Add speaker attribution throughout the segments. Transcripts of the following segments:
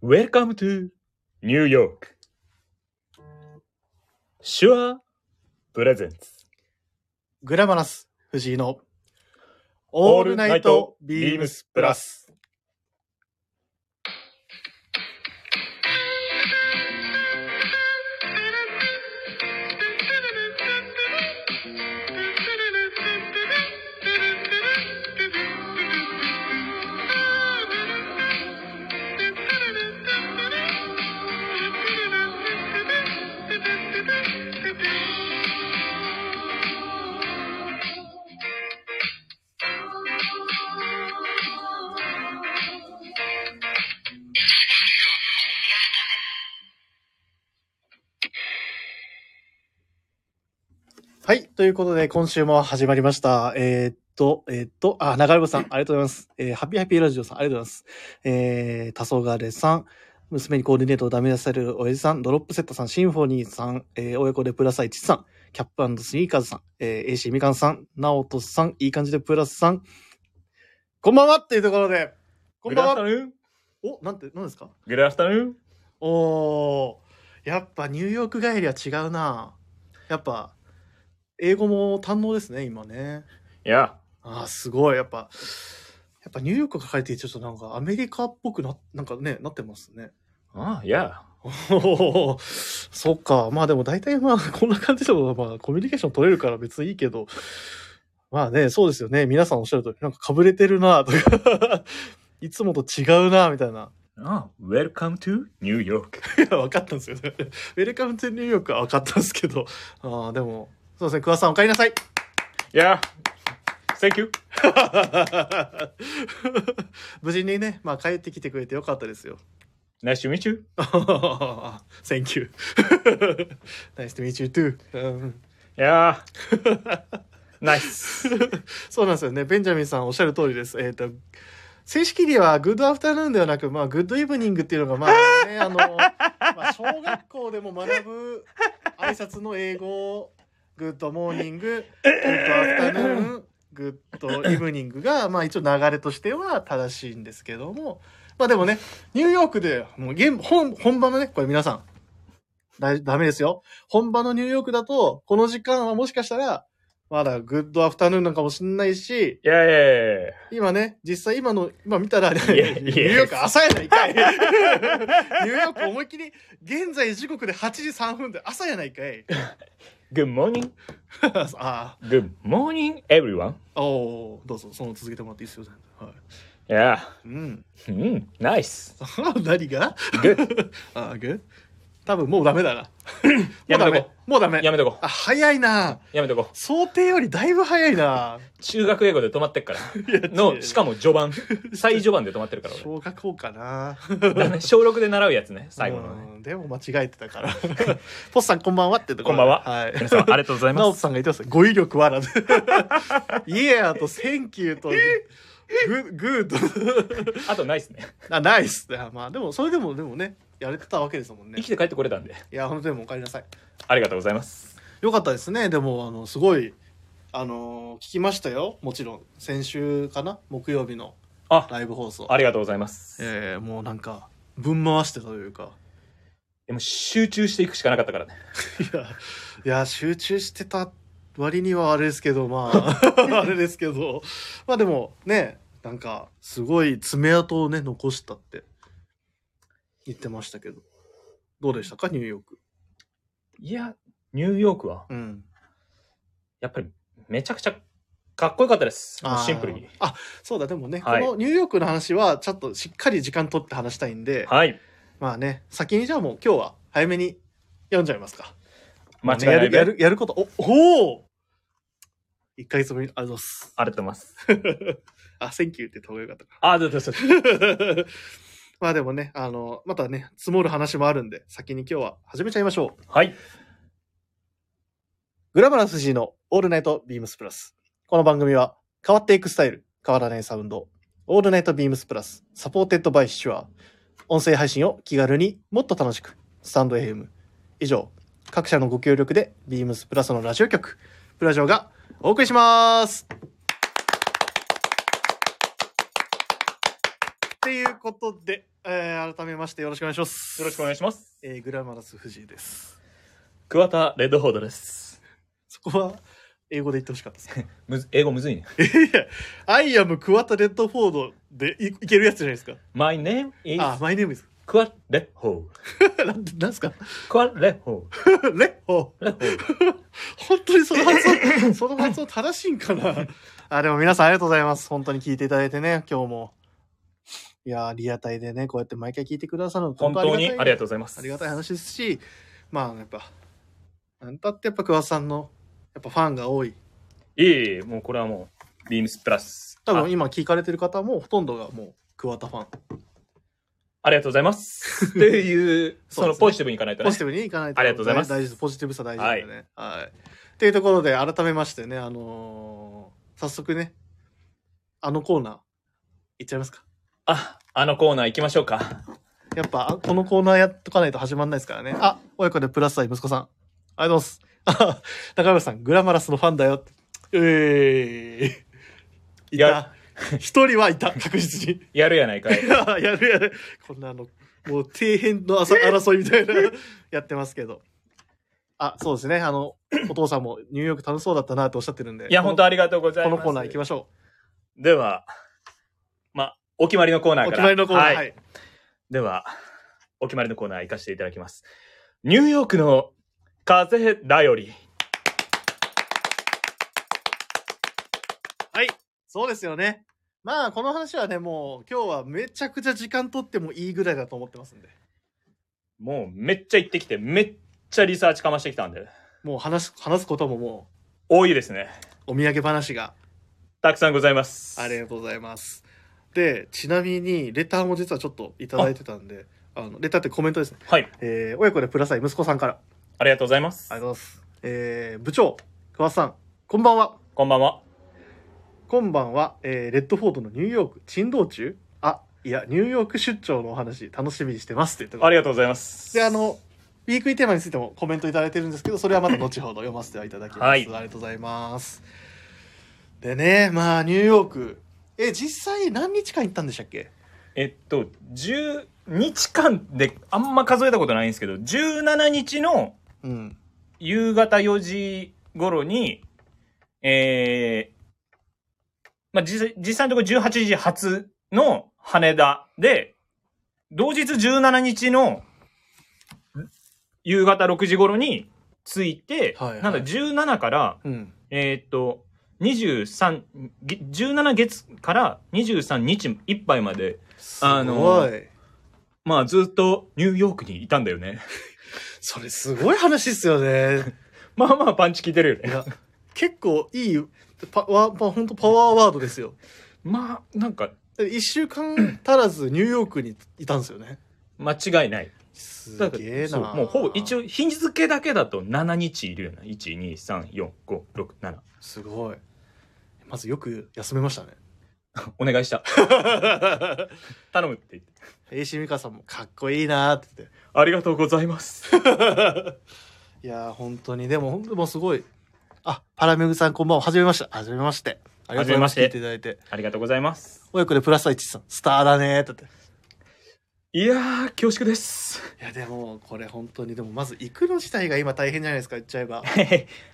Speaker 1: Welcome to New York Sure Presents
Speaker 2: グラマラス藤井の
Speaker 1: オ
Speaker 2: オ
Speaker 1: ー
Speaker 2: ー
Speaker 1: ル
Speaker 2: ル
Speaker 1: ナ
Speaker 2: ナ
Speaker 1: イ
Speaker 2: イ
Speaker 1: ト
Speaker 2: ト
Speaker 1: ビ
Speaker 2: ビ
Speaker 1: ー
Speaker 2: ー
Speaker 1: ム
Speaker 2: ム
Speaker 1: ス
Speaker 2: ス
Speaker 1: プ
Speaker 2: プ
Speaker 1: ラ
Speaker 2: ラ
Speaker 1: ス
Speaker 2: ス。はい。ということで、今週も始まりました。えーっと、えーっと、あ、長山さん、ありがとうございます。えーハッピーハッピーラジオさん、ありがとうございます。えー、黄昏さん、娘にコーディネートをダメ出されるおやじさん、ドロップセットさん、シンフォニーさん、えー親子でプラス愛知さん、キャップスニーカーズさん、えー、AC みかんさん、ナオトさん、いい感じでプラスさん、こんばんはっていうところで、こんばんは。
Speaker 1: Good afternoon
Speaker 2: お、なんて、なんですか
Speaker 1: Good afternoon
Speaker 2: おーやっぱニューヨーク帰りは違うなやっぱ英語も堪能ですね今ね
Speaker 1: Yeah
Speaker 2: あーすごいやっぱやっぱニューヨークが帰ってきてちょっとなんかアメリカっぽくななんかねなってますね
Speaker 1: Ah yeah
Speaker 2: おーそっかまあでも大体まあこんな感じでもまあコミュニケーション取れるから別にいいけどまあねそうですよね皆さんおっしゃるとりなんかかぶれてるなとか いつもと違うなみたいな
Speaker 1: Ah Welcome to New York
Speaker 2: い や、分かったんですよ。ウェルカムトゥニューヨークは分かったんですけど。ああ、でも、そうですね、桑さんお帰りなさい。
Speaker 1: Yeah Thank you
Speaker 2: 無事にね、まあ帰ってきてくれてよかったですよ。
Speaker 1: Nice to meet you
Speaker 2: Thank you. nice to meet you too. うん
Speaker 1: Yeah Nice
Speaker 2: そうなんですよね。ベンジャミンさんおっしゃる通りです。えっ、と、正式にはグッドアフターヌーンではなく、まあ、グッドイブニングっていうのが、まあね、あの、まあ、小学校でも学ぶ挨拶の英語、グッドモーニング、グッドアフターヌーン、グッドイブニングが、まあ一応流れとしては正しいんですけども、まあでもね、ニューヨークで、もう現本、本場のね、これ皆さん、だダメですよ。本場のニューヨークだと、この時間はもしかしたら、まだグッドアフタヌーンなんかもしんないし、
Speaker 1: Yeah yeah, yeah
Speaker 2: 今ね、実際今の、今見たら、ニュ
Speaker 1: やいや
Speaker 2: ーヨーク朝やないかい。ニ ューヨーク思いっきり、現在時刻で8時3分で朝やないかい。
Speaker 1: Good morning
Speaker 2: あ
Speaker 1: Good morning everyone
Speaker 2: あ、おーどうぞ、その続けてもらっていいですよ。はい、
Speaker 1: Yeah
Speaker 2: うん。
Speaker 1: Mm, Nice
Speaker 2: 何が
Speaker 1: Good
Speaker 2: ああ、ぐ多分もうダメだな。
Speaker 1: やめとこう
Speaker 2: もうダメ。もうダメ。
Speaker 1: やめとこ
Speaker 2: あ、早いな。
Speaker 1: うやめとこう
Speaker 2: 想定よりだいぶ早いな。
Speaker 1: 中学英語で止まってっから
Speaker 2: や違
Speaker 1: の
Speaker 2: う
Speaker 1: しかも序盤最序盤で止まってるから俺
Speaker 2: 小学校かな。
Speaker 1: だね小6で習うやつね最後のね
Speaker 2: うんでも間違えてたから ポスさんこんばんはってとこ
Speaker 1: こんばんは
Speaker 2: はい
Speaker 1: 皆様ありがとうござい
Speaker 2: 直
Speaker 1: ま
Speaker 2: 人
Speaker 1: す
Speaker 2: さんが言ってます語彙力はらず イエアとセンキューとググーと
Speaker 1: あとないっすね
Speaker 2: あナイスあまあでもそれでもでもねやれてたわけですもんね
Speaker 1: 生きて帰ってこれたんで
Speaker 2: いや本当にでもお帰りなさい
Speaker 1: ありがとうございます
Speaker 2: よかったですねでもあのすごいあの聞きましたよもちろん先週かな木曜日の
Speaker 1: あ
Speaker 2: ライブ放送
Speaker 1: ありがとうございます
Speaker 2: えーもうなんかぶん回してたというか
Speaker 1: でも集中していくしかなかったからね
Speaker 2: いや、いや、集中してた割にはあれですけど、まあ、 あれですけど、まあでもね、なんか、すごい爪痕をね、残したって言ってましたけど、どうでしたか、ニューヨーク。
Speaker 1: いやニューヨークは
Speaker 2: うん。
Speaker 1: やっぱりめちゃくちゃかっこよかったです
Speaker 2: あー
Speaker 1: シンプルに。
Speaker 2: あ、そうだ、でもね、
Speaker 1: はい
Speaker 2: このニューヨークの話は、ちょっとしっかり時間取って話したいんで、
Speaker 1: はい
Speaker 2: まあね、先にじゃあもう今日は早めに読んじゃいますか。
Speaker 1: 間違いない
Speaker 2: もうね
Speaker 1: で
Speaker 2: やる、やる、やること、お、おお一ヶ月ぶりに、ありがとうございます。
Speaker 1: ありがとうございます
Speaker 2: あ、センキューって言った方がよかったか
Speaker 1: あどうぞどうぞ
Speaker 2: まあでもね、あの、またね、積もる話もあるんで、先に今日は始めちゃいましょう。
Speaker 1: はい
Speaker 2: グラマラス G のオールナイトビームスプラス。この番組は、変わっていくスタイル、変わらないサウンド、オールナイトビームスプラス、サポーテッドバイシュア、音声配信を気軽にもっと楽しく、スタンド FM。以上、各社のご協力で、ビームスプラスのラジオ局、プラジオがお送りします。っていうことで、えー改めましてよろしくお願いします。
Speaker 1: よろしくお願いします。
Speaker 2: えーグラマラス藤井です。
Speaker 1: 桑田レッドホードです。
Speaker 2: そこは、英語で言ってほしかったですね。
Speaker 1: むず英語むずいね。
Speaker 2: いや、アイアムクワタレッドフォードでいいけるやつじゃないですか。
Speaker 1: My name
Speaker 2: あ、
Speaker 1: is
Speaker 2: マイネーム です。
Speaker 1: クワレホ
Speaker 2: なんてなんですか
Speaker 1: ー。クワレホ
Speaker 2: レッホ
Speaker 1: ー。レホー。
Speaker 2: 本当にその発音、その発音正しいんかなあ、でも皆さんありがとうございます。本当に聞いていただいてね、今日も。いやー、リアタイでね、こうやって毎回聞いてくださるの
Speaker 1: 本当にありがとうご
Speaker 2: う
Speaker 1: ざいます。
Speaker 2: ありがたい話ですし、まあ、やっぱ、なんたってやっぱ桑田さんの、やっぱファンが多い。
Speaker 1: いえいえ、もうこれはもう、ビームスプラス。
Speaker 2: 多
Speaker 1: あ
Speaker 2: 分今聞かれてる方もほとんどがもう桑田ファン。
Speaker 1: ありがとうござい ます。っていう、そのポジティブにいかないとね
Speaker 2: ポジ。ティブにいかないと。
Speaker 1: ありがとうございます
Speaker 2: 大事です。ポジティブさ大事だよね。はい。っていうところで、改めましてね、あのー早速ね、あのコーナー、いっちゃいますか。
Speaker 1: あ、あのコーナー行きましょうか。
Speaker 2: やっぱ、あこのコーナーやっとかないと始まんないですからね。あ、親子でプラス愛息子さん。ありがとうございます。 あ中村さん、グラマラスのファンだよって。えーい
Speaker 1: いや
Speaker 2: た。一人はいた、確実に。
Speaker 1: やるやない かい。
Speaker 2: やるやる。こんなあの、もう底辺の朝争いみたいな、 やってますけど。あ、そうですね。あ の、お父さんもニューヨーク楽しそうだったなっておっしゃってるんで。
Speaker 1: いや、本当ありがとうござい
Speaker 2: こ
Speaker 1: ま
Speaker 2: の
Speaker 1: す。
Speaker 2: コーナー行きましょ
Speaker 1: では、ま、お決まりのコー
Speaker 2: う。
Speaker 1: ナーか
Speaker 2: お
Speaker 1: ら。
Speaker 2: 決まりのコーナー。はい。
Speaker 1: はい。では、お決まりのコーナー行かせていただきます。ニューヨークの風だより。
Speaker 2: はいそうですよね。まあ、この話はね、もう、今日はめちゃくちゃ時間取ってもいいぐらいだと思ってますんで。
Speaker 1: もうめっちゃ行ってきて、めっちゃリサーチかましてきたんで、
Speaker 2: もう話す、話すこともも
Speaker 1: 多いですね。
Speaker 2: う、お土産話が
Speaker 1: たくさんございます。
Speaker 2: ありがとうございます。で、ちなみに、レターも実はちょっといただいてたんで、あの、レターってコメントですね。
Speaker 1: はい。
Speaker 2: えー親子でプラス愛息子さんから。
Speaker 1: ありがとうございます
Speaker 2: ありが。とうございます。えー部長、桑田さん、こんばんは。
Speaker 1: こんばんは。
Speaker 2: 今晩は、えーレッドフォードのニューヨーク、珍道中あ、いや、ニューヨーク出張のお話、楽しみにしてますって言ってます
Speaker 1: ありがとうございます。
Speaker 2: で、あの、ウィークリーテーマについてもコメントいただいてるんですけど、それはまた後ほど読ませていただきます。
Speaker 1: はい
Speaker 2: ありがとうございます。でね、まあ、ニューヨーク。え、実際何日間行ったんでしたっけ
Speaker 1: えっと、10日間であんま数えたことないんですけど、17日の
Speaker 2: うん。
Speaker 1: 夕方4時頃に、えーまあ、実際実際のところ18時発の羽田で、同日17日の夕方6時頃に着いて、
Speaker 2: はいはい
Speaker 1: なんだ、17から、
Speaker 2: うん。
Speaker 1: えーっと、23、げ17月から23日いっぱいまで、
Speaker 2: す
Speaker 1: あ
Speaker 2: ご
Speaker 1: の
Speaker 2: い。
Speaker 1: まあずっとニューヨークにいたんだよね。
Speaker 2: それすごい話ですよね。
Speaker 1: まあまあパンチ効いてるよ
Speaker 2: い
Speaker 1: ね。
Speaker 2: や、結構いい、パワー、本当パワーワードですよ。
Speaker 1: まあ、なんか
Speaker 2: 1週間足らずニューヨークにいたんですよね。
Speaker 1: 間違いない。
Speaker 2: す
Speaker 1: だから
Speaker 2: げえ
Speaker 1: そ
Speaker 2: な。
Speaker 1: うもうほぼ一。応日付だけだと7日いるような1234567
Speaker 2: すごい。まずよく休めましたね。
Speaker 1: お願いした 頼むって言って
Speaker 2: 石井美香さんもかっこいいなーって言って。
Speaker 1: ありがとうございます
Speaker 2: いやー本当にでも本当もうすごいあパラメグさんこんばんははじめましてはじめましてありがとうございます聞い
Speaker 1: は
Speaker 2: て
Speaker 1: じ
Speaker 2: いただいて
Speaker 1: ありがとうございます
Speaker 2: 親子でプラス愛知さんスターだねーって言って
Speaker 1: いやー恐縮です
Speaker 2: いやでもこれ本当にでもまず行くの自体が今大変じゃないですか言っちゃえば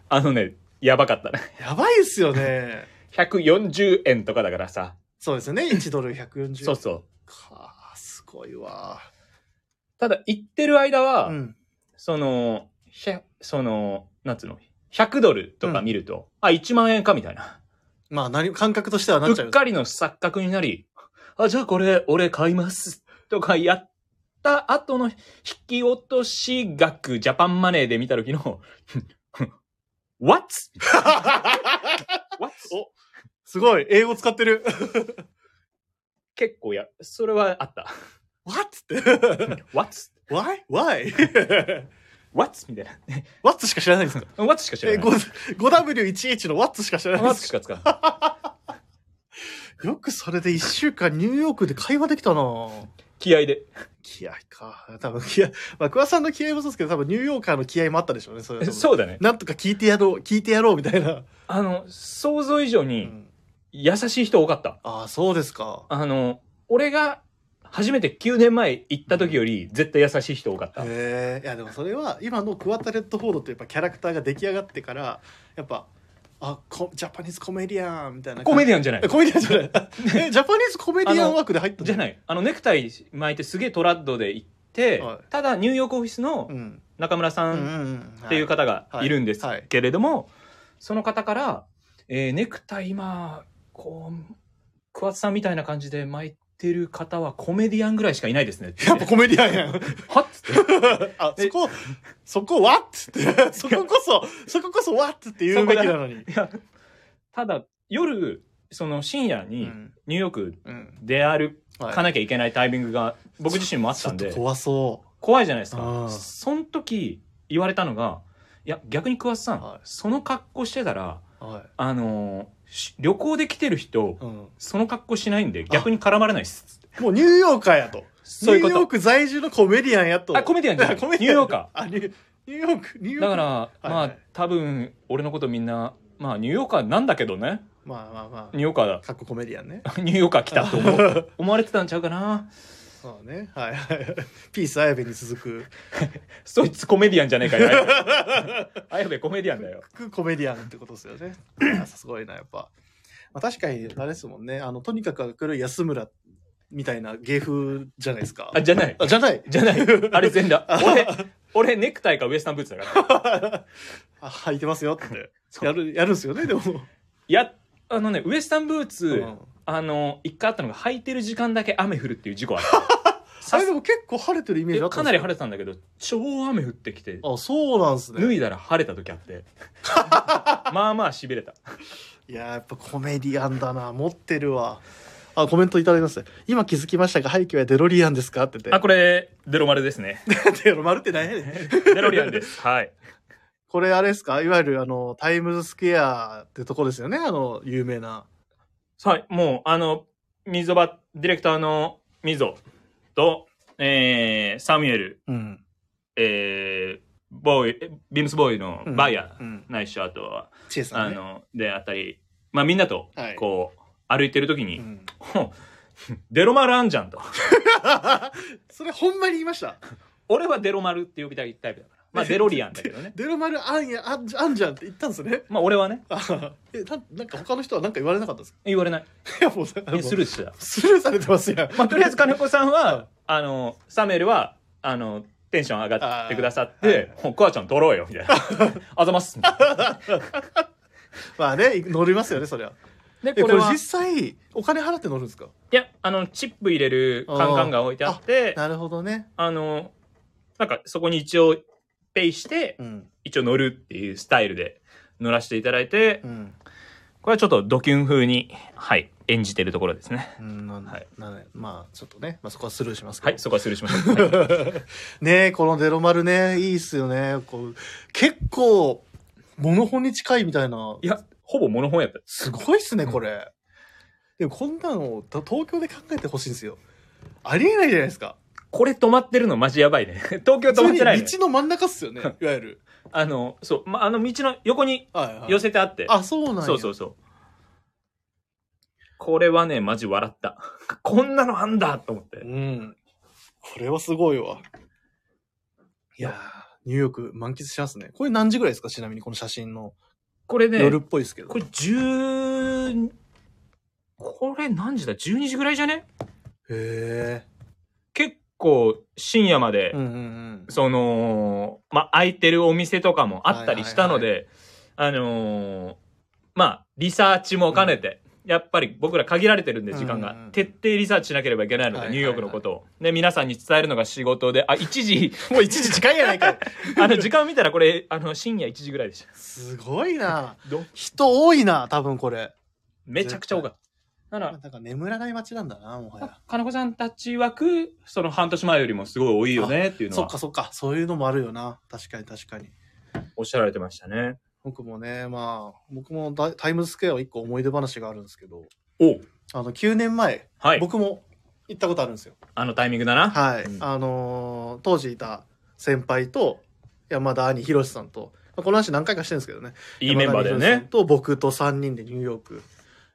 Speaker 1: あのねやばかったね
Speaker 2: やばいですよね
Speaker 1: 140円とかだからさ
Speaker 2: そうですよ ね1ドル140円
Speaker 1: そうそう
Speaker 2: かーすごいわ
Speaker 1: ただ行ってる間は、
Speaker 2: ーうん
Speaker 1: そのひゃそのなんつうの100ドルとか見ると、あ1万円かみたいな
Speaker 2: まあ何感覚としてはな
Speaker 1: う
Speaker 2: っちゃう
Speaker 1: っかりの錯覚になり、あ、じゃあこれ俺買います。とかやった後の引き落とし額、ジャパンマネーで見た時の、What? What?
Speaker 2: おすごい英語使ってる
Speaker 1: 結構や、それはあった。
Speaker 2: What? って
Speaker 1: What?
Speaker 2: Why? Why?
Speaker 1: What? みたいな。
Speaker 2: What しか知らないんですか
Speaker 1: What しか知ら
Speaker 2: え、
Speaker 1: ない。
Speaker 2: 5W1H の What しか知らないで
Speaker 1: What
Speaker 2: す
Speaker 1: し
Speaker 2: か
Speaker 1: か使う。
Speaker 2: よくそれで1週間ニューヨークで会話できたなぁ
Speaker 1: 気合で。
Speaker 2: 気合か。多分気合。まあ、桑さんの気合もそうですけど、多分ニューヨーカーの気合もあったでしょうね。 それは多分
Speaker 1: そうだね。
Speaker 2: なんとか聞いてやろう、聞いてやろうみたいな。
Speaker 1: あの、想像以上
Speaker 2: う
Speaker 1: に
Speaker 2: ん
Speaker 1: 優しい人多かった。
Speaker 2: ああ、そうですか。
Speaker 1: あの、俺が初めて9年前行った時より絶対優しい人多かった。
Speaker 2: えー、いやでもそれは今のクワタレット・フォードってやっぱキャラクターが出来上がってからやっぱあこジャパニーズコメディアンみたいな
Speaker 1: コメデ
Speaker 2: ィ
Speaker 1: ィアンじゃない
Speaker 2: え。コメディアンじゃないえジャパニーズコメディアン枠で入った、
Speaker 1: じゃないい。あの、ネクタイ巻いてすげえトラッドで行って、
Speaker 2: はい
Speaker 1: ただニューヨークオフィスの
Speaker 2: うん
Speaker 1: 中村さん
Speaker 2: ん
Speaker 1: っていう方がいるんです
Speaker 2: はい
Speaker 1: けれども、その方から、えーネクタイ今、こう、桑田さんみたいな感じで巻いてる方はコメディアンぐらいしかいないですねって。
Speaker 2: やっぱコメディアンやん
Speaker 1: はっつって。
Speaker 2: あ
Speaker 1: え
Speaker 2: そこそこはっつ ってそここそそここそはっつって言うべきなのに
Speaker 1: いや、ただ、夜、その深夜
Speaker 2: う
Speaker 1: に
Speaker 2: ん
Speaker 1: ニューヨーク
Speaker 2: うん
Speaker 1: 出歩
Speaker 2: はい
Speaker 1: かなきゃいけないタイミングが僕自身もあっ
Speaker 2: ち
Speaker 1: た
Speaker 2: ょ
Speaker 1: ん
Speaker 2: っと
Speaker 1: で、
Speaker 2: 怖そ
Speaker 1: 怖いじゃないです
Speaker 2: あ
Speaker 1: か。
Speaker 2: ー
Speaker 1: その時言われたのが、いや、逆に桑田さん、
Speaker 2: はい
Speaker 1: その格好してたら、
Speaker 2: うは
Speaker 1: あのーし旅行で来てる人
Speaker 2: い、う、ん、
Speaker 1: その格好しないんで逆に絡まれないっす。
Speaker 2: もうニューヨーカーやと
Speaker 1: そういうこ
Speaker 2: ニューヨー
Speaker 1: と。
Speaker 2: ク在住のコメディアンやと
Speaker 1: あ、コメディアンじゃない。ニ
Speaker 2: コ
Speaker 1: ュ
Speaker 2: メディアン
Speaker 1: ーヨーカ
Speaker 2: あニュニューヨークニュー
Speaker 1: ー。
Speaker 2: ヨーク
Speaker 1: だから、
Speaker 2: い
Speaker 1: まあ多分俺のことみんな、まあニューヨーカーなんだけどね。
Speaker 2: まあまあま
Speaker 1: ニューヨーカーだ
Speaker 2: あ。かっこコメディアンね
Speaker 1: ニューヨーカー来たと思 う思われてたんちゃうかな。
Speaker 2: そうねはいはい ピース綾部に続く
Speaker 1: そいつコメディアンじゃねえかよ。 あやべコメディアンだよ。
Speaker 2: コメディアンってことですよねいやすごいなやっぱ、まあ、確かにあれですもんねあのとにかく明るい安村みたいな芸風じゃないですか
Speaker 1: あ、じゃない。
Speaker 2: あじゃない
Speaker 1: じゃない。 あれ全裸。俺
Speaker 2: あ、
Speaker 1: 俺ネクタイかウエスタンブーツだから。
Speaker 2: あ履いてますよって
Speaker 1: そう
Speaker 2: やるやるんですよねでも、
Speaker 1: や、あのね、ウエスタンブーツ、
Speaker 2: うん
Speaker 1: あの、一回あったのが履いてる時間だけ雨降るっていう事故あった。
Speaker 2: あれでも結構晴れてるイメージあ
Speaker 1: え
Speaker 2: った
Speaker 1: か
Speaker 2: ん
Speaker 1: な
Speaker 2: で
Speaker 1: り
Speaker 2: すよ
Speaker 1: 晴れてたんだけど超雨降ってきて
Speaker 2: あそうなんですね
Speaker 1: 脱いだら晴れた時あって まあまあしびれた
Speaker 2: いやーやっぱコメディアンだな持ってるわあコメントいただきます今気づきましたが背景はデロリアンですかって言
Speaker 1: あ
Speaker 2: って
Speaker 1: これデロマルです ね
Speaker 2: デロ丸って何やねん
Speaker 1: デロリアンですはい
Speaker 2: これあれですかいわゆるあのタイムズスクエアってとこですよねあの有名な
Speaker 1: はいもうあの溝端ディレクターの溝と、えー、サミュエル、
Speaker 2: うん
Speaker 1: えー、ボーイえビームスボーイのバイヤー、
Speaker 2: うん
Speaker 1: ないしあとは
Speaker 2: チェさ
Speaker 1: あ
Speaker 2: ん、ね、
Speaker 1: のであったりまあみんなと
Speaker 2: はい
Speaker 1: こう、歩いてる時に、
Speaker 2: うん
Speaker 1: デロマルあんじゃんと
Speaker 2: それほんまに言いました
Speaker 1: 俺はデロマルって呼びたいタイプだ からまあデロリアンだけどね
Speaker 2: デロ丸あんやあんあんじゃんって言ったんですね
Speaker 1: まあ俺はね
Speaker 2: あえななんか他の人は何か言われなかったんですか
Speaker 1: 言われない
Speaker 2: いやもうさもう
Speaker 1: スルーしてた
Speaker 2: スルーされてますやん
Speaker 1: まあとりあえず金子さん はあのサメルはあのテンション上がってくださっ
Speaker 2: あーはい
Speaker 1: て「もうクワちゃん取ろうよ」みたい な「あざます」みたいな
Speaker 2: まあね乗りますよねそりゃ
Speaker 1: でこ
Speaker 2: えこ
Speaker 1: れ
Speaker 2: れ
Speaker 1: は
Speaker 2: 実
Speaker 1: い
Speaker 2: 際お金払って乗るんですか
Speaker 1: やあのチップ入れるカンカンが置いてあってあ
Speaker 2: なるほどね
Speaker 1: のなんかそこに一応ペイして
Speaker 2: うん
Speaker 1: 一応乗るっていうスタイルで乗らせていただいて
Speaker 2: うん
Speaker 1: これはちょっとドキュン風にはい演じてるところですね
Speaker 2: うんな
Speaker 1: はい
Speaker 2: なまあちょっとね、まあ、そこはスルーします
Speaker 1: は
Speaker 2: け
Speaker 1: い
Speaker 2: ど、
Speaker 1: そこはスルーしましょう、 はい
Speaker 2: ねえこのデロ丸ねいいっすよねこう結構モノ本に近いみたいない
Speaker 1: やほぼモノホンやった
Speaker 2: すごいっすねこれでもこんなのと東京で考えてほしいんですよありえないじゃないですか
Speaker 1: これ止まってるのマジやばいね 東京
Speaker 2: 普
Speaker 1: 止
Speaker 2: 通
Speaker 1: まっ
Speaker 2: に
Speaker 1: て
Speaker 2: 道
Speaker 1: ないね
Speaker 2: の真ん中っす よねいわゆる
Speaker 1: あの、そう、ま、あの道の横に
Speaker 2: はいはい
Speaker 1: 寄せてあって。
Speaker 2: あそうなんや
Speaker 1: そうそうそう。これはね、マジ笑った。 こんなのあんだと思って。
Speaker 2: うん。これはすごいわ。いやー、ニューヨーク満喫しますね。これ何時ぐらいですかちなみにこの写真の。
Speaker 1: これね、
Speaker 2: 夜っぽいですけど。
Speaker 1: これ10、これ何時だ ?12 時ぐらいじゃね
Speaker 2: へ
Speaker 1: 結構深夜まで、
Speaker 2: え。うんうんうん。
Speaker 1: その、まあ、空いてるお店とかもあったりしたので、あのーまあ、リサーチも兼ねて、やっぱり僕ら限られてるんで、時間が、
Speaker 2: うんうんうん
Speaker 1: 徹底リサーチしなければいけないの
Speaker 2: は
Speaker 1: で、
Speaker 2: いはいは
Speaker 1: ニューヨ
Speaker 2: い
Speaker 1: ークのことを。で、皆さんに伝えるのが仕事で、あ、1時、
Speaker 2: もう1時近いやないかい。
Speaker 1: あの、時間見たらこれ、あの、深夜1時ぐらいでし
Speaker 2: すごいな。
Speaker 1: た。ど
Speaker 2: 人多いな、多分これ。
Speaker 1: めちゃくちゃ多かった。な
Speaker 2: なん
Speaker 1: ら、
Speaker 2: か眠らない街なんだな、もはや。
Speaker 1: 金子さんたち枠、その半年前よりもすごい多いよねっていうの
Speaker 2: そっ
Speaker 1: は
Speaker 2: か、そっか。そういうのもあるよな。確かに確かに。
Speaker 1: おっしゃられてましたね。
Speaker 2: 僕もね、まあ、僕もだタイムズスクエアは一個思い出話があるんですけど、
Speaker 1: お
Speaker 2: あの、9年前、
Speaker 1: はい。
Speaker 2: 僕も行ったことあるんですよ。
Speaker 1: あのタイミングだな。
Speaker 2: はい、
Speaker 1: うん
Speaker 2: あのー当時いた先輩と山田兄博さんと、まあこの話何回かしてるんですけどね
Speaker 1: いいメンバーだよ
Speaker 2: 山田兄博さ
Speaker 1: ね
Speaker 2: ん。と僕と3人でニューヨーク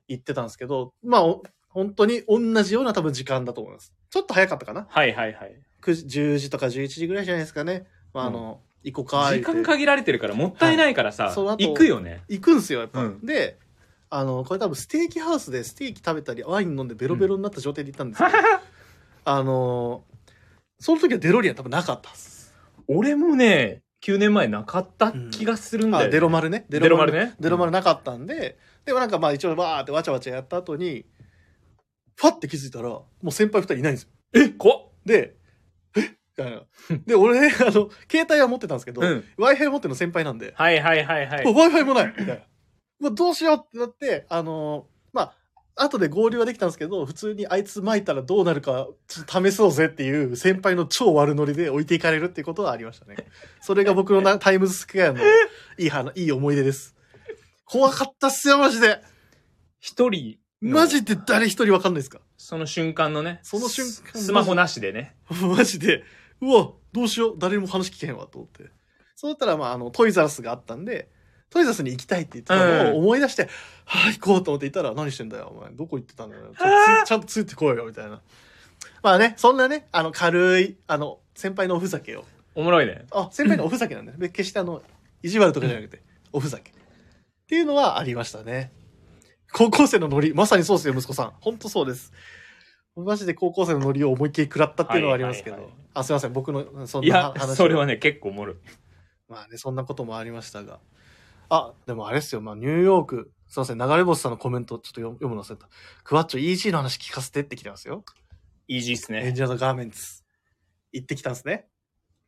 Speaker 2: 行ってたんですけどまあお本当に同じような多分時間だと思います。ちょっと早かったかな
Speaker 1: はいはいはい。
Speaker 2: 9時 ?10 時とか11時ぐらいじゃないですかね。まあ、あの、行こうか。
Speaker 1: 時
Speaker 2: 言うて
Speaker 1: 間限られてるからもったいないからさ、
Speaker 2: はいその後
Speaker 1: 行くよね。
Speaker 2: 行くんすよ、やっぱ。
Speaker 1: うん
Speaker 2: で、あの、これ多分ステーキハウスでステーキ食べたり、ワイン飲んでベロベロになった状態で行ったんです けど、あの、その時はデロリアン多分なかったっす。
Speaker 1: 俺もね、9年前なかった気がするんだよ、
Speaker 2: あ、
Speaker 1: ね
Speaker 2: デロ丸ね。
Speaker 1: デロ丸ね
Speaker 2: デロ丸なかったんで、でもなんかまあ一応わーってわちゃわちゃやった後に、ファって気づいたら、もう先輩二人いないんですよ。
Speaker 1: えこ
Speaker 2: で、えみたいな。で、俺ね、あの、携帯は持ってたんですけど、
Speaker 1: うん
Speaker 2: Wi-Fi 持ってるの先輩なんで、
Speaker 1: はいはいはいは
Speaker 2: もう
Speaker 1: い。
Speaker 2: Wi-Fi もないみたいな。まあ、どうしようってなって、あのーまあ、後で合流はできたんですけど、普通にあいつ巻いたらどうなるか、ちょっと試そうぜっていう先輩の超悪ノリで置いていかれるっていうことはありましたね。それが僕 のなタイムズスクエアのいい話、いい思い出です。怖かったっすよ、マジで。
Speaker 1: 一人の
Speaker 2: マジで誰一人わかんないですか
Speaker 1: その瞬間のね。
Speaker 2: その瞬間
Speaker 1: ススマホなしでね。
Speaker 2: マジで。うわ、どうしよう。誰にも話聞けへんわ、と思って。そうだったら、まあ、あの、トイザラスがあったんで、トイザラスに行きたいって言ってたの
Speaker 1: う
Speaker 2: を
Speaker 1: ん
Speaker 2: 思い出して、はあ、行こうと思って行ったら、何してんだよ、お前。どこ行ってたんだ よ。ちょっとつちゃんとついてこいよ、みたいな。まあね、そんなね、あの、軽い、あの、先輩のおふざけを。
Speaker 1: おもろいね。
Speaker 2: あ、先輩のおふざけなんだね。決してあの、意地悪とかじゃなくて、おふざけ。っていうのはありましたね。高校生のノリ、まさにそうですよ、息子さん。ほんとそうです。マジで高校生のノリを思いっきり食らったっていうのはありますけど。
Speaker 1: はいはいは
Speaker 2: あ、すいません、僕の、そん
Speaker 1: い
Speaker 2: な
Speaker 1: や
Speaker 2: は、話
Speaker 1: それはね、結構おもろい。
Speaker 2: まあね、そんなこともありましたが。あ、でもあれですよ、まあ、ニューヨーク、すいません、流れ星さんのコメントちょっと読読むの忘れた。クワッチョ EG の話聞かせてって来てますよ。
Speaker 1: イージーっす
Speaker 2: エン
Speaker 1: ね。
Speaker 2: ジェラードガーメンツ。行ってきたんですね。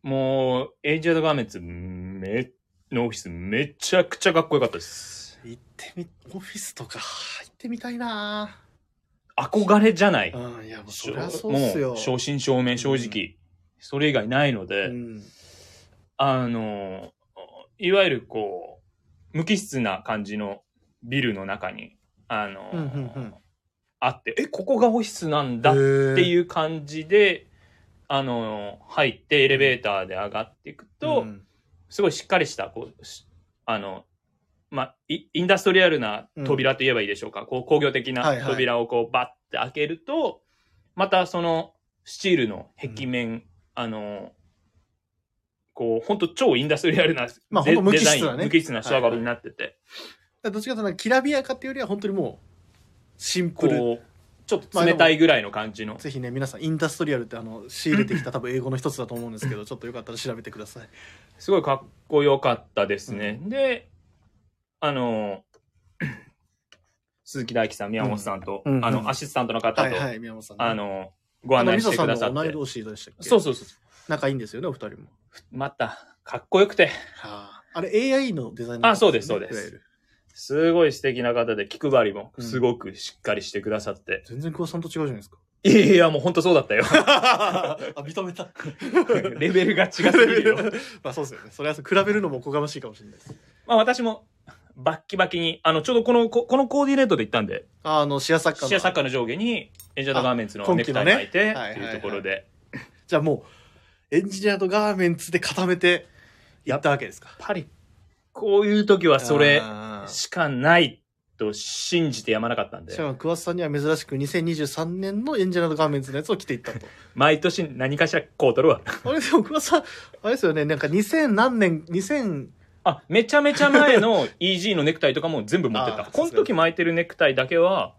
Speaker 1: もう、エイジアドガーメンツ、め、のオフィス、めちゃくちゃかっこよかったです。
Speaker 2: 行ってみ、オフィスとか、行ってみたいなぁ。
Speaker 1: 憧れじゃない。
Speaker 2: うん、いや、もうそ
Speaker 1: しょ
Speaker 2: りゃそうっすよ。
Speaker 1: もう正真正銘、正直。それ以外ないので、
Speaker 2: うん、
Speaker 1: あの、いわゆるこう、無機質な感じのビルの中に、あの、
Speaker 2: うんうんうん
Speaker 1: あって、え、ここがオフィスなんだって
Speaker 2: う
Speaker 1: いう感じで、あの、入ってエレベーターで上がっていくと、
Speaker 2: ん
Speaker 1: すごいしっかりした、こう、しあの、まあ、イインダストリアルな扉といえばいいでしょうか。こう、工業的
Speaker 2: はい
Speaker 1: な
Speaker 2: はい
Speaker 1: 扉をこう、バッて開けると、またその、スチールの壁面、あの、こう、本当超インダストリアルなデ、
Speaker 2: まあほんと無機質なね
Speaker 1: デザイン無機質な仕上がりになってて、
Speaker 2: どっちかというときらびやかっていうよりは本当にもうシンプル
Speaker 1: こう、ちょっと冷たいぐらいの感じの。
Speaker 2: ぜひね皆さんインダストリアルってあの仕入 れてきた多分英語の一つだと思うんですけどちょっとよかったら調べてください
Speaker 1: すごいかっこよかったですね。で、あ の、鈴木大樹さん、宮本さんと、
Speaker 2: うんうん
Speaker 1: あ
Speaker 2: うん
Speaker 1: の、アシスタントの方と、
Speaker 2: はいはい宮本さんね、
Speaker 1: あの、ご案内してくださ
Speaker 2: あのみそさんの
Speaker 1: っ
Speaker 2: 同い
Speaker 1: て。
Speaker 2: 同士でしたっけ
Speaker 1: そうそうそう。
Speaker 2: 仲いいんですよねお二人も、
Speaker 1: また、かっこよくて、
Speaker 2: はあ、あれ AI のデザイン
Speaker 1: あそうですそうです
Speaker 2: いわゆる
Speaker 1: すごい素敵な方で、気配りもすごくしっかりしてくださって。
Speaker 2: 全然久保さんと違うじゃな いですか
Speaker 1: いやいや、もう本当そうだった よ。
Speaker 2: あ認めた
Speaker 1: レベルが違すぎるよ。
Speaker 2: まあそうですよねそれは比べるのもおこがましいかもしれないです
Speaker 1: まあ私も、バッキバキに、あの、ちょうどこの、ここのコーディネートで行ったんで、
Speaker 2: あのシアサッカーの
Speaker 1: シアサッカーの上下に、エンジェルドガーメンツの
Speaker 2: あ今
Speaker 1: ネ
Speaker 2: 季
Speaker 1: ク
Speaker 2: の
Speaker 1: タイ
Speaker 2: ね
Speaker 1: 巻いて、
Speaker 2: はい
Speaker 1: っていうところで、
Speaker 2: じゃあもう、エンジニアとガーメンツで固めてやったわけですか。
Speaker 1: パリ、こういう時はそれ
Speaker 2: あー
Speaker 1: しかないと信じてやまなかったん
Speaker 2: し
Speaker 1: で
Speaker 2: か、も桑田さんには珍しく2023年のエンジェラードガーメンツのやつを着ていっ たと。
Speaker 1: 毎年何かしらこう取るわ。
Speaker 2: あれでも桑田さん、あれですよね、なんか2000何年、2000、
Speaker 1: あ、めちゃめちゃ前 の EG のネクタイとかも全部持って
Speaker 2: あ
Speaker 1: た。
Speaker 2: ー
Speaker 1: この時巻いてるネクタイだけは、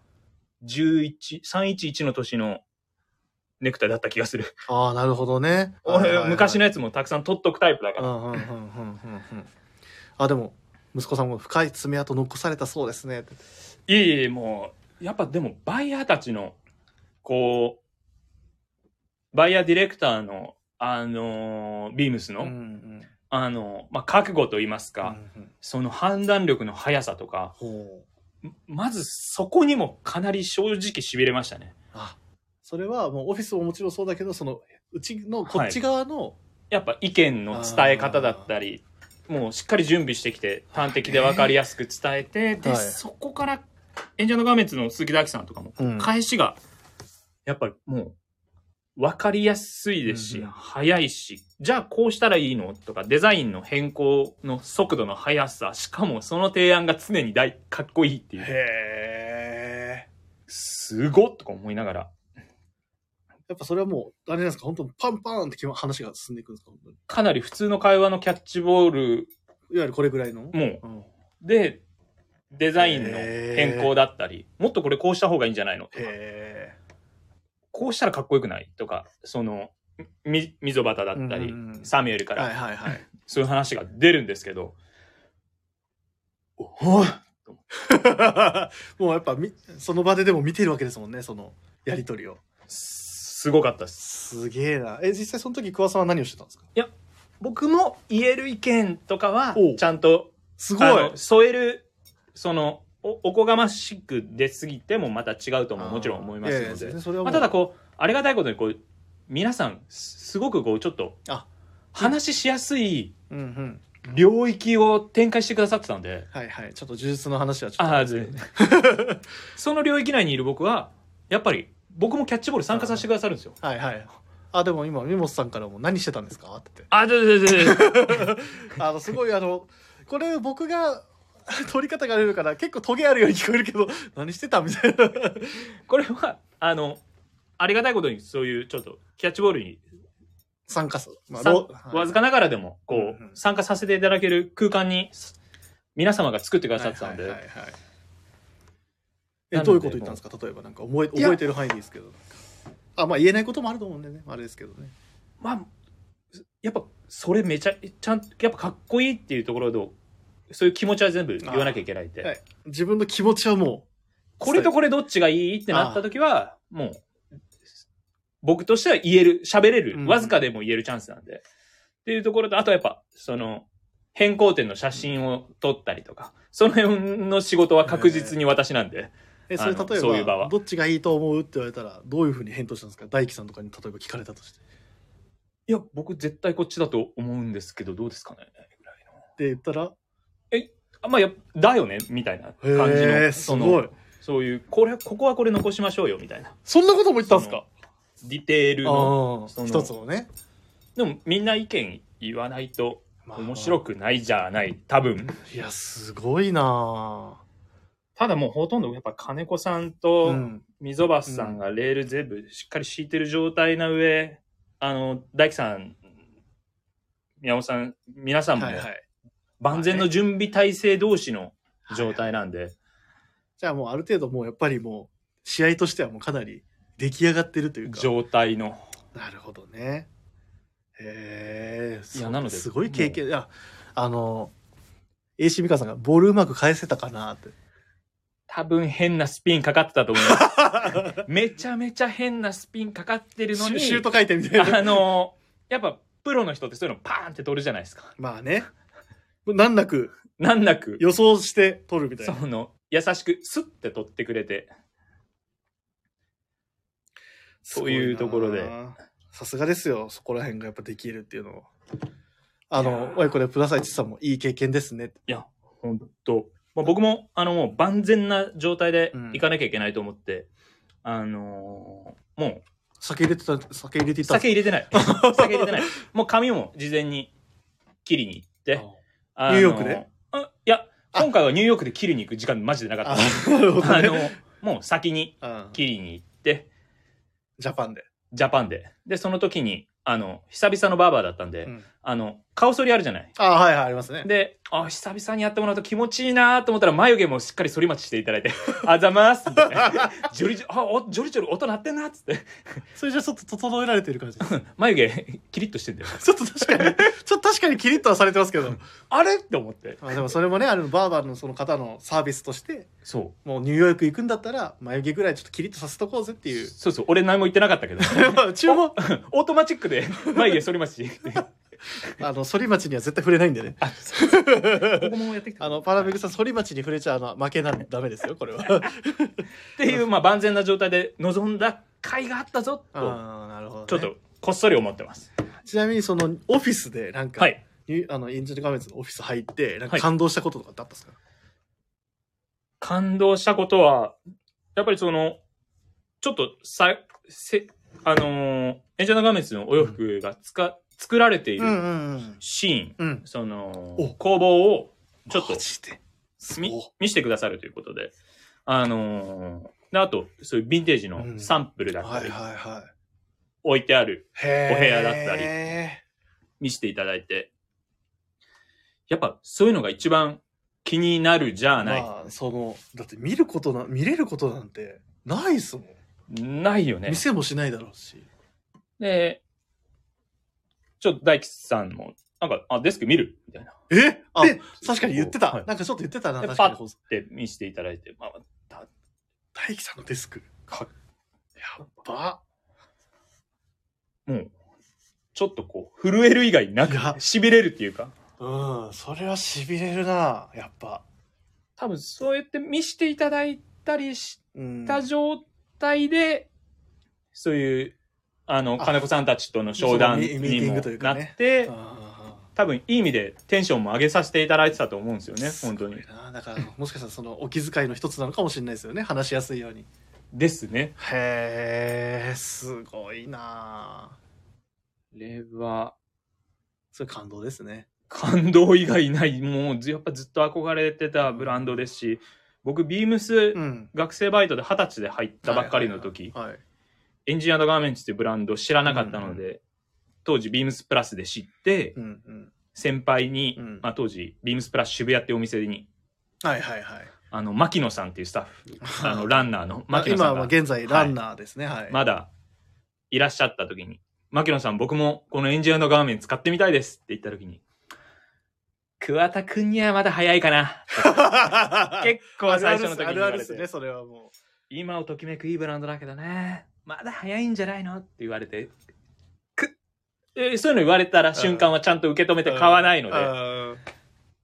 Speaker 1: 11、311の年のネクタイだった気が する。
Speaker 2: ああ、なるほどね。
Speaker 1: 俺、 昔の
Speaker 2: ね。
Speaker 1: やつもたくさん取っとくタイプだか
Speaker 2: う
Speaker 1: ら。
Speaker 2: んうんうんうんうんうん。あ、でも、息子さんも深い爪痕残されたそうですね。
Speaker 1: いえいえ、もう、やっぱでもバイヤーたちの、こう、バイヤーディレクターの、あのービームスの、
Speaker 2: うんうん
Speaker 1: あの、まあ、覚悟と言います
Speaker 2: うんう
Speaker 1: か、
Speaker 2: ん
Speaker 1: その判断力の速さとか、
Speaker 2: ほう。
Speaker 1: まずそこにもかなり正直痺れましたね。
Speaker 2: あ、それはもうオフィスももちろんそうだけど、その、うちのこっち側の、
Speaker 1: やっぱ意見の伝え方だったり、もうしっかり準備してきて、端的で分かりやすく伝えて、で、
Speaker 2: はい
Speaker 1: そこから、演者の画面の鈴木大樹さんとかも、
Speaker 2: うん
Speaker 1: 返しが、やっぱりもう、分かりやすいですし、
Speaker 2: うんうん
Speaker 1: 早いし、じゃあこうしたらいいのとか、デザインの変更の速度の速さ、しかもその提案が常に大かっこいいっていう。
Speaker 2: へえ。
Speaker 1: すごっとか思いながら。
Speaker 2: やっぱそれはもう、あれなんですか、本当パンパンって基本話が進んでいくんですか、本当に
Speaker 1: かなり普通の会話のキャッチボール
Speaker 2: いわゆるこれぐらいの。
Speaker 1: も
Speaker 2: うん、
Speaker 1: で、デザインの変更だったり、もっとこれこうした方がいいんじゃないのとか、
Speaker 2: へ
Speaker 1: こうしたらかっこよくないとか、その、み、溝端だったり、
Speaker 2: うんうんうん
Speaker 1: サミュエルか
Speaker 2: え。はい
Speaker 1: ら、
Speaker 2: はいはい。
Speaker 1: そういう話が出るんですけど、おい
Speaker 2: もうやっぱみ、その場ででも見てるわけですもんね、そのやりとりを。
Speaker 1: すごかったです。
Speaker 2: すげえな。え、実際その時、桑さんは何をしてたんですか
Speaker 1: 僕も言える意見とかは
Speaker 2: おう、
Speaker 1: ちゃんと、
Speaker 2: すごい。
Speaker 1: あの、添える、その、おおこがましく出すぎてもまた違うとももちろん思いますので。
Speaker 2: やや全然それはも
Speaker 1: ま
Speaker 2: う
Speaker 1: あ、ただこうありがたいことにこう皆さんすすごくこうちょっと
Speaker 2: あ
Speaker 1: 話ししやすい
Speaker 2: うんうん。
Speaker 1: 領域を展開してくださってたんで
Speaker 2: はいはい。ちょっと呪術の話はちょっと。
Speaker 1: ああず その領域内にいる僕はやっぱり僕もキャッチボール参加させてくださるんですよ。
Speaker 2: はいはい。あ、でも今、ミモスさんからも何してたんですかって。
Speaker 1: ああ、でででで
Speaker 2: あの、すごい、あの、これ僕が、 取り方があるから結構トゲあるように聞こえるけど何してたみたいな
Speaker 1: これはあのありがたいことにそういうちょっとキャッチボールに、
Speaker 2: 参加する、まあ
Speaker 1: さ
Speaker 2: ろ
Speaker 1: わずかながらでもこう、
Speaker 2: うんうん
Speaker 1: 参加させていただける空間に皆様が作ってくださってたんで、
Speaker 2: はいはいはいは
Speaker 1: な
Speaker 2: いえ
Speaker 1: ので
Speaker 2: どういうこと言ったんですか例えばなんか覚え
Speaker 1: いや
Speaker 2: 覚えてる範囲でいいですけどあまあ言えないこともあると思うんでねあれですけどね
Speaker 1: まあ、やっぱそれめちゃ、ちゃんやっぱかっこいいっていうところと、そういう気持ちは全部言わなきゃいけないって。
Speaker 2: はい自分の気持ちはも
Speaker 1: これとこれどっちがいいってなった時は、もう、僕としては言える、喋れ
Speaker 2: うん
Speaker 1: る、わずかでも言えるチャンスなんで。っていうところと、あとやっぱ、その、変更点の写真を撮ったりとか、その辺の仕事は確実に私なんで。
Speaker 2: うえそ
Speaker 1: あ
Speaker 2: れ例
Speaker 1: の
Speaker 2: えば
Speaker 1: そういう場は
Speaker 2: どっちがいいと思うって言われたらどういうふうに返答したんですか大樹さんとかに例えば聞かれたとして
Speaker 1: いや、僕絶対こっちだと思うんですけど、どうですかねぐらいの
Speaker 2: で言ったら
Speaker 1: あまあ、やっぱだよねみたいな
Speaker 2: へ
Speaker 1: 感じ
Speaker 2: ー
Speaker 1: の、
Speaker 2: す
Speaker 1: その
Speaker 2: ごい
Speaker 1: そういう、これ、ここはこれ残しましょうよ、みたいな。
Speaker 2: そんなことも言ったんですか
Speaker 1: ディテール
Speaker 2: ああ
Speaker 1: の。
Speaker 2: ー
Speaker 1: その
Speaker 2: 一つのね、
Speaker 1: でも、みんな意見言わないと面白
Speaker 2: く
Speaker 1: くないじゃない、多分。
Speaker 2: いやすごいな
Speaker 1: ただもうほとんどやっぱ金子さん
Speaker 2: あ
Speaker 1: と
Speaker 2: うん
Speaker 1: 溝端さんがレール全部しっかり敷いてる状態な上、あの、大樹さん、宮本さん、皆さんも
Speaker 2: はいはい
Speaker 1: 万全の準備体制同士の状態なんで、
Speaker 2: じゃあもうある程度もうやっぱりもう試合としてはもうかなり出来上がってるというか。
Speaker 1: 状態の。
Speaker 2: なるほどね。へえ。
Speaker 1: いや
Speaker 2: そう
Speaker 1: なのです
Speaker 2: ごい経験。いや、あの、AC 美香さんがボールうまく返せたか なって。
Speaker 1: 多分変なスピンかかってたと思います。 めちゃめちゃ変なスピンかかってるの
Speaker 2: シュ
Speaker 1: に。
Speaker 2: シュート回転みた いな。
Speaker 1: あのーやっぱプロの人ってそういうのパーンって取るじゃないですか。
Speaker 2: まあね。難なく
Speaker 1: 難なく、
Speaker 2: 予想して取るみたい
Speaker 1: そ
Speaker 2: な。
Speaker 1: の、優しくスッて取ってくれて。そういうところです
Speaker 2: ごいな。さすがですよ。そこら辺がやっぱできるっていうのは。あ
Speaker 1: いや
Speaker 2: の
Speaker 1: ー、
Speaker 2: おいこれプラサイチさんもいい経験ですね。
Speaker 1: いや、ほんと。まあ、僕も、あの、もう万全な状態で
Speaker 2: うん
Speaker 1: 行かなきゃいけないと思って、あのーも
Speaker 2: 酒入れてた、酒入れて
Speaker 1: う、
Speaker 2: いたん
Speaker 1: 酒入れ
Speaker 2: です
Speaker 1: て ない。酒入れてない。もう髪も事前に切りに行って、あの
Speaker 2: ニューヨークで
Speaker 1: あいや、
Speaker 2: あ
Speaker 1: 今回はニューヨークで切りに行く時間マジでなか
Speaker 2: あ
Speaker 1: っ
Speaker 2: あ、なるほ
Speaker 1: た。
Speaker 2: ど
Speaker 1: あ
Speaker 2: ね
Speaker 1: の。、もう先に
Speaker 2: うん
Speaker 1: 切りに行って、
Speaker 2: ジャパンで。
Speaker 1: ジャパンで。で、その時に、あの、久々のバーバーだったんで、
Speaker 2: うん
Speaker 1: あの、顔剃りあるじゃない。
Speaker 2: あはいはい、ありますね。
Speaker 1: で、あ、久々にやってもらうと気持ちいいなと思ったら眉毛もしっかり剃り待ちしていただいて、あざますみ たいな。ジョリジョリ、あ、おジョリジョリ音鳴ってんなっつって。
Speaker 2: それじゃちょっと整えられてる感じ です。
Speaker 1: 眉毛、キリッとしてんだよ。
Speaker 2: ちょっと確かに、ちょっと確かにキリッとはされてます けど。
Speaker 1: あれって思って。
Speaker 2: あでもそれもね、あの、バーバーのその方のサービスとして、
Speaker 1: そ
Speaker 2: もうニューヨーク行くんだったら、眉毛ぐらいちょっとキリッとさせとこうぜって
Speaker 1: う。
Speaker 2: いう。
Speaker 1: そうそう。俺何も言ってなか ったけど。
Speaker 2: 注文、
Speaker 1: オートマチックで眉毛剃りますし。
Speaker 2: あの、反町には絶対触れないんでね。
Speaker 1: あ、そうここもやってきた。
Speaker 2: あの、パラメグさん、反町に触れちゃうのは負けなんでダメですよ、これ
Speaker 1: っ
Speaker 2: は。
Speaker 1: ていう、まあ、万全な状態で臨んだ甲斐があったぞ、と、
Speaker 2: ああ、なるほど、
Speaker 1: ちょっと、。こっそり思ってます。
Speaker 2: ちなみに、その、オフィスで、なんか、
Speaker 1: はい。
Speaker 2: ニュあの、エンジェルガメンツのオフィス入って、なんか
Speaker 1: はい
Speaker 2: 感動したこととかってあったんですか、
Speaker 1: 感動したことは、やっぱりその、ちょっとさ、せ、あのーエンジェルガーメンツのお洋服がつか、作られている
Speaker 2: んうん。
Speaker 1: シーン、
Speaker 2: うん。
Speaker 1: その
Speaker 2: お、
Speaker 1: 工房をちょっと
Speaker 2: マジで。
Speaker 1: み
Speaker 2: そう
Speaker 1: 見せてくださるということで、あのーであと、そういうヴィンテージ
Speaker 2: うん
Speaker 1: のサンプルだった
Speaker 2: は
Speaker 1: り、
Speaker 2: いはいはい。
Speaker 1: 置いてある、
Speaker 2: へー
Speaker 1: お部屋だったり見せていただいて、やっぱそういうのが一番気になるじゃない。
Speaker 2: まあ、その、だって見ることな、見れることなんてないっすもん。
Speaker 1: ないよね
Speaker 2: 見。せもしないだろうし。
Speaker 1: で、ちょっと大吉さんも、なんか、あ、デスク見るみたいな。
Speaker 2: えあ
Speaker 1: で
Speaker 2: 確かに言ってた、
Speaker 1: はい
Speaker 2: なんかちょっと言ってたな、
Speaker 1: で
Speaker 2: 確かに
Speaker 1: パ。で、見せていただいて、まあ、た
Speaker 2: 大輝さんのデスク。
Speaker 1: か
Speaker 2: やっば。
Speaker 1: もう、ちょっとこう、震える以外なく
Speaker 2: いや、
Speaker 1: 痺れるっていうか、
Speaker 2: うん、それは痺れるな、やっぱ。
Speaker 1: 多分そうやって見せていただいたりし
Speaker 2: うん。
Speaker 1: た状態で、そういう、あの、
Speaker 2: あ
Speaker 1: 金子さんたちとの商談
Speaker 2: そうミミー
Speaker 1: に
Speaker 2: ティン
Speaker 1: も
Speaker 2: グという
Speaker 1: な
Speaker 2: か
Speaker 1: っ
Speaker 2: ね
Speaker 1: て
Speaker 2: うん、うんうん
Speaker 1: 多分いい意味でテンションも上げさせていただいてたと思うんですよね、本当に
Speaker 2: す。ごいなだから、もしかしたらそのお気遣いの一つなのかもしれないで すよね、話しやすいように。
Speaker 1: ですね。
Speaker 2: へえ、すごいな
Speaker 1: これは、
Speaker 2: それ感動ですね。
Speaker 1: 感動以外ない、もうずやっぱずっと憧れてたブランドですし、僕、ビームス、
Speaker 2: うん。
Speaker 1: 学生バイトで二十歳で入ったばっかりの時、
Speaker 2: はいはいはい。
Speaker 1: エンジニアガーメンツっていうブランド知らなかったので、当時ビームスプラスで知って、
Speaker 2: うんうん。
Speaker 1: 先輩に、
Speaker 2: うん
Speaker 1: まあ、当時ビームスプラス渋谷っていうお店に、
Speaker 2: はいはいはい。
Speaker 1: あの、牧野さんっていうスタッフ、あ の、ランナーの
Speaker 2: まあ
Speaker 1: 牧野さ
Speaker 2: 今は
Speaker 1: ん
Speaker 2: まあ
Speaker 1: が、
Speaker 2: 現在ランナーですね、はい。
Speaker 1: まだいらっしゃった時に、牧野さん僕もこのエンジニアガーメンツ買ってみたいですって言った時に、桑田くんにはまだ早いかな。 結構最初の時に
Speaker 2: あ
Speaker 1: 言
Speaker 2: るあ
Speaker 1: わ
Speaker 2: る
Speaker 1: れ
Speaker 2: で
Speaker 1: て
Speaker 2: すね、それはも
Speaker 1: 今をときめくいいブランドだけどねまだ早いんじゃないのって言われてくえーそういうの言われたら瞬間はちゃんと受け止め
Speaker 2: う。
Speaker 1: て買わないので、っ
Speaker 2: うん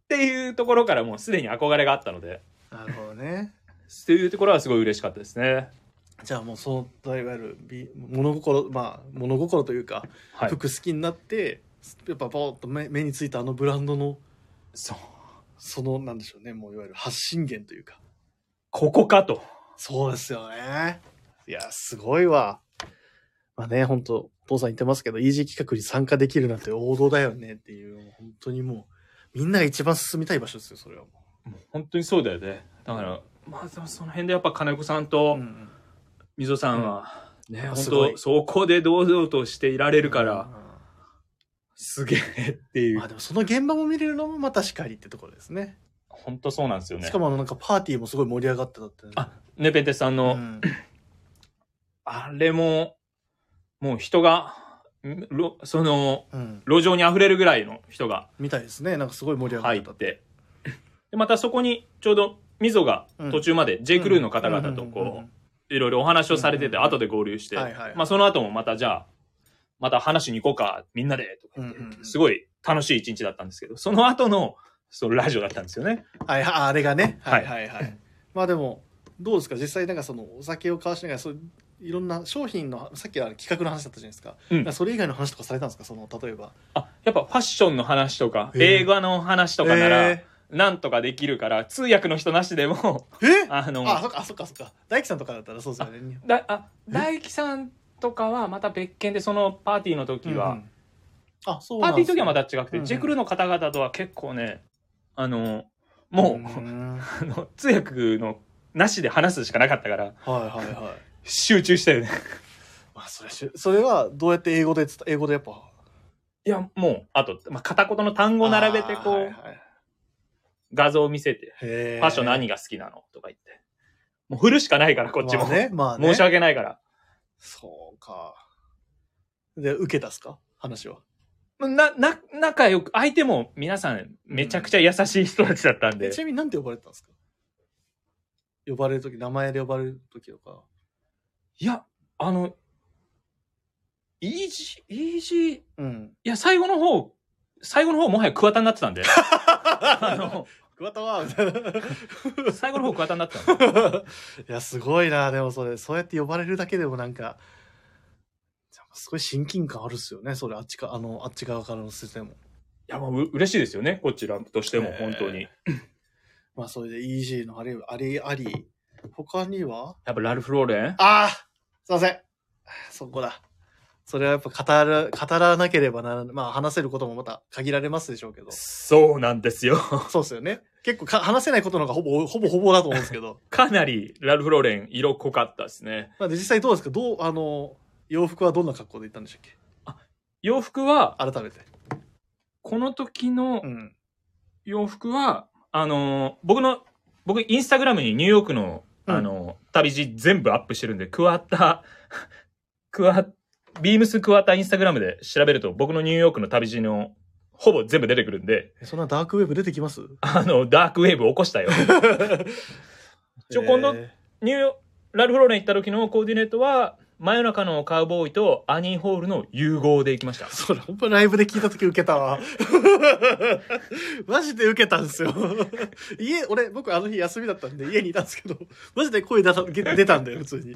Speaker 1: ていうところからもうすでに憧れがあったので
Speaker 2: なるほどね。
Speaker 1: っていうところはすごい嬉しかったですね
Speaker 2: じゃあもうそう、いわゆる美物心、まあ物心というか、
Speaker 1: はい
Speaker 2: 服好きになって、やっぱポーッと目目についたあのブランドの、
Speaker 1: そう
Speaker 2: その、なんでしょうね、もういわゆる発信源というか。
Speaker 1: ここかと
Speaker 2: そうですよね。いや、すごいわ。まあね、本当父さん言ってますけど、イージー企画に参加できるなんて王道だよねっていう、もう本当にもう、みんなが一番進みたい場所ですよ、それはも
Speaker 1: もう本当にそうだよねだからまあその辺でやっぱ金子さん
Speaker 2: う。
Speaker 1: と
Speaker 2: うんうん
Speaker 1: 溝さんは、ね
Speaker 2: あ
Speaker 1: 本
Speaker 2: すごい
Speaker 1: 当そこで堂々としていられるから、すげえって
Speaker 2: う
Speaker 1: い
Speaker 2: ん
Speaker 1: う、
Speaker 2: まあでもその現場も見れるのもまたしかりってところですね。
Speaker 1: 本当そうなんですよね
Speaker 2: しかもあのなんかパーティーもすごい盛り上がってたって、ね。
Speaker 1: あネペンテさん
Speaker 2: う
Speaker 1: の、
Speaker 2: ん、
Speaker 1: あれも、もう人が、んろその、
Speaker 2: うん。
Speaker 1: 路上に溢れるぐらいの人が
Speaker 2: みたいですね。なんかすごい盛り上が
Speaker 1: 入
Speaker 2: っ
Speaker 1: って
Speaker 2: たって。
Speaker 1: て、で、またそこに、ちょうど、みぞが
Speaker 2: うん
Speaker 1: 途中まで J. クルーの方々と
Speaker 2: うんうんうんう
Speaker 1: こ
Speaker 2: ん
Speaker 1: う、いろいろお話をされてて、
Speaker 2: うんうんうん
Speaker 1: 後で合流して、
Speaker 2: はいはいはい
Speaker 1: まあその後もまたじゃあ、また話しに行こうか、みんなで、とか言って
Speaker 2: うんうんうん
Speaker 1: すごい楽しい一日だったんですけど、その後の、そのラジオだったんですよね。
Speaker 2: はい、ああれがね。は
Speaker 1: はいい
Speaker 2: はいはい。まあでも、どうですか実際なんかそのお酒を交わしながら、そういろんな商品の、さっきは企画の話だったじゃないですか。
Speaker 1: うん
Speaker 2: なんかそれ以外の話とかされたんですかその、例えば。
Speaker 1: あ、やっぱファッションの話とか、
Speaker 2: へえ
Speaker 1: 映画の話とかなら、
Speaker 2: え
Speaker 1: なんとかできるから、通訳の人なしでも、
Speaker 2: ーえ
Speaker 1: あの、
Speaker 2: あ、そっか、あそっか、そっか。大樹さんとかだったらそうですよね。
Speaker 1: だあ大樹さんとかはまた別件でそのパーティーの時は、
Speaker 2: うんうんあ、そう
Speaker 1: パーティーの時はま
Speaker 2: だ
Speaker 1: た違くて、
Speaker 2: うん
Speaker 1: ジェクルの方々とは結構ねあの
Speaker 2: も
Speaker 1: もう、 あの通訳のなしで話すしかなかったから
Speaker 2: はいはいはい。
Speaker 1: 集中したよね
Speaker 2: まあ、それし、それはどうやって英語で伝、英語でやっぱ。
Speaker 1: いやもうあと、まあ、片言の単語並べてこう、
Speaker 2: あーはいはい
Speaker 1: 画像を見せて「
Speaker 2: へ
Speaker 1: フ
Speaker 2: ー
Speaker 1: ァッション何が好きなの?」とか言ってもう振るしかないからこっちも、
Speaker 2: まあね、まあね。
Speaker 1: 申し訳ないから
Speaker 2: そうか。で、受けたっすか話は。
Speaker 1: なな仲良く相手も皆さんめちゃくちゃ優しい人たちだったんで、
Speaker 2: えちなみに何て呼ばれてたんですか呼ばれるとき、名前で呼ばれるときとか。
Speaker 1: いや、あの、イージー、イージー、い
Speaker 2: うん。
Speaker 1: や、最後の方、最後の方もはや桑田になってた んで、あ
Speaker 2: あ
Speaker 1: の、
Speaker 2: 桑田は、みたいな。
Speaker 1: 最後の方桑田になってたんで、
Speaker 2: いや、すごいな、でもそれ、そうやって呼ばれるだけでもなんか、すごい親近感あるっすよね、それ、あっちか、あの、あっち側からのせても。
Speaker 1: いや、もうう嬉しいですよね、こちらとしても、
Speaker 2: えー
Speaker 1: 本当に。
Speaker 2: まあ、それで EG のあれ、あれ、あり、他には
Speaker 1: やっぱラルフ・ローレン
Speaker 2: ああすいません。そこだ。それはやっぱ語る、語らなければならない。まあ、話せることもまた限られますでしょうけど。
Speaker 1: そうなんですよ。
Speaker 2: そうですよね。結構か話せないことの方がほぼ、ほぼほぼだと思うんですけ ど。
Speaker 1: かなりラルフ・ローレン色濃かったですね。
Speaker 2: まあ、で、実際どうですかどう、あの、洋服はどんな格好で行ったんでしたっけ
Speaker 1: 洋服は、
Speaker 2: 改めて。
Speaker 1: この時の
Speaker 2: うん。
Speaker 1: 洋服は、あのー僕の、僕インスタグラムにニューヨークの、
Speaker 2: うん
Speaker 1: あのー旅路全部アップしてるんで、クワッタ、 クワ、ビームスクワッタインスタグラムで調べると、僕のニューヨークの旅路の、ほぼ全部出てくるんで、
Speaker 2: えそんなダークウェブ出てきます
Speaker 1: あの、ダークウェーブ起こ したよ。ちょ今度
Speaker 2: え
Speaker 1: ニューヨーク、ラルフローレン行った時のコーディネートは、真夜中のカウボーイとアニーホールの融合で行きました
Speaker 2: ー。それ、ほんまライブで聞いた時受けたわ。 マジで受けたんですよ。 家、俺、僕あの日休みだったんで家にいたんですけど、マジで声出たげ出たんだよ、普通に。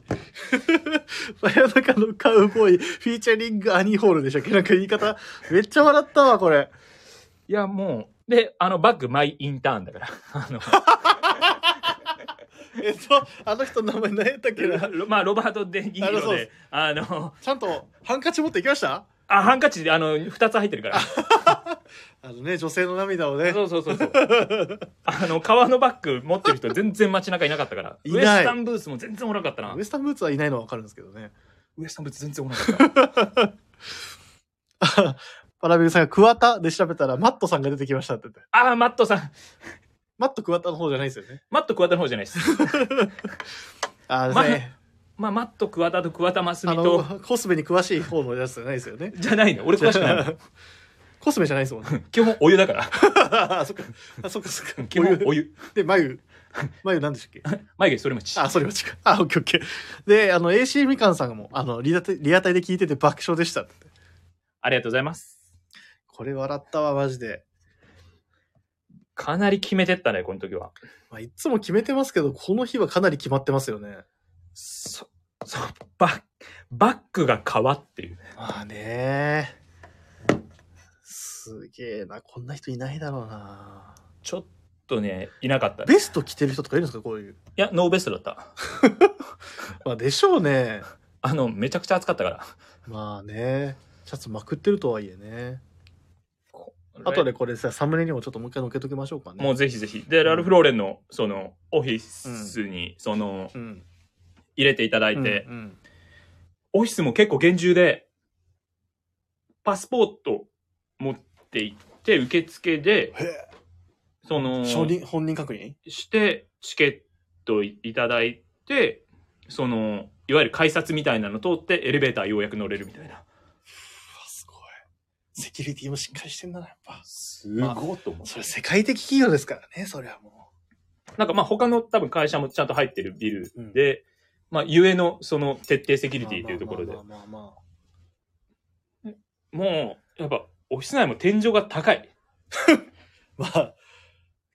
Speaker 2: 真夜中のカウボーイ、フィーチャリングアニーホールでしたっけなんか言い方、めっちゃ笑ったわ、これ。
Speaker 1: いや、もう、で、あの、バッグマイインターンだから。 あの、
Speaker 2: えっと、あの人の名前何やったっけな
Speaker 1: ロ まあ、ロバート・デ・ニー
Speaker 2: あの
Speaker 1: ロ
Speaker 2: そう
Speaker 1: で
Speaker 2: で、
Speaker 1: あの、
Speaker 2: ちゃんとハンカチ持って行きました
Speaker 1: あ、ハンカチで、あの、二つ入ってるから。
Speaker 2: あのね、女性の涙をね。
Speaker 1: そうそうそうそう。あの、革のバッグ持ってる人全然街中 いなかったから。
Speaker 2: い
Speaker 1: ウ
Speaker 2: ない
Speaker 1: エスタンブースも全然おらんかったな
Speaker 2: ウエ。スタンブーツはいないのはわかるんですけどね。
Speaker 1: ウエスタンブース全然おらんかった。
Speaker 2: パラビルさんが桑田で調べたら、マットさんが出てきましたって言って。
Speaker 1: あー、マットさん。
Speaker 2: マット桑田の方じゃないですよね。
Speaker 1: マット桑田の方じゃないです。
Speaker 2: ああ、です
Speaker 1: ま
Speaker 2: ね。
Speaker 1: まあ、マット桑田と桑田真
Speaker 2: あ
Speaker 1: 澄と、
Speaker 2: の、コスメに詳しい方のやつじゃないですよね。
Speaker 1: じゃないの。俺詳しくないの。
Speaker 2: コスメじゃないですもんね。
Speaker 1: 基本お湯だ から。
Speaker 2: あ、そっか。あ、そっかそっか。
Speaker 1: 基本お湯。
Speaker 2: で、眉。眉なんでしたっけ
Speaker 1: 眉毛それもち。
Speaker 2: あ、それは違う。あ、オッケーオッケー。で、あの、AC みかんさんがもう、あの、リアタイリアタイで聞いてて爆笑でしたって。
Speaker 1: ありがとうございます。
Speaker 2: これ笑ったわ、マジで。
Speaker 1: かなり決めてったね、この時は。
Speaker 2: まあ、いつも決めてますけど、この日はかなり決まってますよね。
Speaker 1: そ、そ、ババッグが革っていうね。
Speaker 2: まあねすげえな。こんな人いないだろうな。
Speaker 1: ちょっとね、いなかった。い
Speaker 2: ベスト着てる人とかいるんですかこういう。
Speaker 1: や、ノーベストだった。
Speaker 2: まあでしょうね。
Speaker 1: あの、めちゃくちゃ暑かったから。
Speaker 2: まあね。シャツまくってるとはいえね。
Speaker 1: こ
Speaker 2: あとでこれさ、サムネにもちょっともう一回載っけときましょうかね。
Speaker 1: もうぜひぜひ。で、ラルフ・ローレンの、その、オフィスに、その、
Speaker 2: うん。
Speaker 1: 入れていただいて、
Speaker 2: うんうん
Speaker 1: オフィスも結構厳重で、パスポート持って行って、受付で、
Speaker 2: へ
Speaker 1: その、
Speaker 2: え承認、本人確認
Speaker 1: して、チケットいただいて、その、いわゆる改札みたいなの通って、エレベーターようやく乗れるみたいな。
Speaker 2: うわすごい。セキュリティもしっかりしてんだな、やっぱ。
Speaker 1: すごいと思う。
Speaker 2: それ世界的企業ですからね、そりゃも
Speaker 1: なんかまあ他の多分会社もちゃんと入ってるビルで、まあゆえのその徹底セキ
Speaker 2: う。
Speaker 1: ュリティというところで
Speaker 2: まあ。まあまあまあまあ
Speaker 1: もう、やっぱ、オフィス内も天井が高い。
Speaker 2: まあ、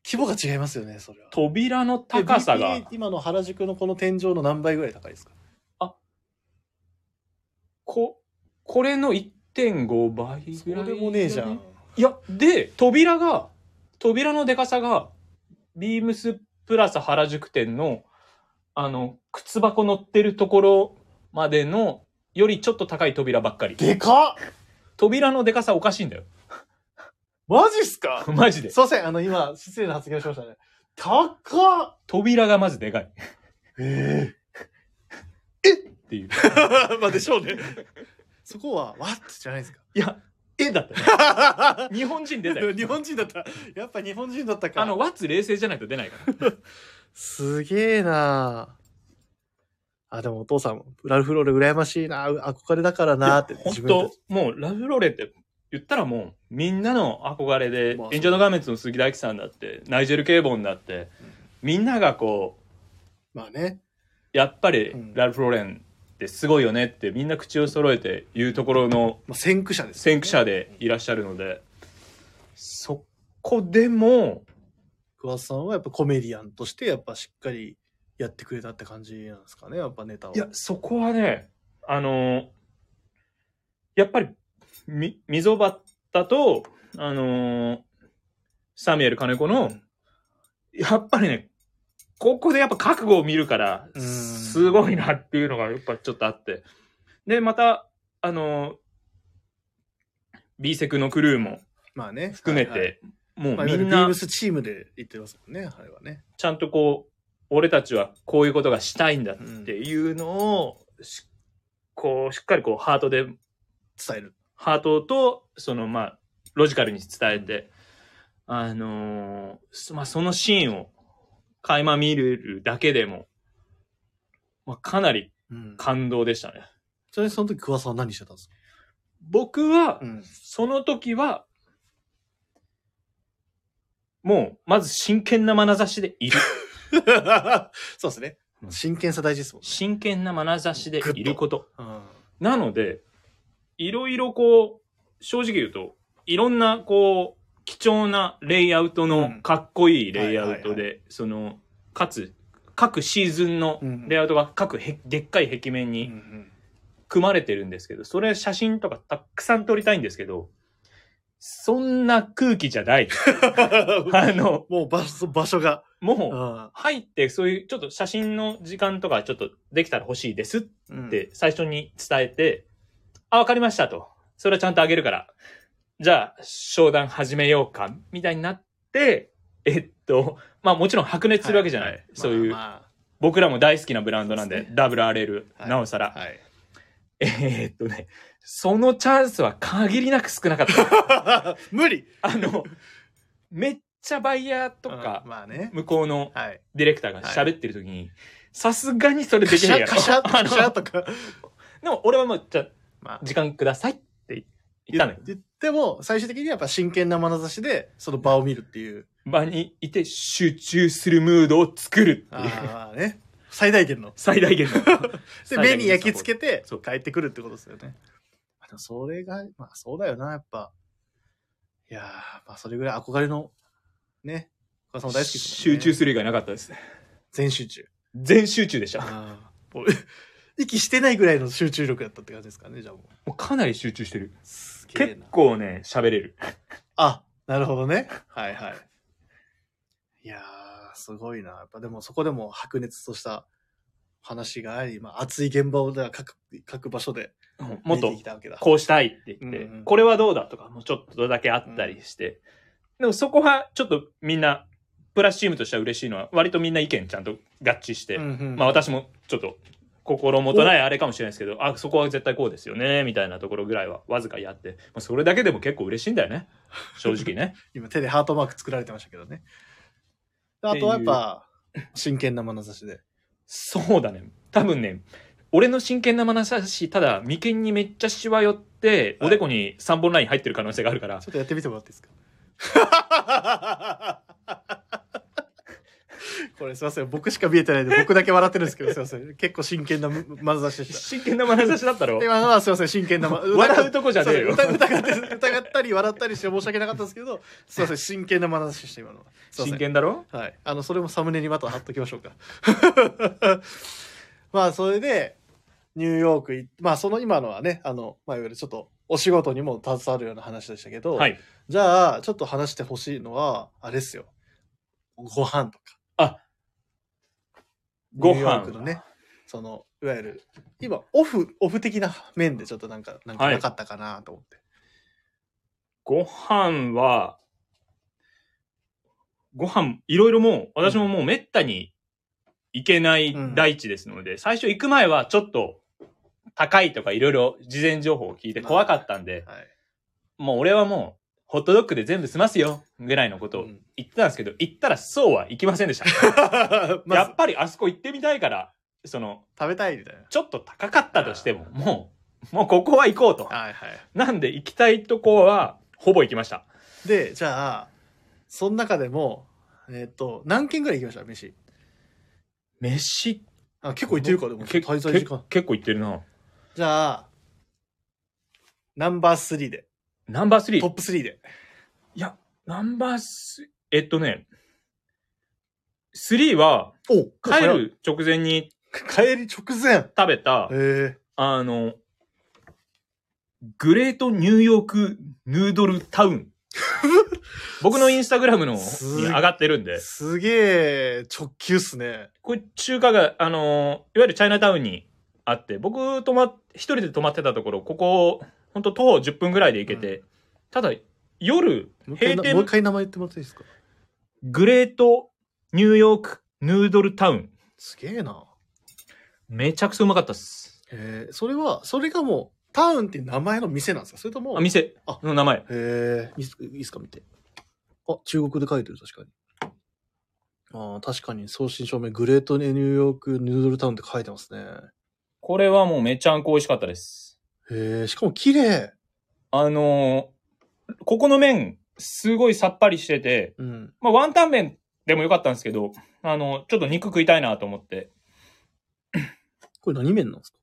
Speaker 2: 規模が違いますよね、それは。
Speaker 1: 扉の高さが
Speaker 2: BPA、今の原宿のこの天井の何倍ぐらい高いですか
Speaker 1: こ、これの1.5倍
Speaker 2: そ
Speaker 1: ぐらい。
Speaker 2: れもねえじゃん。。
Speaker 1: いや、で、扉が、扉のでかさが、ビームスプラス原宿店の、あの、靴箱乗ってるところまでの、よりちょっと高い扉ばっかり。
Speaker 2: でかっ
Speaker 1: 扉のでかさおかしいんだよ。
Speaker 2: マジっすか
Speaker 1: マジで。
Speaker 2: すいません、あの、今、失礼な発言をしましたね。高っ
Speaker 1: 扉がまずでかい。
Speaker 2: え
Speaker 1: っていう。
Speaker 2: え まあでしょうね。 そこは、わっじゃないですか。
Speaker 1: いや、えだったね。 日本人出たよ。
Speaker 2: 日本人だった。やっぱ日本人だったか。
Speaker 1: あの、ワッツ冷静じゃないと出ないから。
Speaker 2: すげえなあ、でもお父さん、ラルフローレ羨ましいな憧れだからなって。
Speaker 1: 本当もうラフローレって言ったらもうみんなの憧れで、
Speaker 2: まあ
Speaker 1: エンジェル・ガーメンツの鈴木大樹さんだってナイジェル・ケイボンだってみんながこう
Speaker 2: まあね。
Speaker 1: やっぱり
Speaker 2: うん
Speaker 1: ラルフ・ローレンってすごいよねってみんな口を揃えて言うところの
Speaker 2: まあ先駆者です、
Speaker 1: 先駆者でいらっしゃるのでそこでも
Speaker 2: 桑田さんはやっぱコメディアンとしてやっぱしっかりやってくれたって感じなんですかねやっぱネタを
Speaker 1: いやそこはねあのやっぱりみ溝端とあのサミュエル金子の、やっぱりね、ここでやっぱ覚悟を見るから、
Speaker 2: うん
Speaker 1: すごいなっていうのがやっぱちょっとあって。で、また、あの、B セクのクルーも
Speaker 2: まあね
Speaker 1: 含め
Speaker 2: はいはい
Speaker 1: て、も
Speaker 2: ま
Speaker 1: う
Speaker 2: あ、い
Speaker 1: み
Speaker 2: わゆる
Speaker 1: ん
Speaker 2: ビー
Speaker 1: な
Speaker 2: ム、スチームで言ってますもんね、あれはね。
Speaker 1: ちゃんとこう、俺たちはこういうことがしたいんだっていうのを、しこう、しっかりこう、ハートで、
Speaker 2: 伝える。
Speaker 1: ハートと、その、まあ、ロジカルに伝えて、あのーそまあ、そのシーンを垣間見れるだけでも、まあ、かなり
Speaker 2: うん。
Speaker 1: 感動でしたね。
Speaker 2: ちなみにその時、桑さんは何してたんですか
Speaker 1: 僕は、
Speaker 2: ん。
Speaker 1: その時は、もう、まず真剣な眼差しでいる。
Speaker 2: そうですね
Speaker 1: う。ん
Speaker 2: 真剣さ大事ですもんね。
Speaker 1: 真剣な眼差しでいること。
Speaker 2: うん。
Speaker 1: なので、いろいろこう、正直言うと、いろんなこう、貴重なレイアウト
Speaker 2: う
Speaker 1: の
Speaker 2: ん
Speaker 1: かっこいいレイアウ
Speaker 2: は
Speaker 1: ト
Speaker 2: いはい
Speaker 1: で、その、かつ、各シーズンの
Speaker 2: うん
Speaker 1: レイアウトが各へでっかい壁面に組まれてるんですけど、それ写真とかたくさん撮りたいんですけど、そんな空気じゃ ない。 あの、
Speaker 2: もう場所場所が。
Speaker 1: もう、
Speaker 2: う
Speaker 1: 入って、そういう、ちょっと写真の時間とか、ちょっとできたら欲しいです
Speaker 2: ん
Speaker 1: っ、て最初に伝えて、あ、わかりましたと。それはちゃんとあげるから。じゃあ、商談始めようか、みたいになって、えっと、まあもちろん白熱するわけじゃない。
Speaker 2: はは
Speaker 1: そういう、
Speaker 2: ま
Speaker 1: 僕らも大好きなブランドなん
Speaker 2: そう
Speaker 1: で
Speaker 2: で、
Speaker 1: WRL、
Speaker 2: はい
Speaker 1: なおさら。
Speaker 2: あまあはい。
Speaker 1: えっとね、そのチャンスは限りなく少なかっ た。
Speaker 2: 無理
Speaker 1: あの、めっちゃバイヤーと
Speaker 2: う
Speaker 1: か
Speaker 2: ん、まあね。
Speaker 1: 向こうの
Speaker 2: はい。
Speaker 1: ディレクターが喋ってる時に、さすがにそれで
Speaker 2: カ
Speaker 1: き
Speaker 2: シ
Speaker 1: ない
Speaker 2: ャ
Speaker 1: やろ。
Speaker 2: カシャ
Speaker 1: あ
Speaker 2: カ
Speaker 1: の
Speaker 2: シャとか。
Speaker 1: でも俺はもう、じゃあ
Speaker 2: まあ、
Speaker 1: 時間くださいって言ったのよ。
Speaker 2: 言っても、最終的にはやっぱ真剣な眼差しで、その場を見るっていう。
Speaker 1: 場にいて集中するムードを作るって
Speaker 2: あ
Speaker 1: いう
Speaker 2: ーまあね。最大限の。
Speaker 1: 最大限の
Speaker 2: で、目に焼き付けて
Speaker 1: そう、
Speaker 2: 帰ってくるってことですよね。まあでもそれが、まあそうだよな、やっぱ。いやー、まあそれぐらい憧れの、ね。お母さんも大好きです
Speaker 1: 集
Speaker 2: もんね。
Speaker 1: 中する以外なかったです
Speaker 2: 全集中。
Speaker 1: 全集中でしたも
Speaker 2: ああ。もう 息してないぐらいの集中力だったって感じですかね、じゃあもう。
Speaker 1: うかなり集中してる
Speaker 2: すげえ
Speaker 1: 結
Speaker 2: な。
Speaker 1: 構ね喋れる
Speaker 2: あ、なるほどね。はいはい。いやー、すごいな。やっぱでもそこでも白熱とした話があり、まあ熱い現場をだから各各場所で
Speaker 1: もっ
Speaker 2: 見
Speaker 1: と
Speaker 2: てきたわけだ。
Speaker 1: こうしたいって言って、
Speaker 2: うんうん
Speaker 1: これはどうだとかもうちょっとだけあったりして、でもそこはちょっとみんなプラスチームとしては嬉しいのは割とみんな意見ちゃんと合致して、
Speaker 2: うんうん
Speaker 1: まあ私もちょっと心もとないあれかもしれないですけど、あ、そこは絶対こうですよね、みたいなところぐらいはわずかやって、まあ、それだけでも結構嬉しいんだよね。正直ね。
Speaker 2: 今手でハートマーク作られてましたけどね。であとはやっぱ、真剣な眼差しで。
Speaker 1: そうだね。多分ね、俺の真剣な眼差し、ただ眉間にめっちゃシワ寄って、
Speaker 2: はい
Speaker 1: おでこに3本ライン入ってる可能性があるから
Speaker 2: ち、ょっとやってみてもらっていいですかこれすいません。僕しか見えてないんで、僕だけ笑ってるんですけど、すいません。結構真剣な眼差しでした。
Speaker 1: 真剣な眼差しだ ったろ。
Speaker 2: 今のはすいません、真 剣な、ま、
Speaker 1: 笑うとこじゃねえよ
Speaker 2: そう疑疑って疑ったり笑ったりして申し訳なかったんですけど、すいません、真剣な眼差しでした、今のは。すいません
Speaker 1: 真。剣だろ
Speaker 2: はい。あの、それもサムネにまた貼っときましょうか。 まあ、それで、ニューヨーク行って、まあ、その今のはね、あの、まあ、いわゆるちょっと、お仕事にも携わるような話でしたけど、
Speaker 1: はい。
Speaker 2: じゃあ、ちょっと話してほしいのは、あれですよ。ご飯とか。
Speaker 1: あご飯
Speaker 2: ニューヨークのね、その、いわゆる、今、オフ、オフ的な面でちょっとなんか、なんか
Speaker 1: はい
Speaker 2: なかったかなと思って。
Speaker 1: ご飯は、ご飯、いろいろもう、私ももうめったに行けない大地ですので、最初行く前はちょっと高いとかいろいろ事前情報を聞いて怖かったんで、
Speaker 2: はい。
Speaker 1: もう俺はもうホットドッグで全部済ますよ、ぐらいのことを
Speaker 2: うん
Speaker 1: 言ってたんですけど、行ったらそうはいきませんでした。や
Speaker 2: まず
Speaker 1: っ、ぱりあそこ行ってみたいから、その、
Speaker 2: 食べたいみたい
Speaker 1: ちょっと高かったとしても、もう、もうここは行こうと
Speaker 2: な。。はいはい。
Speaker 1: なんで行きたいとこは、ほぼ行きました。
Speaker 2: で、じゃあ、その中でも、えっ、と、何軒ぐらい行きました飯。
Speaker 1: 飯
Speaker 2: あ、結構行ってるか、でも、
Speaker 1: け
Speaker 2: 滞在時間
Speaker 1: け。結構いってるな。
Speaker 2: じゃあ、ナンバー3で、
Speaker 1: ナンバースリ
Speaker 2: トッ
Speaker 1: ー。
Speaker 2: プ3で。
Speaker 1: いや、ナンバース、えっとね、スリーは、
Speaker 2: お
Speaker 1: 帰る直前に
Speaker 2: 帰り直前。
Speaker 1: 食べた、
Speaker 2: え
Speaker 1: あの、グレートニューヨークヌードルタ ウン。僕のインスタグラムのに
Speaker 2: す
Speaker 1: 上がってるん
Speaker 2: え
Speaker 1: で、
Speaker 2: すげえ、直球っすね。
Speaker 1: これ中華が、あの、いわゆるチャイナタウンにあって、僕泊まっ、一人で泊まってたところ、ここ、ほんと徒歩10分ぐらいで行けて、ただ、夜、
Speaker 2: もう一回
Speaker 1: 閉
Speaker 2: なも
Speaker 1: 店
Speaker 2: う一、回名前言ってもらっていいですか
Speaker 1: グレートニューヨークヌードルタウン。
Speaker 2: すげえな。
Speaker 1: めちゃくちゃうまかったっす。
Speaker 2: えー、それは、それがもう、タウンっていう名前の店なんですかそれとも、
Speaker 1: あ、店
Speaker 2: あ
Speaker 1: の名前。
Speaker 2: えー、いいっすいいっすか見て。あ、中国で書いてる、確かに。あー確かに、送信証明、グレートニューヨークヌードルタウンって書いてますね。
Speaker 1: これはもうめちゃんこ美味しかったです。
Speaker 2: えー、しかも綺麗。
Speaker 1: あのーここの麺、すごいさっぱりしてて、
Speaker 2: うん。
Speaker 1: まあ、ワンタン麺でもよかったんですけど、あの、ちょっと肉食いたいなと思って。
Speaker 2: これ何麺なんですか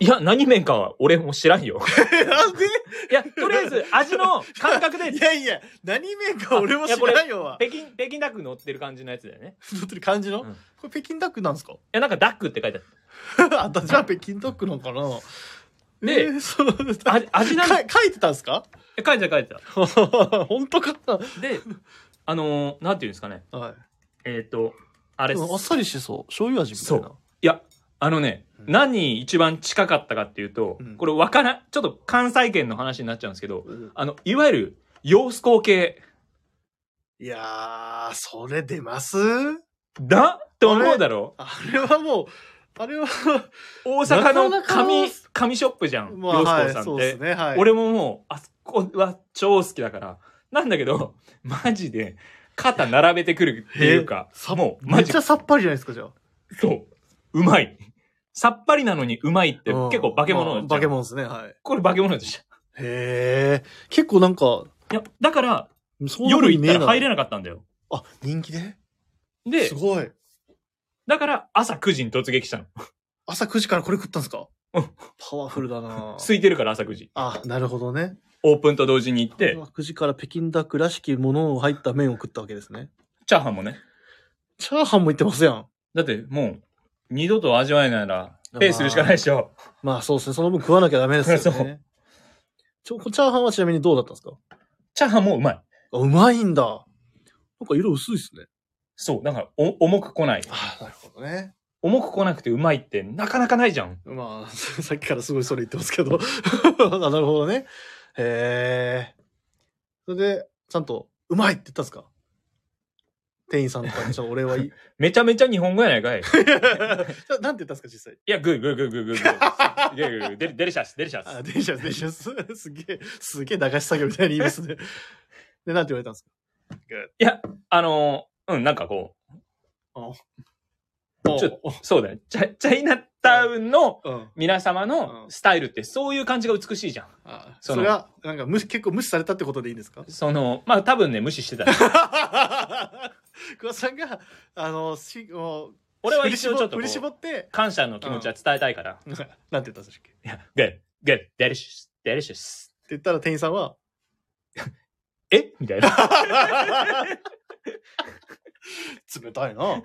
Speaker 1: いや、何麺かは俺も知らんよ。
Speaker 2: なんで
Speaker 1: いや、とりあえず味の感覚で
Speaker 2: い、やいや、何麺か俺も
Speaker 1: いや
Speaker 2: 知
Speaker 1: これ
Speaker 2: らんよは。
Speaker 1: 北京、北京ダック乗ってる感じのやつだよね。
Speaker 2: 太ってる感じの、
Speaker 1: うん
Speaker 2: これ北京ダックなんですか
Speaker 1: いや、なんかダックって書いてあっ
Speaker 2: あたじゃあ北京ダックなんかな
Speaker 1: で
Speaker 2: えー、そう
Speaker 1: た。あ味なん
Speaker 2: か
Speaker 1: だ。
Speaker 2: 書いてたんですか
Speaker 1: え書いてた書いてた。
Speaker 2: 本当かな
Speaker 1: で、あのーなんていうんですかね。
Speaker 2: はい。
Speaker 1: えっ、と、あれ
Speaker 2: で
Speaker 1: っす
Speaker 2: もあっさりしてそう。醤油味みたいな。
Speaker 1: いや、あのね、
Speaker 2: うん
Speaker 1: 何に一番近かったかっていうと、
Speaker 2: うん
Speaker 1: これわからん、ちょっと関西圏の話になっちゃうんですけど、
Speaker 2: うん
Speaker 1: あの、いわゆる洋子工系
Speaker 2: いやー、それ出ます
Speaker 1: だと思うだろ
Speaker 2: あれはもう、あれは、
Speaker 1: 大阪
Speaker 2: な
Speaker 1: の
Speaker 2: かなかの
Speaker 1: 紙、紙ショップじゃん、
Speaker 2: ま
Speaker 1: 洋
Speaker 2: あ、
Speaker 1: 子
Speaker 2: は
Speaker 1: さん
Speaker 2: い、
Speaker 1: って、
Speaker 2: そうですね。はい。
Speaker 1: 俺ももう、あそこは超好きだから。なんだけど、マジで、肩並べてくるっていうか、もう、
Speaker 2: め
Speaker 1: マ
Speaker 2: っ
Speaker 1: ジ
Speaker 2: ちゃさっぱりじゃないですか、じゃあ。
Speaker 1: そう、うまい。さっぱりなのにうまいって、
Speaker 2: うん
Speaker 1: 結構化け物
Speaker 2: ま
Speaker 1: じゃ
Speaker 2: あ
Speaker 1: ん。
Speaker 2: 化け物ですね、はい。
Speaker 1: これ化け物でした。
Speaker 2: へえ。結構なんか、
Speaker 1: いや、だから、
Speaker 2: そんな風
Speaker 1: 夜
Speaker 2: に
Speaker 1: 行っ
Speaker 2: ねえ
Speaker 1: た
Speaker 2: な
Speaker 1: ら入れなかったんだよ。
Speaker 2: あ、人気で
Speaker 1: で
Speaker 2: です、ごい。
Speaker 1: だから朝9時に突撃したの。
Speaker 2: 朝9時からこれ食ったんですか
Speaker 1: うん
Speaker 2: パワフルだ な
Speaker 1: 空いてるから朝9時。
Speaker 2: あ、なるほどね。
Speaker 1: オープンと同時に行って、
Speaker 2: 9時から北京ダックらしきものを入った麺を食ったわけですね。
Speaker 1: チャーハンもね。
Speaker 2: チャーハンもいってますやん。
Speaker 1: だってもう、二度と味わえないなら、ペイするしかないでしょ。
Speaker 2: まあそうですね。その分食わなきゃダメですよ
Speaker 1: そ
Speaker 2: ね。ちょ、チャーハンはちなみにどうだったんですか
Speaker 1: チャーハンもうまい。
Speaker 2: あうまいんだ。なんか色薄いですね。
Speaker 1: そう、だから、お、重く来ない。
Speaker 2: あなるほどね。
Speaker 1: 重く来なくてうまいってなかなかないじゃん。
Speaker 2: まあ、 さっきからすごいそれ言ってますけど。 あなるほどね。へえ。それで、ちゃんと、うまいって言ったんですか店員さんとかに、ちょ、俺はい い。
Speaker 1: めちゃめちゃ日本語やない かい。
Speaker 2: ちょなんて言ったんですか、実際。
Speaker 1: いや、グーグーグーグーグーグ ー。グーグーグーデリデリシャス、デリシャ
Speaker 2: あ、
Speaker 1: ス。
Speaker 2: 電車、電車、すすげえ、すげえ流し作業みたいに言いますね。で、なんて言われたんですか
Speaker 1: あのー、うん、なんかこう、ちょそうだよ。チャ、チャイナタウンの
Speaker 2: うん。
Speaker 1: 皆様のスタイルってそういう感じが美しいじゃん。
Speaker 2: あ
Speaker 1: そ
Speaker 2: そ
Speaker 1: の
Speaker 2: れは、なんか無視、結構無視されたってことでいいんで すか
Speaker 1: その、まあ多分ね、無視してた。
Speaker 2: 久保さんが、あの、し、もう、
Speaker 1: 俺は一応ちょっと
Speaker 2: 振
Speaker 1: こ
Speaker 2: り絞
Speaker 1: う
Speaker 2: 振り絞って、
Speaker 1: 感謝の気持ちは伝えたいから。
Speaker 2: なんて言ったんですかっ
Speaker 1: いや、グッグッデリシャス、デリシャス。
Speaker 2: て言ったら店員さんは、
Speaker 1: えみたい な。
Speaker 2: 冷たいな。
Speaker 1: は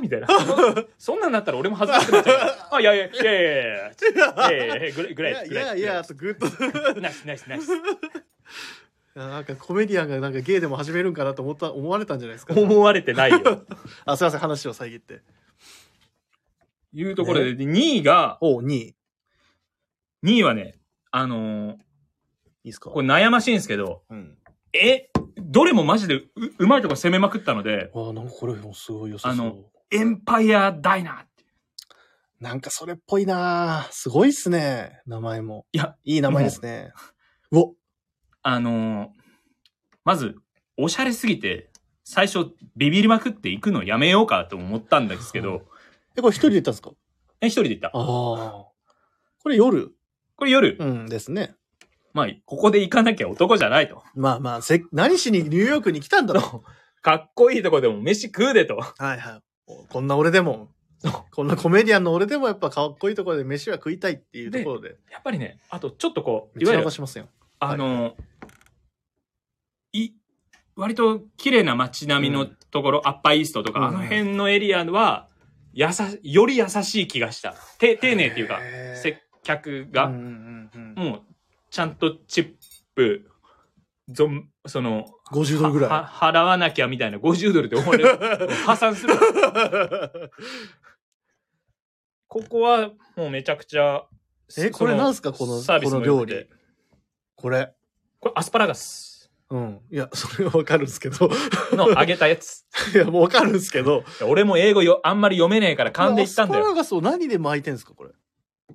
Speaker 1: みたいな。 そんなんなったら俺も恥ずかしくなっち ゃうから。あ、いやいや、いやいやいや。いやいやいや、グレイ、グ
Speaker 2: い
Speaker 1: レイ
Speaker 2: や、
Speaker 1: グ
Speaker 2: い
Speaker 1: レイ
Speaker 2: や、いや、あとグッと。
Speaker 1: ナイス、ナイス、ナイス。
Speaker 2: なんかコメディアンがなんかゲイでも始めるんかなと思った、思われたんじゃないですか。
Speaker 1: 思われてないよ。
Speaker 2: あ、すいません、話を遮って。
Speaker 1: いうところで、で2位が、
Speaker 2: おう、2位。い
Speaker 1: 2位はね、あのー
Speaker 2: いですか
Speaker 1: これ悩ましいんですけど、
Speaker 2: うん。
Speaker 1: え、どれもマジでう、うまいとこ攻めまくったので、
Speaker 2: あ、なんかこれもすごい良さ
Speaker 1: あ
Speaker 2: そ
Speaker 1: の
Speaker 2: う。
Speaker 1: エンパイアダイナーって。
Speaker 2: なんかそれっぽいなすごいっすね。名前も。
Speaker 1: いや、
Speaker 2: いい名前ですね。うお
Speaker 1: あのーまず、おしゃれすぎて、最初、ビビりまくって行くのやめようかと思ったんですけど、
Speaker 2: え、これ一人で行ったんですか
Speaker 1: え、一人で行った。
Speaker 2: ああ。これ夜
Speaker 1: これ夜、
Speaker 2: うんですね。
Speaker 1: まあ、ここで行かなきゃ男じゃないと。
Speaker 2: まあまあ、せ何しにニューヨークに来たんだと。
Speaker 1: かっこいいとこでも飯食うでと。
Speaker 2: はいはいお。こんな俺でも
Speaker 1: そう、
Speaker 2: こんなコメディアンの俺でもやっぱかっこいいところで飯は食いたいっていうところで、
Speaker 1: やっぱりね、あとちょっとこう、
Speaker 2: め
Speaker 1: い
Speaker 2: っ
Speaker 1: わ
Speaker 2: ち
Speaker 1: ゆ
Speaker 2: ゃ
Speaker 1: る
Speaker 2: 流、しますよ。
Speaker 1: あのーい、割と綺麗な街並みのところ、アッパーイーストとか、
Speaker 2: うん
Speaker 1: あの辺のエリアは、やさ、より優しい気がした。て、丁寧っていうか、
Speaker 2: へー
Speaker 1: 接客
Speaker 2: う
Speaker 1: が、
Speaker 2: んうんうん、
Speaker 1: もう、ちゃんとチップ、ぞん、その、
Speaker 2: 50ドルぐ
Speaker 1: は
Speaker 2: ら
Speaker 1: 払わなきゃみたいな、50ドルで俺、 破産するわ。
Speaker 2: い。
Speaker 1: ここは、もうめちゃくちゃ、
Speaker 2: えこれなんすかこの
Speaker 1: サービスも良くて
Speaker 2: この料これ。
Speaker 1: これアスパラガス
Speaker 2: うん。いや、それはわかるんすけど。
Speaker 1: の揚げたやつ。
Speaker 2: いや、もうわかるんすけど。
Speaker 1: いや俺も英語よ、あんまり読めねえから勘で言ったんだ
Speaker 2: アスパ
Speaker 1: よ。
Speaker 2: ラガスを何で巻いてんすか、これ。
Speaker 1: い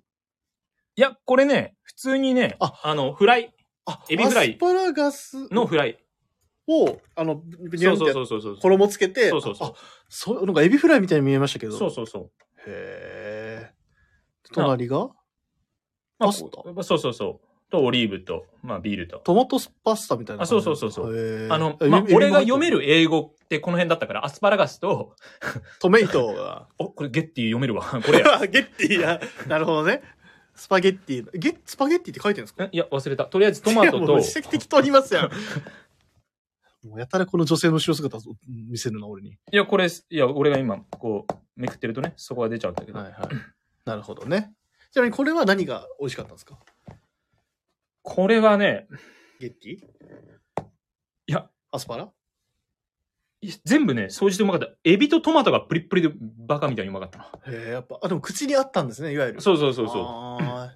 Speaker 1: や、これね、普通にね、あ
Speaker 2: あ
Speaker 1: の、フライ
Speaker 2: あ
Speaker 1: エビフライ
Speaker 2: アスパラガス
Speaker 1: のフライ。
Speaker 2: を、あの、ブニ
Speaker 1: そ
Speaker 2: ュ
Speaker 1: う
Speaker 2: ン
Speaker 1: そうそう
Speaker 2: って
Speaker 1: そうそう。
Speaker 2: 衣つけて、
Speaker 1: そうそうそう
Speaker 2: あ、そう、なんかエビフライみたいに見えましたけど。
Speaker 1: そうそうそう。
Speaker 2: へえ。隣が
Speaker 1: まあ、
Speaker 2: パス
Speaker 1: そうそうそう。と、オリーブと、まあ、ビールと。
Speaker 2: トマトパスタみたいな感じ。
Speaker 1: あそうそうそうそう
Speaker 2: へー
Speaker 1: あの、
Speaker 2: エビ
Speaker 1: まあ
Speaker 2: エ、ビ
Speaker 1: 俺が読め
Speaker 2: る。
Speaker 1: る英語ってこの辺だったから、アスパラガスと、
Speaker 2: トメイトが。
Speaker 1: お、これゲッティ読めるわ。 これ や。
Speaker 2: ゲッティや。なるほどね。スパゲッティ。ゲスパゲッティって書いてるんですか
Speaker 1: えいや、忘れた。とりあえずトマト
Speaker 2: いやもう
Speaker 1: と
Speaker 2: め、ちゃくちゃ適当に言いますやん。もうやたらこの女性の後ろ姿を見せるな、俺に。
Speaker 1: いや、これ、いや、俺が今、こう、めくってるとね、そこが出ちゃうんだけど。
Speaker 2: いはい。なるほどね。ちなみにこれは何が美味しかったんですか
Speaker 1: これはね、
Speaker 2: ゲッティい
Speaker 1: や。
Speaker 2: アスパラ
Speaker 1: い全部ね、掃除でうまかった。エビとトマトがプリップリでバカみたいにうまかったな。
Speaker 2: へえ、やっぱ、あ、でも口にあったんですね、いわゆる。
Speaker 1: そうそうそうそう。
Speaker 2: う。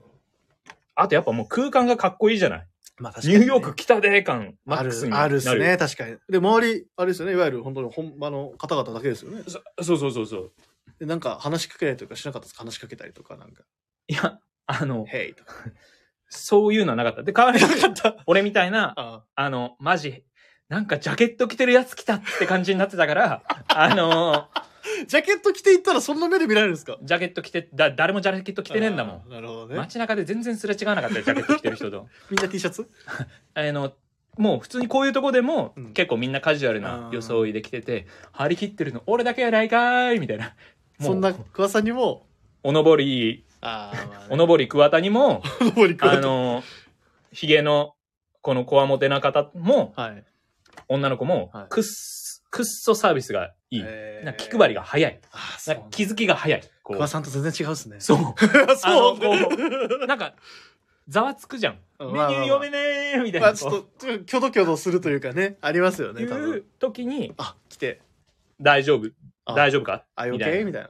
Speaker 1: あとやっぱもう空間がかっこいいじゃない。
Speaker 2: まあ確か
Speaker 1: ニ
Speaker 2: に
Speaker 1: ュ
Speaker 2: ね、
Speaker 1: ーヨーク来たで感、マ
Speaker 2: あ
Speaker 1: ック
Speaker 2: る
Speaker 1: スに、な
Speaker 2: あるっす
Speaker 1: る
Speaker 2: ね、確かに。で、周り、あれですよね、いわゆる本当に本場の方々だけですよね。
Speaker 1: そそうそうそうそう。
Speaker 2: で、なんか話しかけたりとかしなかったですか話しかけたりとか、なんか、
Speaker 1: いや、あの、
Speaker 2: ヘイとか。
Speaker 1: そういうのはなかった。で、代わりに、
Speaker 2: った。
Speaker 1: 俺みたいな、
Speaker 2: あ
Speaker 1: あの、マジ、なんかジャケット着てるやつ来たって感じになってた から、あの
Speaker 2: ジャケット着ていったらそんな目で見られるんですか
Speaker 1: ジャケット着て、だ、誰もジャケット着てねえんだもん
Speaker 2: あ。ーなるほどね。
Speaker 1: 街中で全然すれ違わなかったよ、ジャケット着てる人 と。
Speaker 2: みんな T シャツ
Speaker 1: あの、もう普通にこういうとこでも、
Speaker 2: うん
Speaker 1: 結構みんなカジュアルな装いで来てて、張り切ってるの、俺だけやないかーいみたいな。もう
Speaker 2: そんな、桑さんにも、
Speaker 1: おのぼり、
Speaker 2: ああ、まあね
Speaker 1: おのぼり桑田にも、
Speaker 2: おのぼり桑
Speaker 1: あ
Speaker 2: 田
Speaker 1: の、ヒゲの、このこわもてな方も、
Speaker 2: はい。
Speaker 1: 女の子も
Speaker 2: はい、
Speaker 1: くっす、くっそサービスがいい。
Speaker 2: へー
Speaker 1: なんか気配りが早い。
Speaker 2: あーそ
Speaker 1: な
Speaker 2: うんな
Speaker 1: か
Speaker 2: んだ
Speaker 1: 気づきが早い。こ
Speaker 2: 桑
Speaker 1: う。
Speaker 2: さんと全然違うっすね。
Speaker 1: そう。 あの
Speaker 2: そう。
Speaker 1: こなんか、ざわつくじゃん。 メ
Speaker 2: う
Speaker 1: ニ
Speaker 2: ん
Speaker 1: ュー読めねえみたい
Speaker 2: まあ
Speaker 1: な。
Speaker 2: ちょっと、ちょっとキョドキョドするというかね、ありますよ
Speaker 1: こうい
Speaker 2: ね、多分
Speaker 1: う。時に、
Speaker 2: あ、来て、
Speaker 1: 大丈夫
Speaker 2: あ
Speaker 1: 大丈夫か
Speaker 2: あ、
Speaker 1: み
Speaker 2: OK?
Speaker 1: たいな
Speaker 2: みたいな。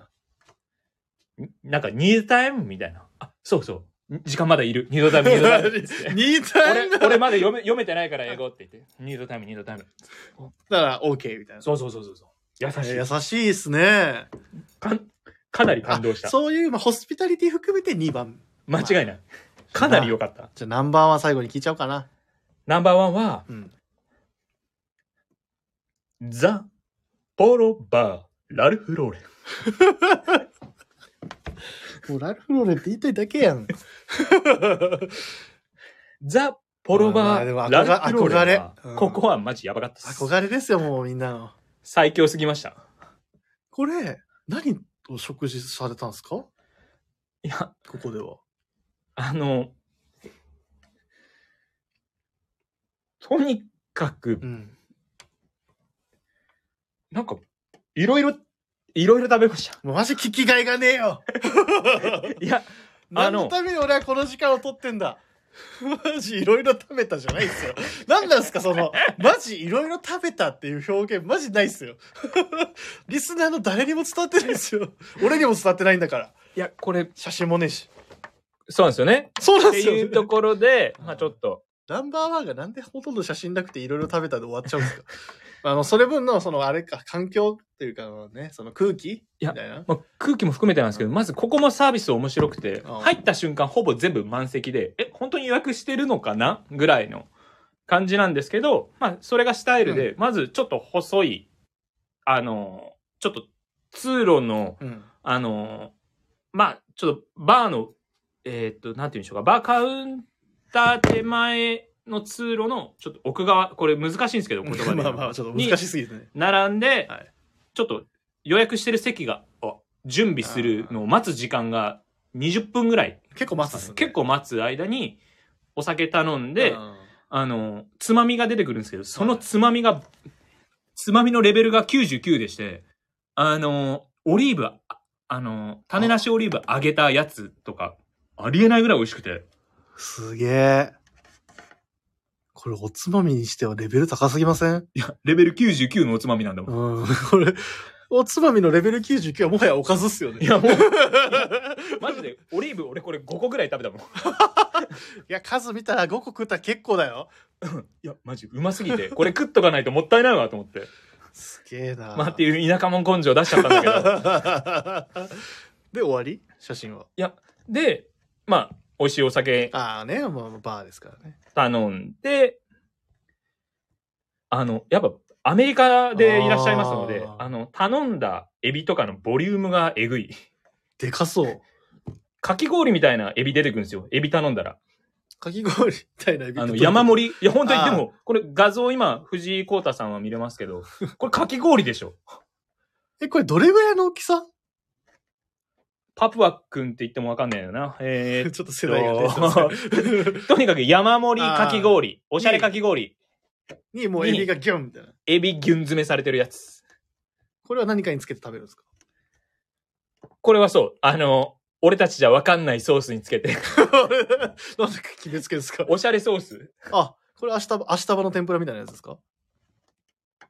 Speaker 1: なんか、ニータイムみたいな。あ、そうそう。時間まだいる。ニードタイム、ニード タイムっつって。
Speaker 2: ニータイム
Speaker 1: 俺、俺まだ読め、読めてないから英語って言って。ニードタイム、ニードタイム。
Speaker 2: だから OK みたいな。
Speaker 1: そうそうそうそうそう。優し
Speaker 2: え
Speaker 1: い。
Speaker 2: ー優しいですね。
Speaker 1: かんかなり感動した
Speaker 2: あ。そういう、まあ、ホスピタリティ含めて2番。
Speaker 1: 間違いない。かなり良かった。
Speaker 2: じゃあナンバーワン最後に聞いちゃおうかな。
Speaker 1: ナンバーワンは、
Speaker 2: うん。
Speaker 1: ザ・ポロ・バー・ラルフ・ローレン。
Speaker 2: もうラルフローレンって言いたいだけやん。
Speaker 1: ザ・ポロ・
Speaker 2: まあ
Speaker 1: バ
Speaker 2: まあでも
Speaker 1: ー・ラ
Speaker 2: 憧
Speaker 1: ルフ・ローレンは
Speaker 2: 憧れうん
Speaker 1: ここはマジやばかったっす。
Speaker 2: 憧れですよ、もうみんなの。
Speaker 1: 最強すぎました。
Speaker 2: これ、何を食事されたんですかこ
Speaker 1: いや、
Speaker 2: こでは。
Speaker 1: あの、とにかく
Speaker 2: う、ん。
Speaker 1: なんか、いろいろ、いろいろ食べました。
Speaker 2: もうマジ聞きがいがねえ よ。
Speaker 1: いや、あの
Speaker 2: 何のために俺はこの時間を取ってんだ。マジいろいろ食べたじゃないですよ。何なんですかその、マジいろいろ食べたっていう表現、マジないっすよ。リスナーの誰にも伝わってないですよ。俺にも伝わってないんだから。
Speaker 1: いや、これ、
Speaker 2: 写真もねえし。
Speaker 1: そうなんですよね。
Speaker 2: そうなん
Speaker 1: って
Speaker 2: ですよ、
Speaker 1: いうところで、まあちょっと、
Speaker 2: ナンバーワンがなんでほとんど写真なくていろいろ食べたで終わっちゃうんですかあの、それ分の、その、あれか、環境っていうかね、その空気み
Speaker 1: や
Speaker 2: たいな。
Speaker 1: まあ、空気も含めてなんですけど、まずここもサービス面白くて、
Speaker 2: ああ
Speaker 1: 入った瞬間ほぼ全部満席で、え、本当に予約してるのかなぐらいの感じなんですけど、まあ、それがスタイルで、まずちょっと細い、あの、ちょっと通路の、
Speaker 2: うん。
Speaker 1: あの、まあ、ちょっとバーの、えーっと、なんて言うんでしょうか、バーカウンター手前の通路のちょっと奥側、これ難しいんですけど、言葉で。
Speaker 2: まあまあ、ちょっと難しすぎてね。
Speaker 1: 並んで、
Speaker 2: はい
Speaker 1: ちょっと予約してる席があ準備するのを待つ時間が20分ぐらい、
Speaker 2: 結構待つっすね。
Speaker 1: 結構待つ間にお酒頼んで、
Speaker 2: うん
Speaker 1: あのつまみが出てくるんですけどそのつまみが、つまみのレベルが99でしてあのオリーブああの種なしオリーブ揚げたやつとかありえないぐらい美味しくて
Speaker 2: すげえ。これおつまみにしてはレベル高すぎません
Speaker 1: いやレベル99のおつまみなんだもん
Speaker 2: うん。これ、おつまみのレベル99はもはやおかずっすよね。
Speaker 1: いやもうマジでオリーブ俺これ5個ぐらい食べたもん
Speaker 2: いや、数見たら5個食ったら結構だよ。
Speaker 1: いやマジうますぎてこ れ食っとかないともったいないわと思って
Speaker 2: すげえな。
Speaker 1: まあっていう田舎もん根性出しちゃったんだけど
Speaker 2: で、終わり写真は。
Speaker 1: でまあ美味しいお酒
Speaker 2: ああね、まあ、バーですからね。
Speaker 1: 頼んであのやっぱアメリカでいらっしゃいますので
Speaker 2: あ
Speaker 1: あ
Speaker 2: ー
Speaker 1: の頼んだエビとかのボリュームがえぐい
Speaker 2: でかそう。
Speaker 1: かき氷みたいなエビ出てくるんですよエビ頼んだら
Speaker 2: かき氷みたいなエビ
Speaker 1: あの、山盛り。いや、本当に、
Speaker 2: あー
Speaker 1: でも、これ画像今、藤井耕太さんは見れますけど、これかき氷でしょ。
Speaker 2: り。え、これどれぐらいの大きさ
Speaker 1: パプワ君って言ってもわかんないよな。
Speaker 2: ち
Speaker 1: えー
Speaker 2: ょっと世代がね。すいません
Speaker 1: とにかく山盛りかき氷。おしゃれかき氷。
Speaker 2: に、もうエビがギュンみたいな。
Speaker 1: エビギュン詰めされてるやつ。
Speaker 2: これは何かにつけて食べるんですか
Speaker 1: これはそう、あの、俺たちじゃわかんないソースにつけて、
Speaker 2: なんで決めつけですか
Speaker 1: おしゃれソース。
Speaker 2: あ、これ明日、明日場の天ぷらみたいなやつですか
Speaker 1: い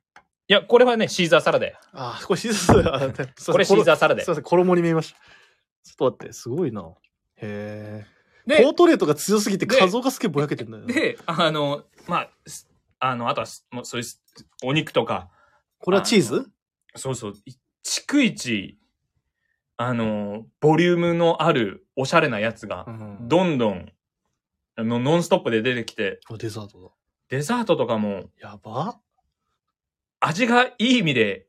Speaker 1: や、これはね、シーザーサラダや。
Speaker 2: あ、これシーザーサラダ。
Speaker 1: これシーザーサラダ
Speaker 2: すい
Speaker 1: や
Speaker 2: ま。せん、衣に見えました。ちょっと待って、すごいな。へえ。ポー
Speaker 1: で、
Speaker 2: トレートが強すぎて
Speaker 1: で
Speaker 2: 画像がすげえぼやけてんだよな。
Speaker 1: で、あの、まあ、すあの、あとはす、もうそういうす、お肉とか、
Speaker 2: これはチーズ
Speaker 1: そうそう。い逐一、あの、ボリュームのあるおしゃれなやつが、
Speaker 2: ん
Speaker 1: どんどん、あの、ノンストップで出てきて、
Speaker 2: これデザート
Speaker 1: デザートとかも、
Speaker 2: だ。やば
Speaker 1: 味がいい意味で、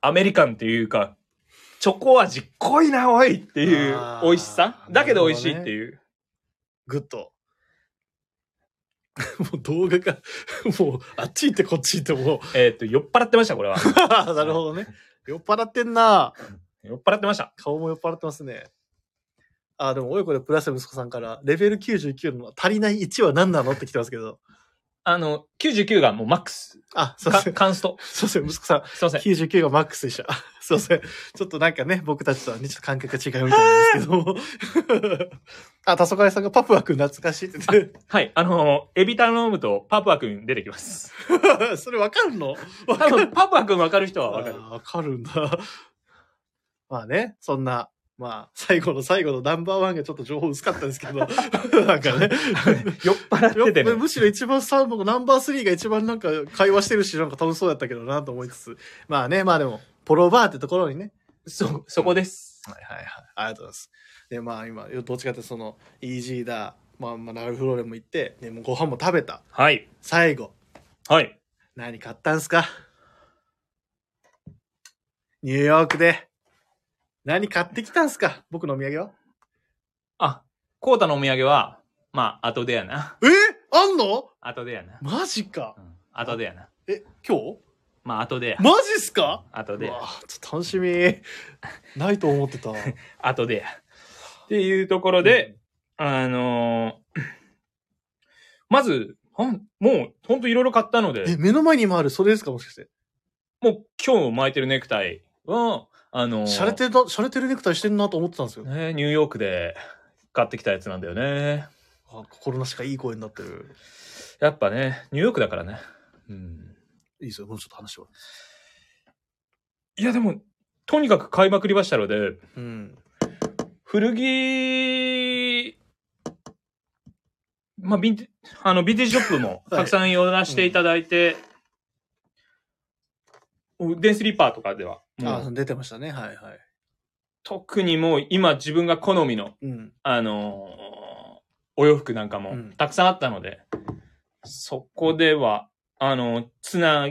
Speaker 1: アメリカンっていうか、チョコ味濃いな、おいっていう
Speaker 2: あー
Speaker 1: 美味しさだけど美味しい
Speaker 2: なるほど
Speaker 1: っ
Speaker 2: ね
Speaker 1: ていう。
Speaker 2: グッド。 もう動画が、もう、あっち行ってこっち行ってもう。
Speaker 1: えーっと、酔っ払ってました、これは。
Speaker 2: なるほどね。 酔っ払ってんな。
Speaker 1: 酔っ払ってました。
Speaker 2: 顔も酔っ払ってますね。あ、でも、親子でプラス息子さんから、レベル99の足りない1は何なのって来てますけど。
Speaker 1: あの、99がもうマックス。
Speaker 2: あ、すいま
Speaker 1: か
Speaker 2: せん。
Speaker 1: カンスト。
Speaker 2: すいません、息子さん。
Speaker 1: すいません。
Speaker 2: 99がマックスでした。 すいません。ちょっとなんかね、僕たちとはね、ちょっと感覚が違うみた いなんですけども。あ、黄昏さんがパプワ君懐かしいって言って
Speaker 1: はい。あの、エビ頼むとパプア君出てきます。
Speaker 2: て。 それわかるの
Speaker 1: 多分、パプア君分かる人は分かる
Speaker 2: あ。ーわかるんだ。 まあね、そんな、まあ、最後の最後のナンバーワンがちょっと情報薄かったですけど、 なん かね。
Speaker 1: 酔っ払ってて
Speaker 2: よ
Speaker 1: ね。
Speaker 2: むしろ一番さ、僕ナンバースリーが一番なんか会話し てるし、なんか楽しそうだったけどなと思いつつ。まあね、まあでも、ポロバーってところにね、
Speaker 1: そ、そこです。
Speaker 2: はいはいはい。ありがとうございます。で、まあ今、どっちかってその、イージーだ、まあ、まあ、ラルフローレンも行って、でもうご飯も食べた。
Speaker 1: はい。
Speaker 2: 最後、
Speaker 1: はい。
Speaker 2: 何買ったんすかニューヨークで、何買ってきたんすか僕のお土産は
Speaker 1: あ、コウタのお土産は、まあ、後でやな。
Speaker 2: えあんの
Speaker 1: 後でやな。
Speaker 2: マジか
Speaker 1: うん、後でやな。
Speaker 2: え、今日
Speaker 1: まあ、後でや。
Speaker 2: マジっすか
Speaker 1: 後
Speaker 2: う
Speaker 1: でや。
Speaker 2: わちょっと楽しみ。 ないと思ってた。
Speaker 1: 後でや。っていうところ で、あのー まず、ほんもう、ほんといろいろ買ったの
Speaker 2: え、
Speaker 1: で、
Speaker 2: 目の前に今ある、それですかもしかして。
Speaker 1: もう今日巻いてるネクタイは、あのー
Speaker 2: 洒落てた、洒落てるネクタイしてんなと思ってたんですよ。
Speaker 1: ね、ニューヨークで買ってきたやつなんだよね。
Speaker 2: あ心なしかいい声になってる。
Speaker 1: やっぱね、ニューヨークだからね。うん。
Speaker 2: いいですよ、もうちょっと話は。
Speaker 1: いや、でも、とにかく買いまくりましたので、
Speaker 2: うん。
Speaker 1: 古着、まあ、ビンテ、あの、ビンテージショップも
Speaker 2: はい
Speaker 1: たくさん寄らせていただいて、デンスリーパーとかでは、も
Speaker 2: あ
Speaker 1: う
Speaker 2: 出てましたね、はいはい。
Speaker 1: 特にもう今自分が好みの、
Speaker 2: うん。
Speaker 1: あのーお洋服なんか
Speaker 2: う
Speaker 1: も
Speaker 2: ん
Speaker 1: たくさんあったので、そこでは、あの、つな、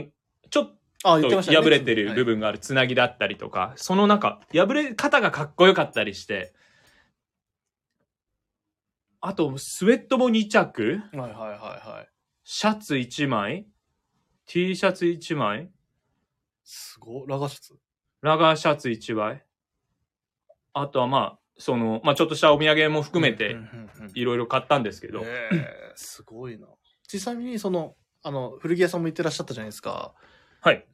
Speaker 1: ちょっ
Speaker 2: あ、
Speaker 1: と
Speaker 2: 言ってましたね。
Speaker 1: 破れてる部
Speaker 2: はい
Speaker 1: 分があるつなぎだったりとか、その中、破れ方がかっこよかったりして、あと、スウェットも2着、
Speaker 2: はいはいはいはい。
Speaker 1: シャツ1枚、T シャツ1枚、
Speaker 2: すごい。ラガシャツ。
Speaker 1: ラガーシャツ1枚、あとはまあ、その、まあちょっとしたお土産も含めて
Speaker 2: うん、うんうん
Speaker 1: いろいろ買ったんですけど、
Speaker 2: え えすごいな。ちなみに、その、あの、古着屋さんも行ってらっしゃったじゃないですか。
Speaker 1: はい。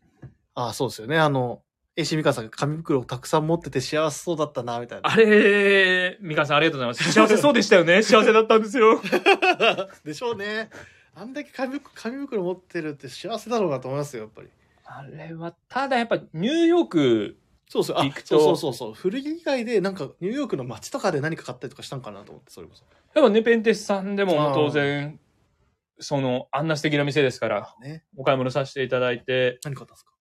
Speaker 2: あ、そうですよね。あの、AC ミカさんが紙袋をたくさん持ってて幸せそうだったな、みたいな。
Speaker 1: あれ、ミカさんありがとうございます。幸せそうでしたよね。幸せだったんですよ。
Speaker 2: でしょうね。あんだけ紙紙袋持ってるって幸せだろうなと思いますよ、やっぱり。
Speaker 1: あれは、ただやっぱニューヨーク
Speaker 2: そうそう、あ
Speaker 1: 行く、と
Speaker 2: そうそうそうそう。古着以外で、なんか、ニューヨークの街とかで何か買ったりとかしたんかなと思って、それこそ。
Speaker 1: でもネペンテスさんでも
Speaker 2: あー
Speaker 1: 当然、その、あんな素敵な店ですから、
Speaker 2: ね。
Speaker 1: お買い物させていただいて、
Speaker 2: 何買ったんですか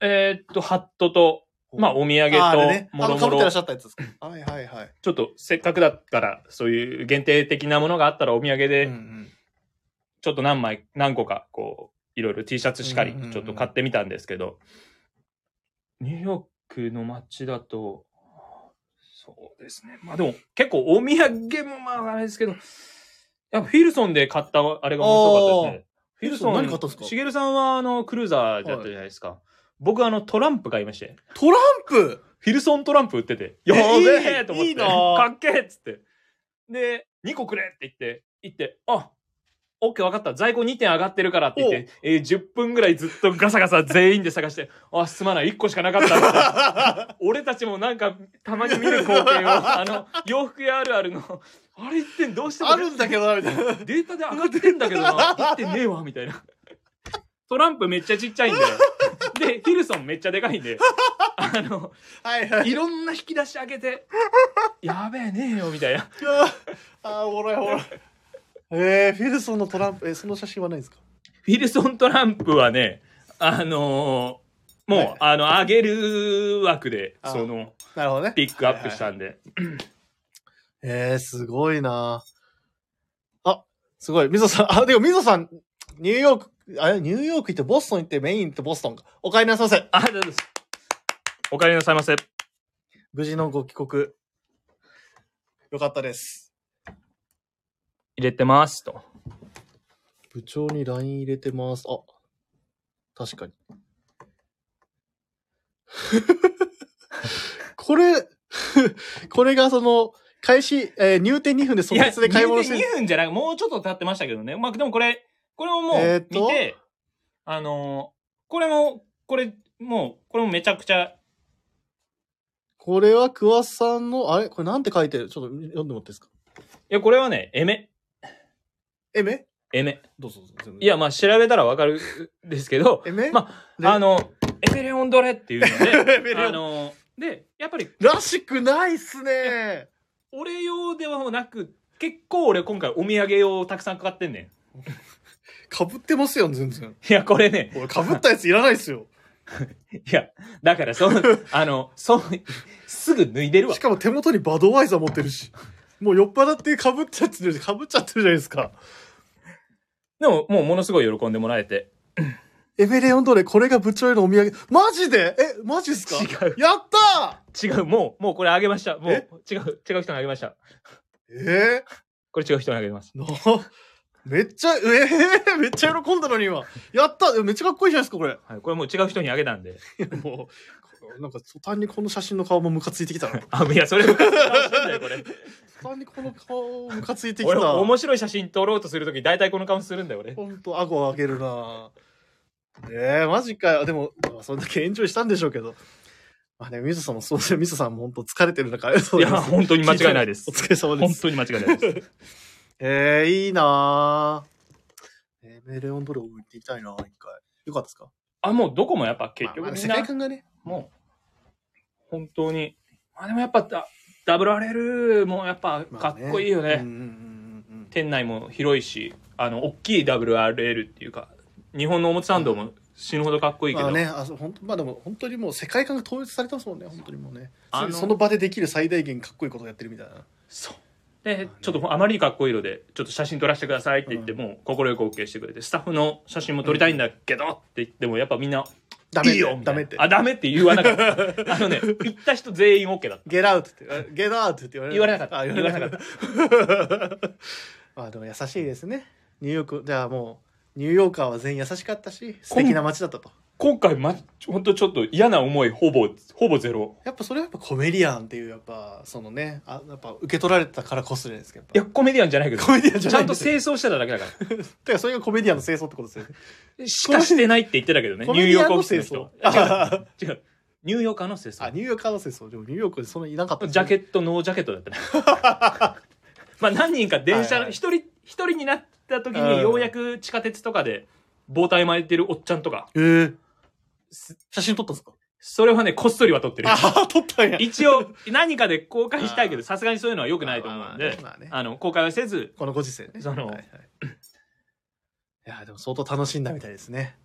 Speaker 1: えーっと、ハットと、まあ、お土産
Speaker 2: ああれ
Speaker 1: と
Speaker 2: ね、、
Speaker 1: も
Speaker 2: あ
Speaker 1: ろ
Speaker 2: の、
Speaker 1: も
Speaker 2: かぶってら
Speaker 1: ろ
Speaker 2: っし、ゃったやつですか。はいはいはい。
Speaker 1: ちょっとせっかくだから、そういう限定的なものがあったらお土産
Speaker 2: うんう
Speaker 1: で、
Speaker 2: ん
Speaker 1: ちょっと何枚、何個か、こう、いろいろ T シャツしかり
Speaker 2: うんうんう、ん
Speaker 1: ちょっと買ってみたんですけど、ニューヨークの街だと、そうですね。まあでも、結構お土産もまああれですけど、やっぱフィルソンで買ったあれが面白かったですね。フィルソン、
Speaker 2: フィルソン何買ったんですか
Speaker 1: しげるさんはあの、クルーザーだったじゃないですか。僕あの、トランプ買いまして。
Speaker 2: トラン プ
Speaker 1: フィルソントランプ売ってて、やべえと思って、
Speaker 2: いいな
Speaker 1: かっけえっつって。で、2個くれって言って、行って、あ、オッケー分かった。在庫2点上がってるからって言って、えー10分ぐらいずっとガサガサ全員で探して、あ、すまない。1個しかなかったっつって。俺たちもなんか、たまに見る光景を、あの、洋服屋あるあるの、あれ1点どうしても
Speaker 2: あるんだけどな、みたいな。
Speaker 1: データで上がってんだけどな、1点ねえわ、みたいな。トランプめっちゃちっちゃいんで。で、ヒルソンめっちゃでかいんで、あの、
Speaker 2: はいはい。
Speaker 1: いろんな引き出し開けて、やべえねえよ、みたいな。
Speaker 2: あー、おもろいおもろい。えー、フィルソンのトランプ、えその写真はないんですか
Speaker 1: フィルソン・トランプはね、あのーもう、
Speaker 2: はい
Speaker 1: あの、上げる枠で、
Speaker 2: あ
Speaker 1: その、
Speaker 2: なるほどね。
Speaker 1: ピックアップしたんで。
Speaker 2: えー、すごいなあ、すごい。みぞさん、あ、でもみぞさん、ニューヨーク、あれ、ニューヨーク行ってボストン行ってメイン行ってボストンか。お帰りなさいませ。
Speaker 1: あ、どうぞお帰りなさいませ。
Speaker 2: 無事のご帰国。よかったです。
Speaker 1: 入れてます、と。
Speaker 2: 部長に LINE 入れてます。あ、確 かに。これ、 これがその、開始、えー入店2分で即決で買い物して
Speaker 1: 2
Speaker 2: る。
Speaker 1: 分じゃない、もうちょっと経ってましたけどね。まあ、でもこれ、これももう
Speaker 2: えーっ、と
Speaker 1: 見て、あのーこれも、これ、もう、これもめちゃくちゃ、
Speaker 2: これは桑さんの、あれこれなんて書いてるちょっと読んでもらっていいですか
Speaker 1: いや、これはね、エメ、
Speaker 2: えめ
Speaker 1: エメ。
Speaker 2: どうぞどうぞ。全部
Speaker 1: いや、、まあ、調べたらわかるんですけど、
Speaker 2: えめ、
Speaker 1: ま
Speaker 2: で
Speaker 1: あの、エメレオンドレっていうの で、
Speaker 2: エメレオン
Speaker 1: あの、で、やっぱり、
Speaker 2: らしくないっすね。
Speaker 1: 俺用ではなく、結構俺今回お土産用たくさん買ってんね
Speaker 2: かぶってますよ、全然。
Speaker 1: ん。いや、これね、
Speaker 2: 俺、かぶったやついらないっすよ。
Speaker 1: いや、だから、その、 あの、そう、すぐ脱いでるわ
Speaker 2: し。かも手元にバドワイザー持ってるし。もう酔っ払ってかぶっちゃってるし、かぶっちゃってるじゃないですか。
Speaker 1: でも、もうものすごい喜んでもらえて。
Speaker 2: エメレオンドレ、これが部長へのお土産。マジでえ、マジっすか
Speaker 1: 違う。
Speaker 2: やった
Speaker 1: 違う、もう、もうこれあげました。もう
Speaker 2: え、
Speaker 1: 違う、違う人にあげました。
Speaker 2: ーえ
Speaker 1: これ違う人にあげます。
Speaker 2: ー、なめっちゃ、えー、 めっちゃ喜んだのに今。やったえめっちゃかっこいいじゃないですか、これ。
Speaker 1: はい、これもう違う人にあげたんで。
Speaker 2: もう、なんか途端にこの写真の顔もムカついて きたな。
Speaker 1: あ、いや、それムカつく顔してんだよ、 これ。
Speaker 2: 途端にこの顔ムカついてき
Speaker 1: 俺、
Speaker 2: た。
Speaker 1: 面白い写真撮ろうとするとき、大体この顔するんだよ、俺。
Speaker 2: ほんと、顎を上げるなぁねえ、マジかよ。でも、まあ、そんだけエンジョイしたんでしょうけど。まあね、ミソさんもそうですね。ミソさんも本当疲れてる中、ありがとう
Speaker 1: い
Speaker 2: ござ
Speaker 1: や、
Speaker 2: います。
Speaker 1: 本当に間違いないで
Speaker 2: お
Speaker 1: す。
Speaker 2: 疲れ様で
Speaker 1: 本
Speaker 2: す。
Speaker 1: 当に間違いないです。
Speaker 2: ええいいなぁえーメレオンドレを行ってみたいなぁ一回。よかったですか
Speaker 1: あ、もうどこもやっぱ結
Speaker 2: まあ
Speaker 1: 局
Speaker 2: まあ
Speaker 1: みん
Speaker 2: 世
Speaker 1: な、
Speaker 2: 界観がね。
Speaker 1: もう、本当に。まあでもやっぱダ、ダブル RL もやっぱかっこいいよね。
Speaker 2: うんうんうんうんうん
Speaker 1: 店内も広いし、あの、大きい WRL っていうか、日本のおもちゃンドも死ぬほどかっこいいけど、
Speaker 2: まあね、あそうほんとまあでも本当にもう世界観が統一されてますもんね、本当にもうね。
Speaker 1: あの
Speaker 2: その場でできる最大限かっこいいことをやってるみたいな。
Speaker 1: そう。で、ちょっとあまりにかっこいいので、ちょっと写真撮らせてくださいって言って、
Speaker 2: う
Speaker 1: もう快く OK してくれて、スタッフの写真も撮りたいんだけどって言っても、やっぱみんな、
Speaker 2: ダメ
Speaker 1: いいよみたいな
Speaker 2: ダメって。
Speaker 1: あ、ダメって言わなかった。 あのね、行った人全員 OK だった。
Speaker 2: ゲラウトって、ゲラウトって言われ
Speaker 1: 言われなかった
Speaker 2: あ言われなかった。 まあでも優しいですね。ニューヨーク、じゃあもう、ニューヨーカーは全員優しかったし、素敵な街だったと。
Speaker 1: 今回、ま、本当ちょっと嫌な思い、ほぼ、ほぼゼロ。
Speaker 2: やっぱそれはやっぱコメディアンっていう、やっぱ、そのね、あやっぱ受け取られてたからこそじゃないですか。やっ
Speaker 1: い
Speaker 2: ぱ
Speaker 1: や、コメディアンじゃないけど。
Speaker 2: コメディアンじゃ
Speaker 1: ち
Speaker 2: な
Speaker 1: ゃ
Speaker 2: い
Speaker 1: んと清掃してただけだか
Speaker 2: だからそれがコメディアンの清掃ってことですよね。
Speaker 1: ら。しかしてないって言ってたけどね。
Speaker 2: コ
Speaker 1: ニュ
Speaker 2: メ
Speaker 1: ー
Speaker 2: デ
Speaker 1: ヨ
Speaker 2: ィ
Speaker 1: ー
Speaker 2: アン
Speaker 1: ク
Speaker 2: の
Speaker 1: オフィス
Speaker 2: 清
Speaker 1: の
Speaker 2: 掃
Speaker 1: 人。。違う違う。ニューヨーカーの清
Speaker 2: あ、
Speaker 1: 掃。
Speaker 2: ニューヨーカーの清掃。でもニューヨークでそんなにいなかったです
Speaker 1: ジ
Speaker 2: ね、
Speaker 1: ャケット、ノージャケットだったね。 まあ何人か電
Speaker 2: はい
Speaker 1: 車、
Speaker 2: はい
Speaker 1: 一人、一人になった時
Speaker 2: うん
Speaker 1: にようやく地下鉄とかで、棒体巻いてるおっちゃんとか、
Speaker 2: えー
Speaker 1: す
Speaker 2: 写真撮ったんですか
Speaker 1: それはね、こっそりは撮ってる。
Speaker 2: ああ、撮ったんや。
Speaker 1: 一応、何かで 公開したいけど、さすがにそういうのは良くないと思うんで、
Speaker 2: まあまあねまあね
Speaker 1: あの、公開はせず、
Speaker 2: このご時世ね。
Speaker 1: その
Speaker 2: はいはい、いや、でも相当楽しんだみたいですね。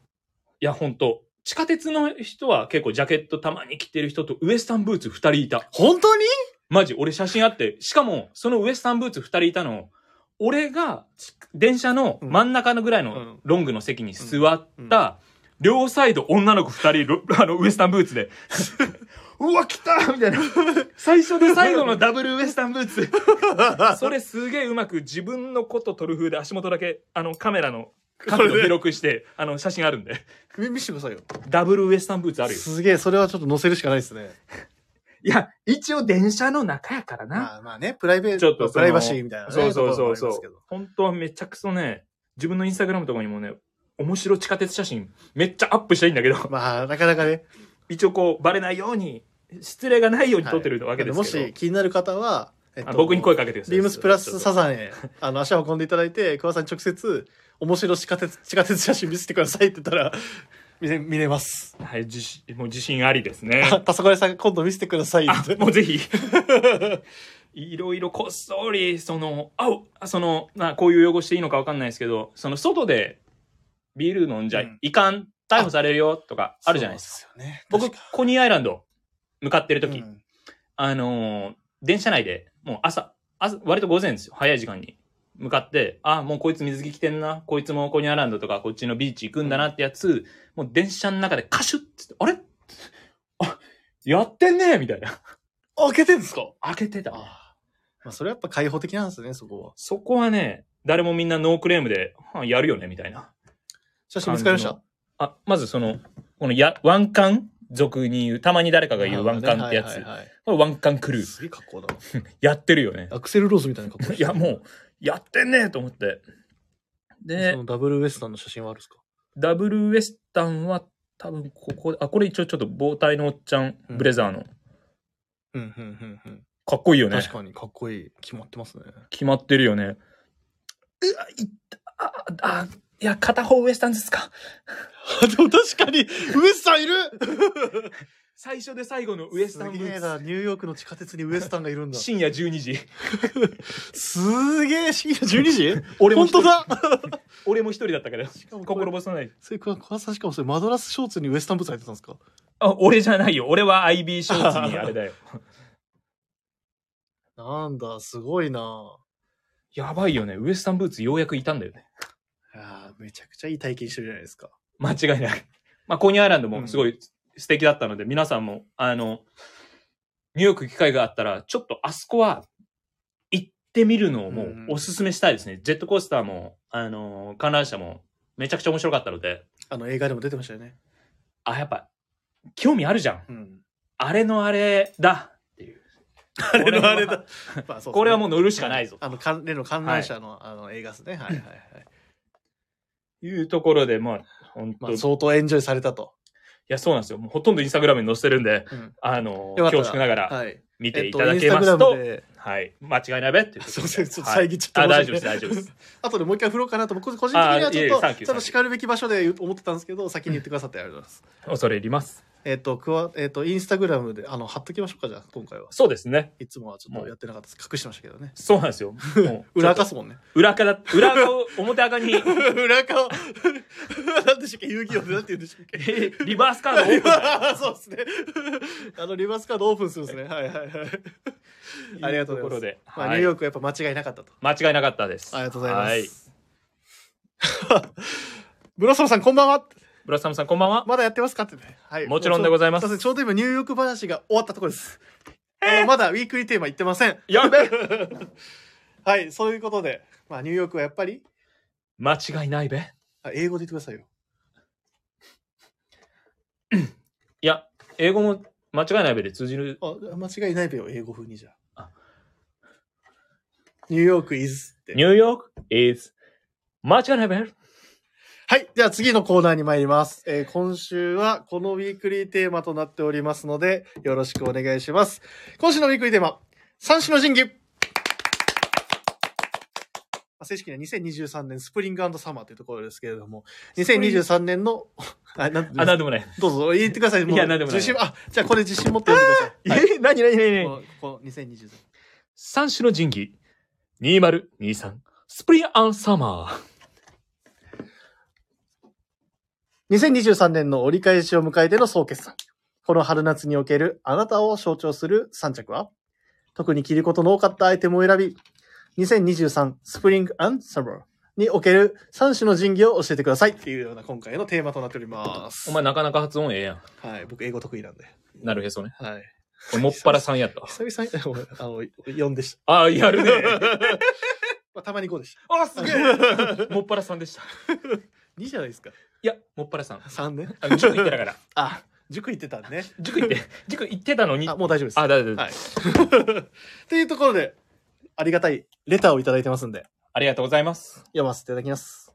Speaker 1: いや、ほんと、地下鉄の人は結構ジャケットたまに着てる人とウエスタンブーツ二人いた。
Speaker 2: 本当に
Speaker 1: マジ、俺写真あって、しかも、そのウエスタンブーツ二人いたの、俺が、つ電車の真ん中のぐらいのロングの席に座った、両サイド女の子二人、ろ あの、ウエスタンブーツで、うわ、来たみたい な。最初で最 後のダブルウエスタンブーツ。それすげえうまく自分のこと撮る風で足元だけ、あの、カメラの角度を広くして、あの、写真あるんで。
Speaker 2: 見見してくださいよ。
Speaker 1: ダブルウエスタンブーツあるよ。
Speaker 2: すげえ、それはちょっと載せるしかないですね。
Speaker 1: いや、一応電車の中やからな。
Speaker 2: まあまあね、プライベー
Speaker 1: ちょっ
Speaker 2: ト、
Speaker 1: とその
Speaker 2: プライバシーみたいなね。
Speaker 1: そうそうそう
Speaker 2: ところもありま
Speaker 1: そ
Speaker 2: すけ
Speaker 1: う
Speaker 2: ど。
Speaker 1: 本当はめちゃくそね、自分のインスタグラムとかにもね、面白地下鉄写真めっちゃアップしたいんだけど、
Speaker 2: まあ、なかなかね。
Speaker 1: 一応こう、バレないように、失礼がないように撮ってるわけですけど、
Speaker 2: はいもし気になる方は、えっ
Speaker 1: あ僕に声
Speaker 2: か
Speaker 1: かけてください。
Speaker 2: ビームスプラス
Speaker 1: ちょ
Speaker 2: サ
Speaker 1: っ
Speaker 2: ザンへ、あの、足を運んでいただいて、桑田さんに直接、面白い地下鉄、地下鉄写真見せてくださいって言ったら、 見れ、見れます。
Speaker 1: とはい、自信、もう自信ありです ね。
Speaker 2: あパソコン屋さん今度見せてくださいっ
Speaker 1: あ
Speaker 2: て。、
Speaker 1: もうぜひ。いろいろこっそり、その、あ、おその、まあ、こういう用語していいのかわかんないですけど、その、外でビール飲んじゃいかん、逮捕されるよとかあるじゃないですか。
Speaker 2: そうですよね。
Speaker 1: 僕
Speaker 2: 確か、
Speaker 1: コニーアイランド向かってる時、
Speaker 2: うん
Speaker 1: あのー電車内で、もう朝、朝、割と午前ですよ。早い時間に向かって、あ、もうこいつ水着着てんな。こいつもコニーアイランドとかこっちのビーチ行くんだなってやつ、もう電車の中でカシュッつって、あれあ、やってんねみたいな。
Speaker 2: 開けてんですか
Speaker 1: 開けてたね。
Speaker 2: あまあ、それはやっぱ開放的なんですね、そこは。
Speaker 1: そこはね、誰もみんなノークレームで、はあやるよねみたいな。
Speaker 2: 写真見つかりました
Speaker 1: あ、まずその、このや、ワンカン俗に言う、たまに誰かが言うワンカンってや
Speaker 2: はい
Speaker 1: つ
Speaker 2: はい。はい
Speaker 1: これワンカンクルー。
Speaker 2: すげえ格好だな。
Speaker 1: やってるよね。
Speaker 2: アクセルローズみたいな格 好
Speaker 1: いや、もう、やってんねえと思って。
Speaker 2: そ
Speaker 1: で
Speaker 2: の、ダブルウエスタンの写真はあるんですか
Speaker 1: ダブルウエスタンは多分ここで、あ、これ一応ちょっと棒体のおっちゃん、
Speaker 2: うん
Speaker 1: ブレザーの。
Speaker 2: うん、うん、うん、うん。
Speaker 1: かっこいいよね。
Speaker 2: 確かにかっこいい決まってますね
Speaker 1: 決まってるよね。うわ、いった、あ、あ、いや、片方ウエスタンですか。
Speaker 2: でも確かにウエスタンい る
Speaker 1: 最初で最後のウエスタンブ
Speaker 2: すげえな
Speaker 1: ー
Speaker 2: ニューヨークの地下鉄にウエスタンがいるんだ
Speaker 1: ツ。深夜12時。
Speaker 2: すげえ深 夜12時
Speaker 1: 俺も一人
Speaker 2: 本当だ
Speaker 1: 俺も一人だったから、
Speaker 2: もこれ
Speaker 1: 心細ない。
Speaker 2: それ小川さんしかもそれマドラスショーツにウエスタンブーツ履いてたんですか
Speaker 1: あ、俺じゃないよ。俺は IB ショーツにあれだよ。
Speaker 2: なんだすごいな
Speaker 1: やばいよね。ウエスタンブーツようやくいたんだよね。
Speaker 2: あーめちゃくちゃいい体験してるじゃないですか
Speaker 1: 間違いない。まあ、コニーアイランドもすごい素敵だったので、皆さんも、あの、ニューヨーク行く機会があったら、ちょっとあそこは行ってみるのをもうおすすめしたいですね。ジェットコースターも、あの、観覧車もめちゃくちゃ面白かったので、
Speaker 2: あの映画でも出てましたよね
Speaker 1: あ、やっぱ、興味あるじゃん。
Speaker 2: うん
Speaker 1: あれのあれだっていう。
Speaker 2: あれのあれだ まあそうですね
Speaker 1: これはもう乗るしかないぞ。
Speaker 2: あの関例の観覧車の,、あの映画ですねはいはいはい
Speaker 1: いうところで、まあ、本当、
Speaker 2: まあ
Speaker 1: い
Speaker 2: 相当エンジョイされたと、
Speaker 1: や、そうなんですよ。もうほとんどインスタグラムに載せてるんで、
Speaker 2: うん
Speaker 1: あの、
Speaker 2: よかったら
Speaker 1: 恐縮ながら
Speaker 2: はい
Speaker 1: 見て
Speaker 2: えっ
Speaker 1: い
Speaker 2: と
Speaker 1: ただ
Speaker 2: イン
Speaker 1: け
Speaker 2: スタ
Speaker 1: ま
Speaker 2: グ
Speaker 1: す
Speaker 2: ラ
Speaker 1: と、
Speaker 2: ムで
Speaker 1: はい。間違いないべっていうことで。
Speaker 2: すいません、ちょっと
Speaker 1: はい
Speaker 2: 遮っちゃって、
Speaker 1: あ、大
Speaker 2: 申
Speaker 1: 丈夫で
Speaker 2: し
Speaker 1: す、
Speaker 2: 訳ない
Speaker 1: 大丈夫 です。。
Speaker 2: 後でもう一回振ろうかなと、僕個人的にはち
Speaker 1: あいえい
Speaker 2: ょ
Speaker 1: えサ
Speaker 2: っ
Speaker 1: ンキュー
Speaker 2: と、その叱るべき場所で言う思ってたんですけど、先に言ってくださってありがとうございます。
Speaker 1: 恐れ入ります。
Speaker 2: えっと、くわ、えっと、インスタグラムで、あの、貼っときましょうか、じゃあ、今回は。
Speaker 1: そうですね。
Speaker 2: いつもはちょっとやってなかったです。隠してましたけどね。
Speaker 1: そうなんですよ。もう
Speaker 2: 裏垢っすもんね。
Speaker 1: 裏垢だ、裏垢を表垢 に、
Speaker 2: 裏垢を、なんでしたっけ遊戯王でなんて言うんでしたっけ
Speaker 1: リバースカードオープ ンだ
Speaker 2: そうですね。あの、リバースカードオープンするんですね。はいはいはい。ありがと
Speaker 1: というとこ
Speaker 2: うございますま
Speaker 1: ろ
Speaker 2: あ、ニュー
Speaker 1: で、は
Speaker 2: ヨークはやっぱ間違いなかったと。
Speaker 1: い。間違いなかったです。
Speaker 2: ありがとうございます。
Speaker 1: はい。
Speaker 2: ブロッサムさん、こんばんは。
Speaker 1: ブラスサムさん、こんばんは。
Speaker 2: まだやってますかってね。はい。
Speaker 1: もちろんでございます
Speaker 2: そうですね。ちょうど今、ニューヨーク話が終わったところです。あのまだウィークリーテーマ言ってません。
Speaker 1: やべえ
Speaker 2: はい、そういうことで、まあ、ニューヨークはやっぱり、
Speaker 1: 間違いないべ。い
Speaker 2: あ英語で言ってくださいよ。
Speaker 1: や、英語も間違いないべで通じる。
Speaker 2: あ、間違いないべよ、英語風にじゃあ
Speaker 1: あ。
Speaker 2: ニューヨーク is って。
Speaker 1: ニューヨーク is 間違いないべ。
Speaker 2: はい。では次のコーナーに参ります。えー今週はこのウィークリーテーマとなっておりますので、よろしくお願いします。今週のウィークリーテーマ、三種の神器。あ正式には2023年スプリングサマーというところですけれども、
Speaker 1: プリン
Speaker 2: 2023年の、あ、なんて言うんです
Speaker 1: あ、
Speaker 2: か
Speaker 1: なんでもない。
Speaker 2: どうぞ、言ってください。もう
Speaker 1: いやなんでもない
Speaker 2: 自信、あ、じゃあこれ自信持ってやってください。
Speaker 1: え、なになになに
Speaker 2: こうこう、2023。
Speaker 1: 三種の神器、2023、スプリンアンサマー。
Speaker 2: 2023年の折り返しを迎えての総決算。この春夏におけるあなたを象徴する3着は特に着ることの多かったアイテムを選び、2023スプリングサマーにおける3種の神器を教えてくださいっていうような今回のテーマとなっております。
Speaker 1: お前なかなか発音ええやん。
Speaker 2: はい、僕英語得意なんで。
Speaker 1: なるへそね。
Speaker 2: はい。
Speaker 1: 俺もっぱらさんやった。
Speaker 2: 久々に、 あの、4でし
Speaker 1: ああ、やるね。
Speaker 2: た。 まあ、たまに5でし
Speaker 1: あ、すげ え。もっぱらさんでした。い
Speaker 2: た。2じゃないですか。
Speaker 1: や、もっぱらさん。
Speaker 2: 3ね。
Speaker 1: あの塾行ってたから。
Speaker 2: あ、塾行ってたんね。
Speaker 1: 塾行って、塾行ってたのに。
Speaker 2: あ、
Speaker 1: あ、
Speaker 2: もう大丈夫です。
Speaker 1: だだだ。
Speaker 2: はい。というところで、ありがたいレターをいただいてますんで、
Speaker 1: ありがとうございます。
Speaker 2: 読ませていただきます。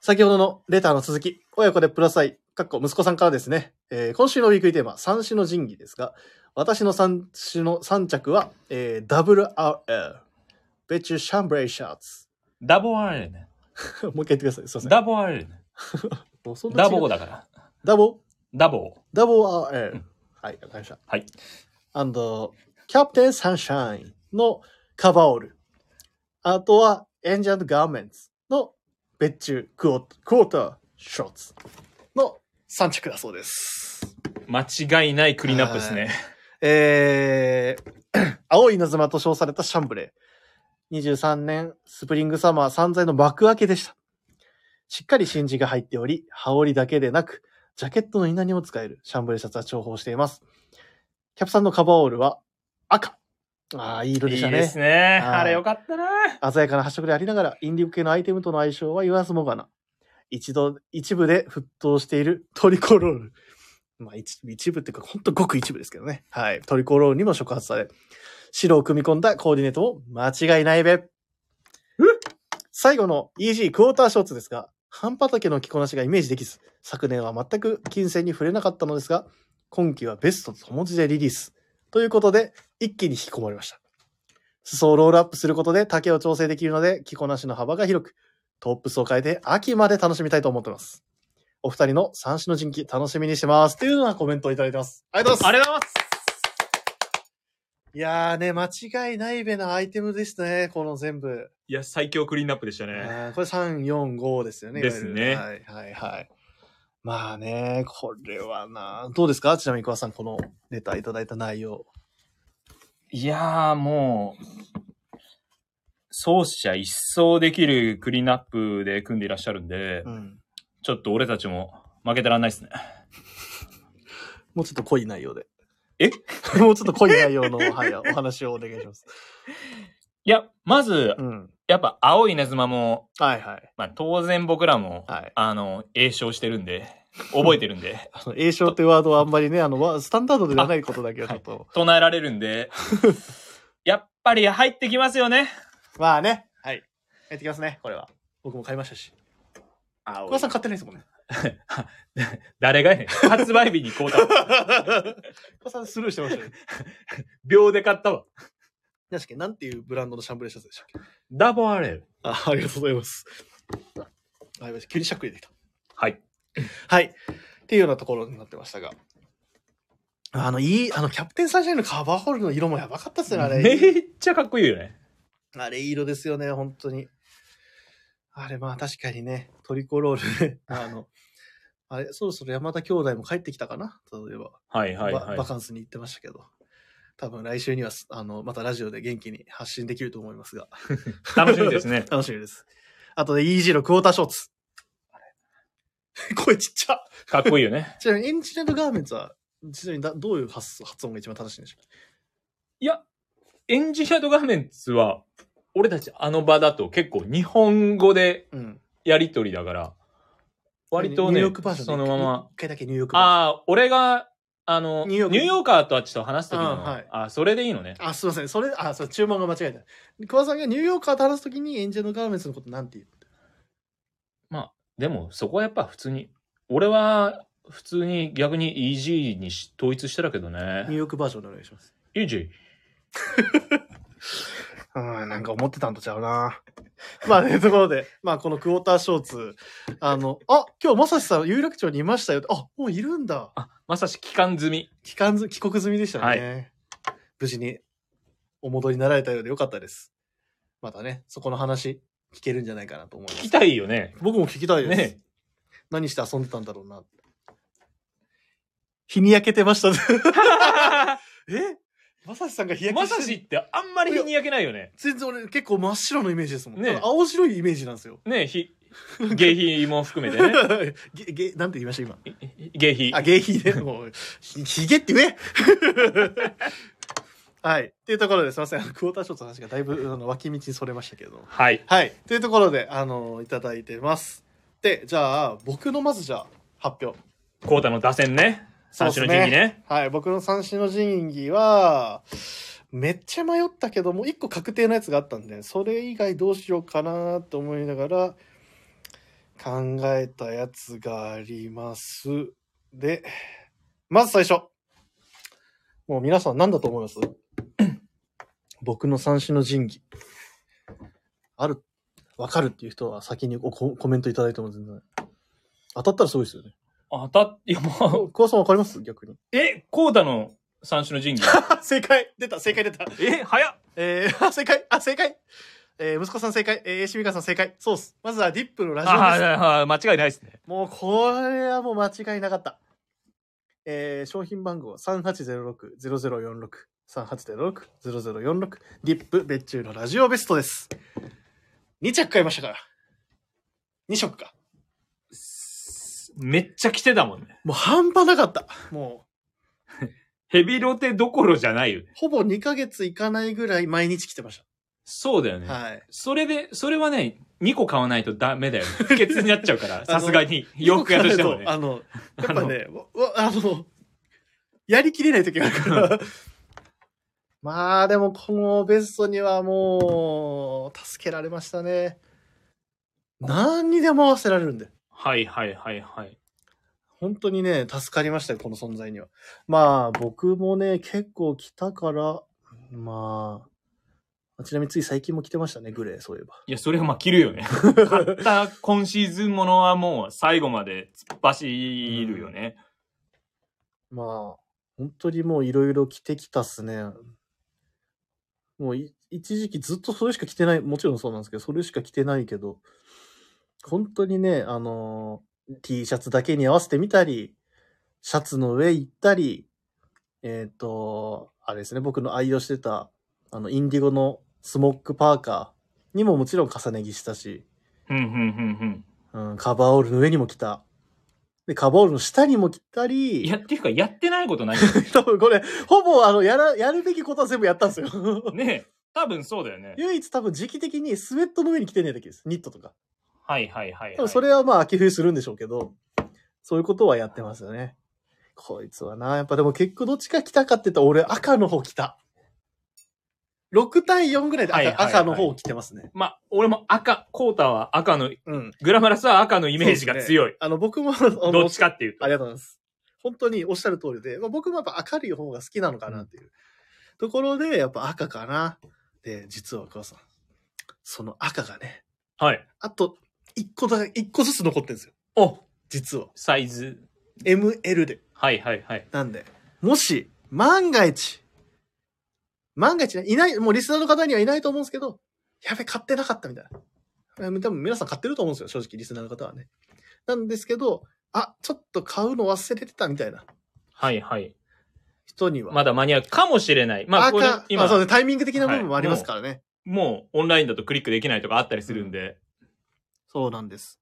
Speaker 2: 先ほどのレターの続き、親子でプラス愛、かっこ息子さんからですね、えー今週のウィークリーテーマ、三種の神器ですが、私の三種の三着は、えー、WRL、ベチュシャンブレイシャツ。
Speaker 1: ダボアレね。
Speaker 2: もう一回言ってください。すいません。
Speaker 1: ダボアレね。
Speaker 2: もうそんな違
Speaker 1: ダ
Speaker 2: う
Speaker 1: ボだから。
Speaker 2: ダボ
Speaker 1: ダボ。
Speaker 2: ダボ RL。
Speaker 1: うん
Speaker 2: はい、わかりました。
Speaker 1: はい。
Speaker 2: and キャプテンサンシャインのカバーオール。あとは、エンジャンドガーメンツの別注クォークォーターショーツの3着だそうです。
Speaker 1: 間違いないクリーンアップですね。
Speaker 2: えー、 青い稲妻と称されたシャンブレー。23年スプリングサマー散財の幕開けでした。しっかり真珠が入っており、羽織だけでなく、ジャケットの稲にも使えるシャンブレーシャツは重宝しています。キャプさんのカバーオールは赤。ああ、いい色で
Speaker 1: い
Speaker 2: し
Speaker 1: い
Speaker 2: た
Speaker 1: ですね。
Speaker 2: はい
Speaker 1: あれよかったな。
Speaker 2: 鮮やかな発色でありながら、インディー系のアイテムとの相性は言わずもがな。一度、一部で沸騰しているトリコロール。まあ、一一部っていうか、ほんとごく一部ですけどね。はい。トリコロールにも触発され、白を組み込んだコーディネートも間違いないべ。最後の EG クォーターショーツですが、半畑の着こなしがイメージできず、昨年は全く金銭に触れなかったのですが、今季はベストと文字でリリース。ということで、一気に引き込まれました。裾をロールアップすることで丈を調整できるので、着こなしの幅が広く、トップスを変えて秋まで楽しみたいと思ってます。お二人の三種の神器楽しみにしてます。っていうようなコメントをいただいてます。ありがとうございます。
Speaker 1: ありがとうございます。
Speaker 2: いやーね、間違いないべなアイテムですね。この全部。
Speaker 1: いや、最強クリーンアップでしたね。
Speaker 2: あーこれ3、4、5ですよね。いわゆ
Speaker 1: で
Speaker 2: る
Speaker 1: すね
Speaker 2: はい、はい、はい。まあね、これはな、どうですかちなみに桑田さん、このレターいただいた内容。
Speaker 1: いやーもう、奏者一掃できるクリーンアップで組んでいらっしゃるんで、
Speaker 2: うん。
Speaker 1: ちょっと俺たちも負けてらんないですね。
Speaker 2: もうちょっと濃い内容で。
Speaker 1: え
Speaker 2: もうちょっと濃い内容の、はい、お話をお願いします。
Speaker 1: いや、まず
Speaker 2: う、ん。
Speaker 1: やっぱ青い稲妻も、
Speaker 2: はいはい。
Speaker 1: まあ当然僕らも、
Speaker 2: はい
Speaker 1: あの、栄唱してるんで、覚えてるん で、
Speaker 2: あの、栄唱というワードはあんまりね、あの、わスタンダードではないことだけはちょっと。
Speaker 1: 唱えられるん で、やっぱり入ってきますよね。
Speaker 2: まあね。はい。やってきますね、これは。僕も買いましたし。小川さん買ってないです もんね。
Speaker 1: 誰がやねん。発売日にこうだ。
Speaker 2: 小川さんスルーしてましたね。
Speaker 1: 秒で買ったわ。
Speaker 2: 確かに、なんていうブランドのシャンブレーシャツでしたっけ
Speaker 1: ダボアレル。
Speaker 2: あありがとうございます。あ、やばい急にしゃっくりできた。
Speaker 1: はい。
Speaker 2: はい。っていうようなところになってましたが。あの、いい、あの、キャプテンサンシャインのカバーホールの色もやばかったっすよね、あれ。
Speaker 1: めっちゃかっこいいよね。
Speaker 2: あれ、いい色ですよね、本当に。あれ、まあ確かにね、トリコロールね、 あの、あれ、そろそろ山田兄弟も帰ってきたかな例えば、
Speaker 1: はいはい
Speaker 2: バ
Speaker 1: はい
Speaker 2: バ。カンスに行ってましたけど。多分来週には、あの、またラジオで元気に発信できると思いますが。。
Speaker 1: 楽しみです ね
Speaker 2: 楽しみです。あとで EG のクォーターショーツ。 声ちっちゃ。
Speaker 1: かっこいいよね。
Speaker 2: ちなみにエンジニアルガーメンツは、ちなみにだどういう発発音が一番正しいんでしょ
Speaker 1: いや、エンジニアドガーメンツは、俺たちあの場だと結構日本語で
Speaker 2: ううん。
Speaker 1: やりとりだから、割と
Speaker 2: ニュ
Speaker 1: ね、
Speaker 2: ーヨークバージョンで
Speaker 1: そのまま。
Speaker 2: 一回だけニューヨークバー
Speaker 1: ああ、俺が、あの、
Speaker 2: ニ
Speaker 1: ニ
Speaker 2: ュー
Speaker 1: ュ
Speaker 2: ヨーク
Speaker 1: ーヨーカーとはちょっと話すとき
Speaker 2: あ
Speaker 1: の、
Speaker 2: ーはい
Speaker 1: あ、それでいいのね
Speaker 2: ジ。ョン。あ、すいません。それ、あ、そう、注文が間違えた。桑田さんがニューヨーカーと話すときにエンジニアルガーメンツのことなんて言う
Speaker 1: でも、そこはやっぱ普通に、俺は普通に逆に EG にし統一してたけど
Speaker 2: ニュー
Speaker 1: ね。
Speaker 2: ヨークバージョンでお願いします。
Speaker 1: EG。
Speaker 2: うん、なんか思ってたんとちゃうな。まあね、ところで、まあこのクォーターショーツ、あの、あ、今日まさしさん有楽町にいましたよ。あ、もういるんだ。
Speaker 1: あ、まさし期間済み。
Speaker 2: 帰還ず、帰国済みでしたね。
Speaker 1: は
Speaker 2: 無事にお戻りになられたようでよかったです。またね、そこの話聞けるんじゃないかなと思いま
Speaker 1: 聞き
Speaker 2: す。
Speaker 1: たいよね。
Speaker 2: 僕も聞きたいです。
Speaker 1: ね
Speaker 2: 何して遊んでたんだろうな。日に焼けてました。 えまさしさんが日焼け
Speaker 1: ま
Speaker 2: して
Speaker 1: さしってあんまり日に焼けないよね。
Speaker 2: 全然俺結構真っ白のイメージですもん。
Speaker 1: ね
Speaker 2: ただ青白いイメージなんですよ。
Speaker 1: ねひ、芸費も含めて ね。
Speaker 2: ゲゲなんて言いました今。
Speaker 1: 芸費。
Speaker 2: あ、ゲイヒゲもう、ひひげって言え はい。っていうところですいません。あのクォーターショットの話がだいぶあの脇道にそれましたけども。
Speaker 1: はい。
Speaker 2: はい。というところで、あの、いただいてます。で、じゃあ、僕のまずじゃあ、発表。
Speaker 1: コータの打線ね。三種の神器ね。
Speaker 2: はい。僕の三種の神器は、めっちゃ迷ったけども、一個確定のやつがあったんで、それ以外どうしようかなと思いながら、考えたやつがあります。で、まず最初。もう皆さん何だと思います 僕の三種の神器。ある、わかるっていう人は先におココメントいただいても全然。当たったらすごいですよね。
Speaker 1: 当たっ、いやもう、
Speaker 2: コアさんわかります逆に。
Speaker 1: え、コータの三種の神器。
Speaker 2: 正解出た正解出た
Speaker 1: え、早っ
Speaker 2: えー、あ正解あ正解えー、息子さん正解えー、しみかさん正解そうっすまずはディップのラジオです
Speaker 1: ああ、間違いないですね。
Speaker 2: もうこれはもう間違いなかったえー、商品番号3806-0046 3806-0046ディップ別注のラジオベストです2着買いましたから2色か
Speaker 1: めっちゃ来てたもんね。
Speaker 2: もう半端なかったも
Speaker 1: ヘビロテどころじゃないよね
Speaker 2: う。ほぼ2ヶ月いかないぐらい毎日来てまし
Speaker 1: そうだよね。
Speaker 2: たはい
Speaker 1: それで、それはね、2個買わないとダメだ よね。不潔になっちゃうから、さすがに。洋服屋としてもね。
Speaker 2: あの、やっぱね、わわあの、やりきれない時があるから。 まあ、でもこのベストにはもう、助けられましたね。何にでも合わせられるんで。
Speaker 1: はいはいはいはい。
Speaker 2: 本当にね、助かりましたよ、この存在には。まあ、僕もね、結構来たから、まあ、ちなみについ最近も来てましたね、グレー、そういえば。
Speaker 1: いや、それはまあ着るよね。買った今シーズンものはもう最後まで突っ走るよね。
Speaker 2: まあ、本当にもういろいろ着てきたっすね。もうい一時期ずっとそれしか着てない、もちろんそうなんですけど、それしか着てないけど、本当にね、あのー T シャツだけに合わせてみたり、シャツの上行ったり、えっ、と、あれですね、僕の愛用してた、あの、インディゴのスモックパーカーにももちろん重ね着したし、
Speaker 1: うん、うん、うん、
Speaker 2: うん、カバーオールの上にも着た。で、カバーオールの下にも着た
Speaker 1: うん。
Speaker 2: り、
Speaker 1: いや、っていうか、やってないことないよね
Speaker 2: 多分これ、ほぼあの、やら、やるべきことは全部やったんですよ。
Speaker 1: ねえ。多分そうだよね。
Speaker 2: 唯一多分時期的にスウェットの上に着てないだけです。ニットとか。
Speaker 1: はいはいはい、
Speaker 2: 多
Speaker 1: は
Speaker 2: 分
Speaker 1: い。
Speaker 2: それはまあ秋冬するんでしょうけど、そういうことはやってますよね。こいつはな、やっぱでも結局どっちか着たかって言ったら俺赤の方着た。6対4ぐらいで
Speaker 1: は
Speaker 2: 赤,、
Speaker 1: いはいはい
Speaker 2: 赤の方を着てますね。
Speaker 1: まあ、俺も赤、コータは赤の、
Speaker 2: うん。
Speaker 1: グラマラスは赤のイメージが強い。
Speaker 2: あの、僕も、あの
Speaker 1: どっちかっていうと
Speaker 2: あ。りがとうございます。本当におっしゃる通りで、まあ、僕もやっぱ明るい方が好きなのかなっていうところで、やっぱ赤かな。で、実は母さん、その赤がね、
Speaker 1: はい。
Speaker 2: あと一個だ、一個ずつ残ってるんですよ。
Speaker 1: お、
Speaker 2: 実は。
Speaker 1: サイズ。
Speaker 2: ML で。
Speaker 1: はいはいはい。
Speaker 2: なんで、もし、万が一、万が一ね、いない、もうリスナーの方にはいないと思うんですけど、やべ、買ってなかったみたいな。え多分皆さん買ってると思うんですよ、正直、リスナーの方はね。なんですけど、あ、ちょっと買うの忘れてたみたいな
Speaker 1: はいはい。
Speaker 2: 人には。
Speaker 1: まだ間に合うかもしれない。まあ、
Speaker 2: あ、
Speaker 1: こ
Speaker 2: こ
Speaker 1: れ
Speaker 2: 今、ま
Speaker 1: 今
Speaker 2: あ、そう、ですね、タイミング的な部分もありますからね。
Speaker 1: もうオンラインだとクリックできないとかあったりするんで。
Speaker 2: そうなんです。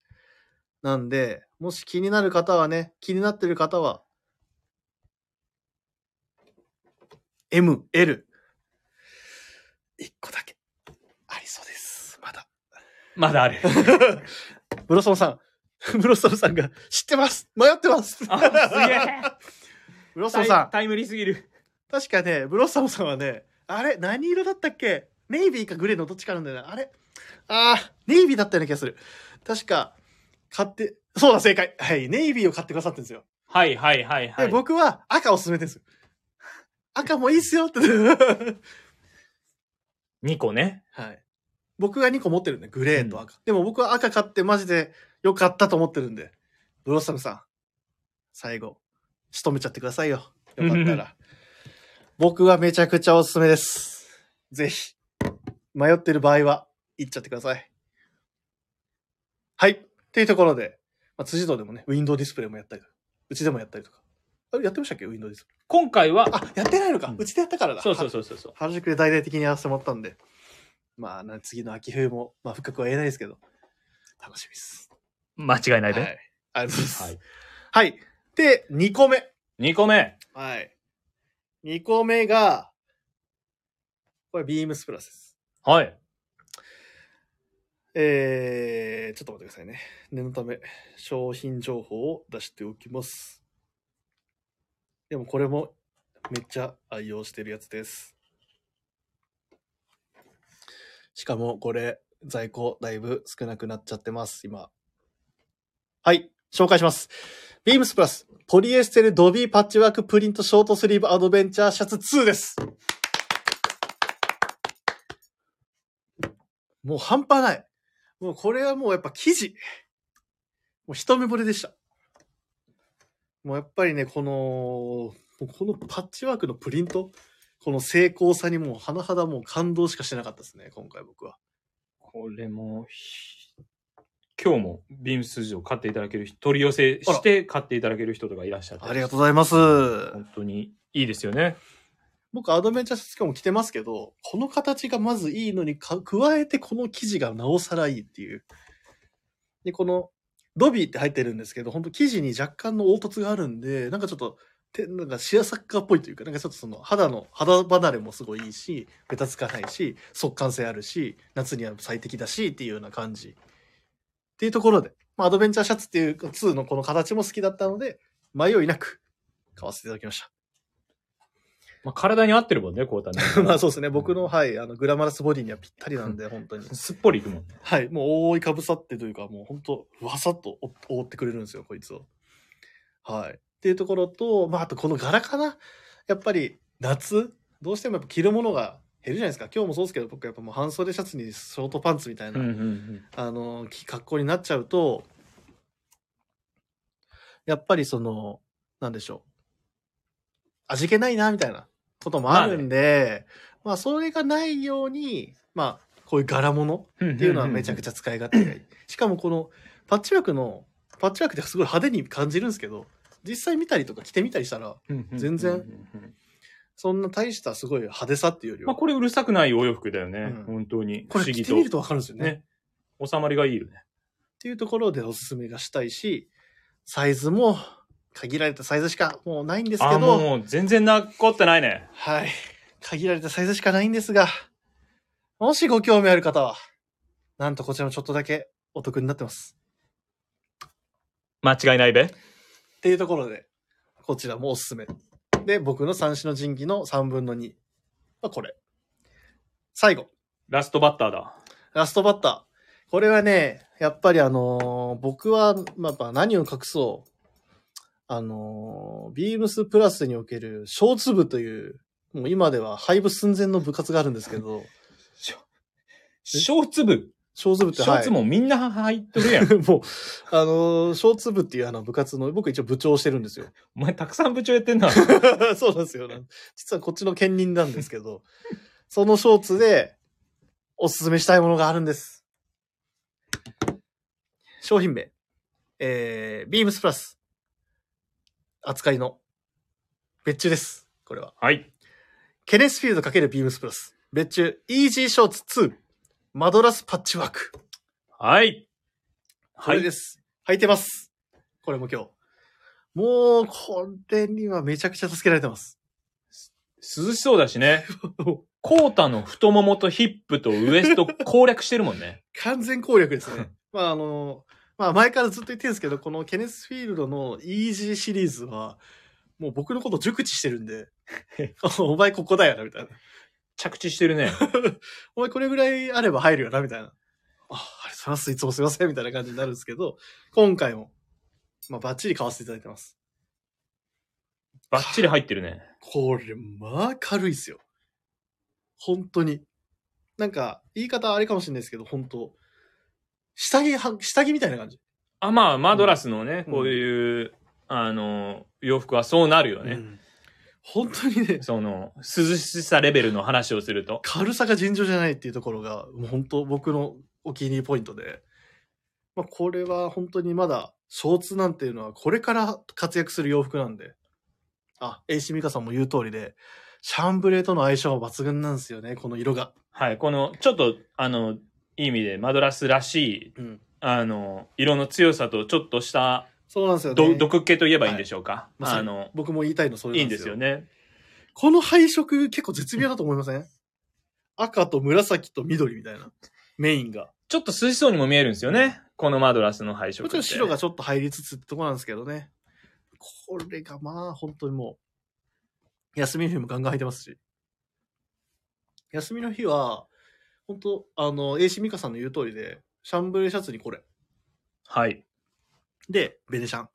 Speaker 2: なんで、もし気になる方はね、気になってる方は、M、L、一個だけ、ありそうです。まだ。
Speaker 1: まだある。
Speaker 2: ブロソンさん、 ブロソンさんが、知ってます迷ってます
Speaker 1: あ、すげえ。
Speaker 2: ブロソ
Speaker 1: タ
Speaker 2: ン
Speaker 1: イ
Speaker 2: さん、
Speaker 1: タイムリーすぎる。
Speaker 2: 確かね、ブロッサムさんはね、あれ何色だったっけネイビーかグレーのどっちかなんだよな。あれああ、ネイビーだったような気がする。確か、買って、そうだ、正解。はい、ネイビーを買ってくださってるんですよ。
Speaker 1: はいはいはいは
Speaker 2: で、
Speaker 1: い。
Speaker 2: 僕は赤おすすめですよ。赤もいいっすよって。
Speaker 1: 2個ね。
Speaker 2: はい。僕が2個持ってるんで、グレーと赤。でも僕は赤買ってマジで良かったと思ってるんで、ブロッサムさん、最後、仕留めちゃってくださいよ。よかった ら。僕はめちゃくちゃおすすめです。ぜひ、迷ってる場合は、行っちゃってください。はい。っていうところで、まあ、辻堂でもね、ウィンドウディスプレイもやったりとか、うちでもやったりとか。あれやってましたっけウィンドウディスプレイ。
Speaker 1: 今回は、
Speaker 2: あ、やってないのか。うちでやったからだ。
Speaker 1: そうそうそうそうそう。
Speaker 2: 原宿で大々的にやらせてもらったんで、まあ、な次の秋冬も、まあ、深くは言えないですけど、楽しみです。
Speaker 1: 間違いな
Speaker 2: はいい。あ
Speaker 1: で。
Speaker 2: りがとうございます。
Speaker 3: は
Speaker 2: はいい。で、2個目。
Speaker 1: 2個目。
Speaker 2: はい。2個目が、これ、ビームスプラスです。
Speaker 1: はい。
Speaker 2: えー、ちょっと待ってくださいね。念のため、商品情報を出しておきます。でもこれもめっちゃ愛用してるやつです。しかもこれ、在庫だいぶ少なくなっちゃってます、今。はい、紹介します。ビームスプラス、ポリエステルドビーパッチワークプリントショートスリーブアドベンチャーシャツ2です。もう半端ない。もうこれはもうやっぱ生地。もう一目惚れでした。もうやっぱりね、この、もうこのパッチワークのプリント、この精巧さにもう甚だもう感動しかしてなかったですね、今回僕は。
Speaker 1: これも、ひ今日もビームスジを買っていただける人、取り寄せして買っていただける人とかいらっしゃって。
Speaker 2: ありがとう
Speaker 1: う。
Speaker 2: ございます。
Speaker 1: 本当にいいですよね。
Speaker 2: 僕アドベンチャーシャツ今日も着てますけど、この形がまずいいのにか、加えてこの生地がなおさらいいっていう。で、このドビーって入ってるんですけど、本当生地に若干の凹凸があるんで、なんかちょっと、てなんかシアサッカーっぽいというか、なんかちょっとその肌の、肌離れもすごいいいし、べたつかないし、速乾性あるし、夏には最適だしっていうような感じ。っていうところで、まあ、アドベンチャーシャツっていう2のこの形も好きだったので、迷いなく買わせていただきました。。
Speaker 1: まあ、体に合ってるもんね、こうたね
Speaker 2: まあそうですね。僕の、はい、あの、グラマラスボディにはぴったりなんで、本当に。
Speaker 1: すっぽりいくもんね。
Speaker 2: はい、もう覆いかぶさってというか、もう本当わさっと覆覆ってくれるんですよ、こいつを。はい。っていうところと、まああとこの柄かな。やっぱり夏、どうしてもやっぱ着るものが減るじゃないですか。今日もそうですけど、僕やっぱもう半袖シャツにショートパンツみたいな、
Speaker 1: ん
Speaker 2: あの、き格好になっちゃうと、やっぱりその、なんでしょう。味気ないな、みたいなこともあるんで、まあ、それがないように、まあ、こういう柄物
Speaker 1: うん。っ
Speaker 2: っていうのはめちゃく
Speaker 1: ち
Speaker 2: ちゃ使い勝手がいい。しかもこの、パッチワークの、パッチワークってすごい派手に感じるんですけど、実際見たりとか着てみたりしたら、
Speaker 1: ゃ
Speaker 2: 全然。そんな大したすごい派手さっていうより
Speaker 1: まあ、
Speaker 2: は、
Speaker 1: これうるさくないお洋服だよね。
Speaker 2: うん
Speaker 1: 本当に。
Speaker 2: これ
Speaker 1: 不思
Speaker 2: 着
Speaker 1: 議
Speaker 2: てみるとわかるんですよね。
Speaker 1: ね。収まりがいいよね。
Speaker 2: っていうところでおすすめがしたいし、サイズも限られたサイズしかもうないんです
Speaker 1: あ
Speaker 2: け
Speaker 1: ー、
Speaker 2: ど、
Speaker 1: もう全然残ってないね。
Speaker 2: はい。限られたサイズしかないんですが、もしご興味ある方は、なんとこちらもちょっとだけお得になってます。
Speaker 1: 間違いないべ。
Speaker 2: っていうところで、こちらもおすすめ。で、僕の三種の神器の3分の2はこれ。最後。
Speaker 1: ラストバッターだ。
Speaker 2: ラストバッター。これはね、やっぱりあのー僕は、まあやっぱ何を隠そう。あのービームスプラスにおける小粒という、もう今では廃部寸前の部活があるんですけど、
Speaker 1: 小粒。
Speaker 2: 小粒って、
Speaker 1: 小
Speaker 2: はい、
Speaker 1: 粒
Speaker 2: も
Speaker 1: もみんな入っとるやん。
Speaker 2: う、あのー小粒っていうあの部活の、僕一応部長をしてるんですよ。
Speaker 1: お前たくさん部長やってんな。
Speaker 2: そうなんですよ。実はこっちの兼任なんですけど、そのショーツでおすすめしたいものがあるんです。商品名、えー、ビームスプラス、扱いの別注です。これは。
Speaker 1: はい。
Speaker 2: ケネスフィールド×ビームスプラス、別注、イージーショーツ2、マドラスパッチワーク。
Speaker 1: はい。
Speaker 2: こ
Speaker 1: は
Speaker 2: れ
Speaker 1: い
Speaker 2: で。す。履いてます。これも今日。もう、これにはめちゃくちゃ助けられてます。
Speaker 1: 涼しそうだし ね。コータの太ももとヒップとウエ スト攻略してるもんね。
Speaker 2: 完全攻略 ですね。まああの、まあ前からずっと言ってるんですけど、このケネスフィールドのイージーシリーズは、もう僕のこと熟知してるん で、お前ここだよな、みたいな。
Speaker 1: 着地してる ね。
Speaker 2: お前これぐらいあれば入るよな、みたいな。あ、ありがとうございます。いつもすいません、みたいな感じになるんですけど、今回も、まあバッチリ買わせていただいてます。
Speaker 1: バッチリ入ってるね。
Speaker 2: これ、まあ軽いですよ。本当に。なんか、言い方あれかもしれないですけど、本当下着は、下着みたいな感じ。
Speaker 1: あ、まあ、マドラスのね、
Speaker 2: うん
Speaker 1: こういう、あの、洋服はそうなるよ
Speaker 2: う
Speaker 1: ね。
Speaker 2: ん本当にね、
Speaker 1: その、涼しさレベルの話をすると。
Speaker 2: 軽さが尋常じゃないっていうところが、もう本当僕のお気に入りポイントで、まあ、これは本当にまだ、ショーツなんていうのはこれから活躍する洋服なんで、あ、エイシミカさんも言う通りで、シャンブレーとの相性は抜群なんですよね、この色が。
Speaker 1: はい。この、ちょっと、あの、いい意味で、マドラスらしい、
Speaker 2: うん。
Speaker 1: あの、色の強さと、ちょっとした、
Speaker 2: そうなんですよ
Speaker 1: ど
Speaker 2: ね。
Speaker 1: 毒気と言えばいいんでしょうか。
Speaker 2: まさに
Speaker 1: あの、
Speaker 2: 僕も言いたいのそれ
Speaker 1: いい
Speaker 2: なんん
Speaker 1: で
Speaker 2: です
Speaker 1: す
Speaker 2: よ
Speaker 1: よ。ね。
Speaker 2: この配色結構絶妙だと思いません赤と紫と緑みたいな。メインが。
Speaker 1: ちょっと涼しそうにも見えるんですよね。このマドラスの配色
Speaker 2: も
Speaker 1: っ
Speaker 2: ち
Speaker 1: て。
Speaker 2: ろん白がちょっと入りつつってとこなんですけどね。これがまあ本当にもう、休みの日もガンガン履いてますし。休みの日は、本当あの、エイシミカさんの言う通りで、シャンブレーシャツにこれ。
Speaker 1: はい。
Speaker 2: で、ベネシャン。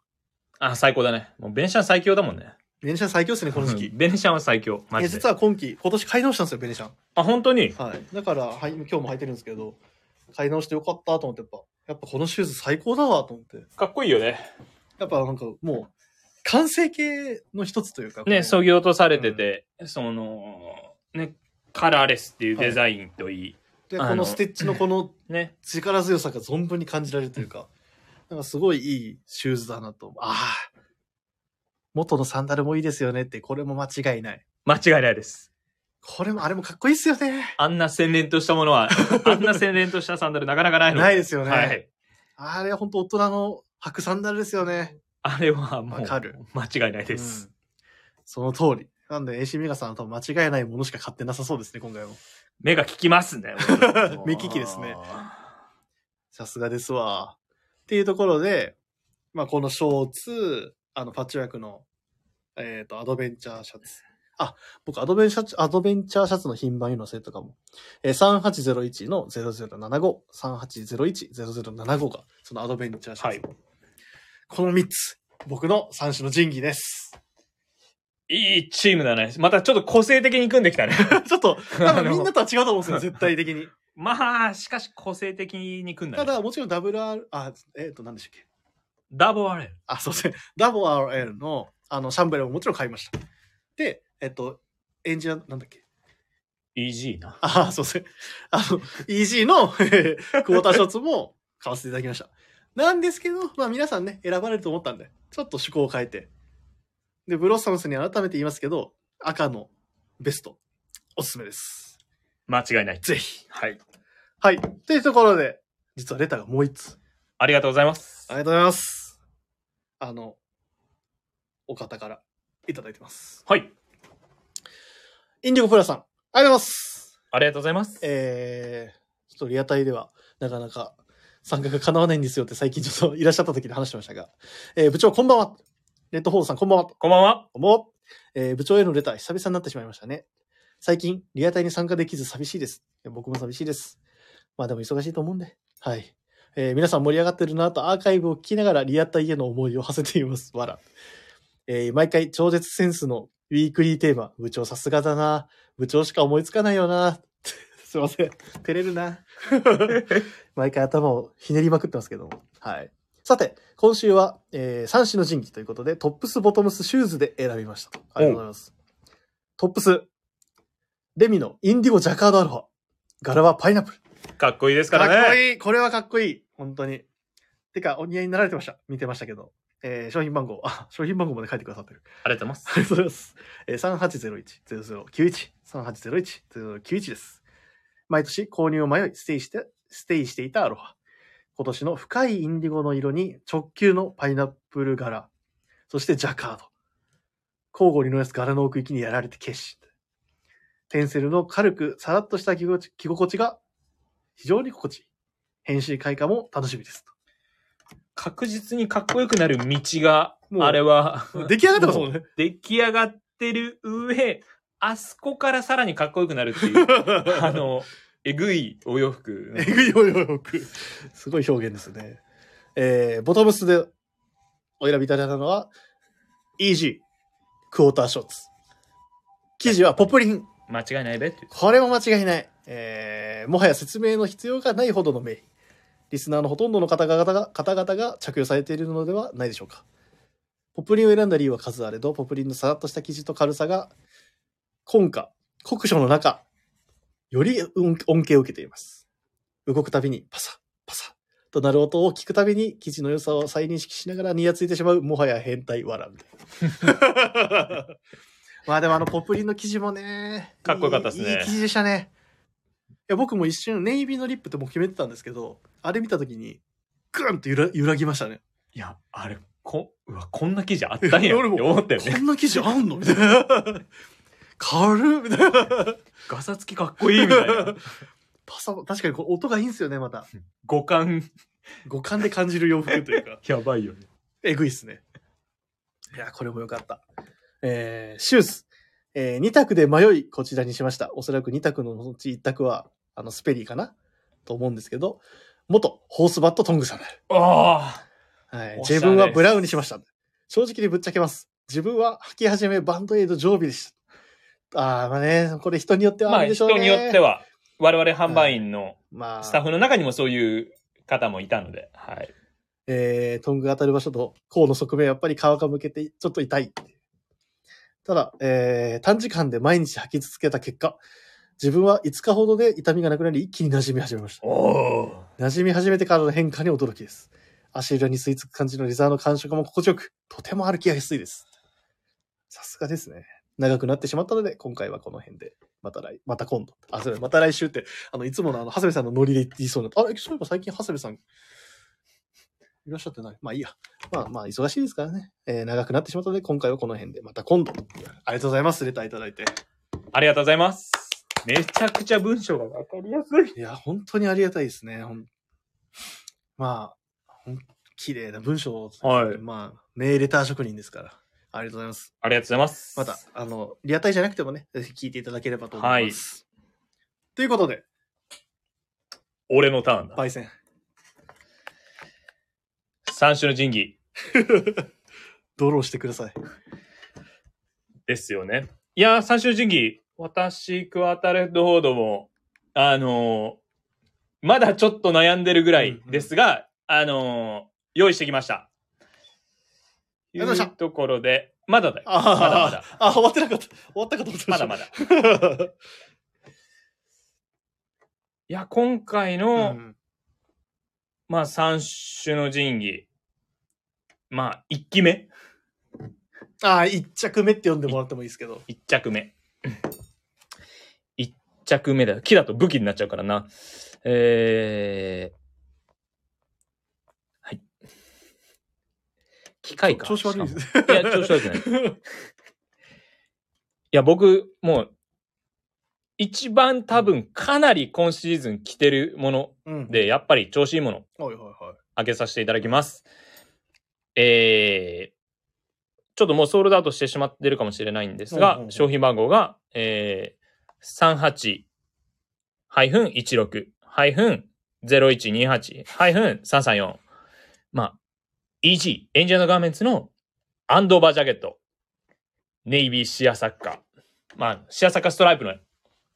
Speaker 1: あ、最高だね。もう、ベネシャン最強だもんね。
Speaker 2: ベネシャン最強ですね、この時期。
Speaker 1: ベネシャンは最強。マ
Speaker 2: いや
Speaker 1: ジで
Speaker 2: 実。は今季、今年買い直したんですよ、ベネシャン。
Speaker 1: あ、本当に
Speaker 2: はい。だから、はい、今日も履いてるんですけど、買い直してよかったと思って、やっぱ、やっぱこのシューズ最高だわと思って。
Speaker 1: かっこいいよね。
Speaker 2: やっぱなんかもう、完成形の一つというか。こ
Speaker 1: ね、
Speaker 2: の
Speaker 1: そぎ落とされてて、その、ね、カラーレスっていうデザインといい、
Speaker 2: で、
Speaker 1: あの
Speaker 2: このステッチのこの
Speaker 1: ね。
Speaker 2: 力強さが存分に感じられるというか、なんかすごいいいシューズだなと。ああ、元のサンダルもいいですよねって、これも間違いない。
Speaker 1: 間違いないです。
Speaker 2: これも、あれもかっこいいですよね。
Speaker 1: あんな洗練としたもの は、あんな洗練としたサンダルなかなかないの
Speaker 2: ないですよね
Speaker 1: はい。
Speaker 2: あれ、本当大人の履くサンダルですよね。
Speaker 1: あれはもう、
Speaker 2: わかる
Speaker 1: 間違いないです。
Speaker 2: うんその通り。なんで、AC メガさんは多分間違いないものしか買ってなさそうですね、今回も。
Speaker 1: 目が利きますね。 もう
Speaker 2: 目利きですね。さすがですわ。っていうところで、まあ、このショーツ、あの、パッチワークの、えっ、と、アドベンチャーシャツ。あ、僕、アドベンチャー、アドベンチャーシャツの品番言うのせいとかも。えー、3801の0075、3801、0075が、そのアドベンチャーシャツ。
Speaker 1: はい
Speaker 2: この3つ、僕の3種の神 器です。
Speaker 1: いいチームだね。またちょっと個性的に組んできたね。
Speaker 2: ちょっと、多
Speaker 1: あの
Speaker 2: 分みんなとは違うと思うんです よ、絶対的に。
Speaker 1: まあ、しかし個性的に組んだ、
Speaker 2: た
Speaker 1: ね。
Speaker 2: だ、もちろん WR、あ、えっ、と、なんでしたっけ
Speaker 1: ダボあれ。
Speaker 2: あ、そうですね。WRL の、あの、シャンブレーももちろん買いました。で、えっと、エンジニア、なんだっけ
Speaker 1: イージーな。
Speaker 2: あ、そうですね。あの、EG の、えークォーターショーツも買わせていただきました。なんですけど、まあ皆さんね、選ばれると思ったんで、ちょっと趣向を変えて。で、ブロッサムスに改めて言いますけど、赤のベスト、おすすめです。
Speaker 1: 間違いない。
Speaker 2: ぜひ。
Speaker 1: はい。
Speaker 2: はい。というところで、実はレターがもう一つ。
Speaker 1: ありがとうございます
Speaker 2: あ。りがとうございます。あの、お方からいただいてます。
Speaker 1: はい。
Speaker 2: インディゴプラさん、ありがとうございます。
Speaker 1: ありがとうございます。
Speaker 2: えー、ちょっとリアタイではなかなか参加が叶わないんですよって最近ちょっといらっしゃった時に話してましたが、えー、部長こんばんは。レッドホールさんこんばんは。
Speaker 1: こんばんは。
Speaker 2: どうも、えー部長へのレター久々になってしまいましたね。最近、リアタイに参加できず寂しいです。いや僕も寂しいです。まあでも忙しいと思うんで。はい。えー皆さん盛り上がってるなとアーカイブを聞きながらリアタイへの思いを馳せています。わら。えー毎回超絶センスのウィークリーテーマ、部長さすがだな。部長しか思いつかないよな。 すいません。照れるな。毎回頭をひねりまくってますけども。はい。さて、今週は、えー、三種の神器ということで、トップス、ボトムス、シューズで選びました。ありがとうございます。トップス、レミのインディゴジャカードアルファ。柄はパイナップル。
Speaker 1: かっこいいですからね。
Speaker 2: っこいいこれはかっこいい本当に。てか、お似合いになられてました。見てましたけど。えー、商品番号、あ、商品番号まで書いてくださってる。
Speaker 1: ありがとうございます。
Speaker 2: ありがとうございます。えー、3801-0091、3801-0091です。毎年購入を迷い、ステイして、ステイしていたアロハ。今年の深いインディゴの色に直球のパイナップル柄、そしてジャカード。交互にのやす柄の奥行きにやられて決心。テンセルの軽くさらっとした着心地着心地が非常に心地いい。編集開花も楽しみです。
Speaker 1: 確実にかっこよくなる道が、
Speaker 2: もう
Speaker 1: あれは、
Speaker 2: 出来上がってますもんね。
Speaker 1: 出来上がってる上、あそこからさらにかっこよくなるって いう、 あの、えぐいお洋服。
Speaker 2: えぐいお洋服。すごい表現ですね。えー、ボトムスでお選びいただいたのは、イージー、クォーターショーツ。生地はポプリン。
Speaker 1: 間違いないべっていう。
Speaker 2: これも間違いない。えーもはや説明の必要がないほどの名医リスナーのほとんどの方々が方々が着用されているのではないでしょうかポプリンを選んだ理由は数あれどポプリンのさらっとした生地と軽さが今夏酷暑の中より恩恩恵を受けています動くたびにパサッパサッとなる音を聞くたびに生地の良さを再認識しながらにやついてしまうもはや変態わらみた いなまあでもあのポプリンの生地もね
Speaker 1: かっこよかったっすね
Speaker 2: いいいい生地でしたねいや僕も一瞬ネイビーのリップってもう決めてたんですけどあれ見た時にグンと揺ら揺らぎましたね
Speaker 1: いや、あれ、こ、うわ、こんな記事あったんやって
Speaker 2: 俺も
Speaker 1: 思ったよ
Speaker 2: こ
Speaker 1: ね。
Speaker 2: んな生地あんのみたいな軽っみたいな
Speaker 1: ガサつきかっこいいみたい な。
Speaker 2: パサ確かにこう音がいいんですよね また
Speaker 1: 五感、
Speaker 2: 五感で感じる洋服というか
Speaker 1: やばいよね。
Speaker 2: えぐいっすねいやこれもよかったえー、シュース、え2択で迷いこちらにしましたおそらく2択のうち1択はあのスペリーかなと思うんですけど元ホースバットトングサム
Speaker 1: あ
Speaker 2: はい、
Speaker 1: おしゃれ
Speaker 2: 自分はブラウンにしました。正直にぶっちゃけます。自分は履き始めバンドエイド常備でした。ああ、まあね、これ人によって
Speaker 1: あ。
Speaker 2: は
Speaker 1: ま
Speaker 2: あ
Speaker 1: あ、
Speaker 2: るでしょう
Speaker 1: 人
Speaker 2: ね。
Speaker 1: によって。は、我々販売員の
Speaker 2: まあ、
Speaker 1: スタッフの中にもそういう方もいたので、はい。
Speaker 2: えー、トングが当たる場所と、甲の側面はやっぱり皮が向けてちょっと痛い。ただ、えー、短時間で毎日履き続けた結果、自分は5日ほどで痛みがなくなり、一気に馴染み始めました。
Speaker 1: おー
Speaker 2: 馴染み始めてからの変化に驚きです。足裏に吸い付く感じのレザーの感触も心地よく、とても歩きやすいです。さすがですね。長くなってしまったので、今回はこの辺で。また来、また今度。あ、それ、また来週って、あの、いつものあの、長谷部さんのノリで言いそうになった。あれ、そういえば最近長谷部さん、いらっしゃってない。まあいいや。まあまあ、忙しいですからね。えー長くなってしまったので、今回はこの辺で。また今度。ありがとうございます。レターいただいて。
Speaker 1: ありがとうございます。めちゃくちゃ文章がわかりやすい。
Speaker 2: いや、本当にありがたいですね。ほんまあ、ほん綺麗な文章を
Speaker 1: はい
Speaker 2: まあ、名レター職人ですから。ありがとうございます。
Speaker 1: ありがとうございます。
Speaker 2: また、あの、リアタイじゃなくてもね、ぜひ聞いていただければと思います。ということで、
Speaker 1: 俺のターンだ。
Speaker 2: 焙煎。
Speaker 1: 三種の神器
Speaker 2: ドローしてください。
Speaker 1: ですよね。いやー、三種の神器、私、クワタレッドフォードも、あのーまだちょっと悩んでるぐらいですが、あのー用意してきました。
Speaker 2: りがとうございました
Speaker 1: いうところで、まだだよ。
Speaker 2: あ
Speaker 1: まだま
Speaker 2: あ
Speaker 1: だ。
Speaker 2: あ、終わってなかった。終わったかと思って
Speaker 1: まだまだ。い
Speaker 2: だ。
Speaker 1: や、今回
Speaker 2: う
Speaker 1: の、
Speaker 2: ん、
Speaker 1: まあ、三種の神器。まあ、一期目
Speaker 2: ああ、一着目って呼んでもらってもいいですけど。
Speaker 1: 一着目。一着目だよ。木だと武器になっちゃうからな。えー、はい。機械か。
Speaker 2: 調子悪いです
Speaker 1: しかもいや、調子悪くない。いや、僕、もう、一番多分かなり今シーズン着てるもの
Speaker 2: うん。
Speaker 1: で、やっぱり調子いいもの、
Speaker 2: はいはいはい。
Speaker 1: 上げさせていただきます。えー、ちょっともうソールドアウトしてしまってるかもしれないんですが、
Speaker 2: うんうんうん
Speaker 1: 商品番号が、えー、38-16-0128-334。まあ、EG、エンジェルガーメンツのアンドオーバージャケット。ネイビーシアサッカー。まあ、シアサッカーストライプの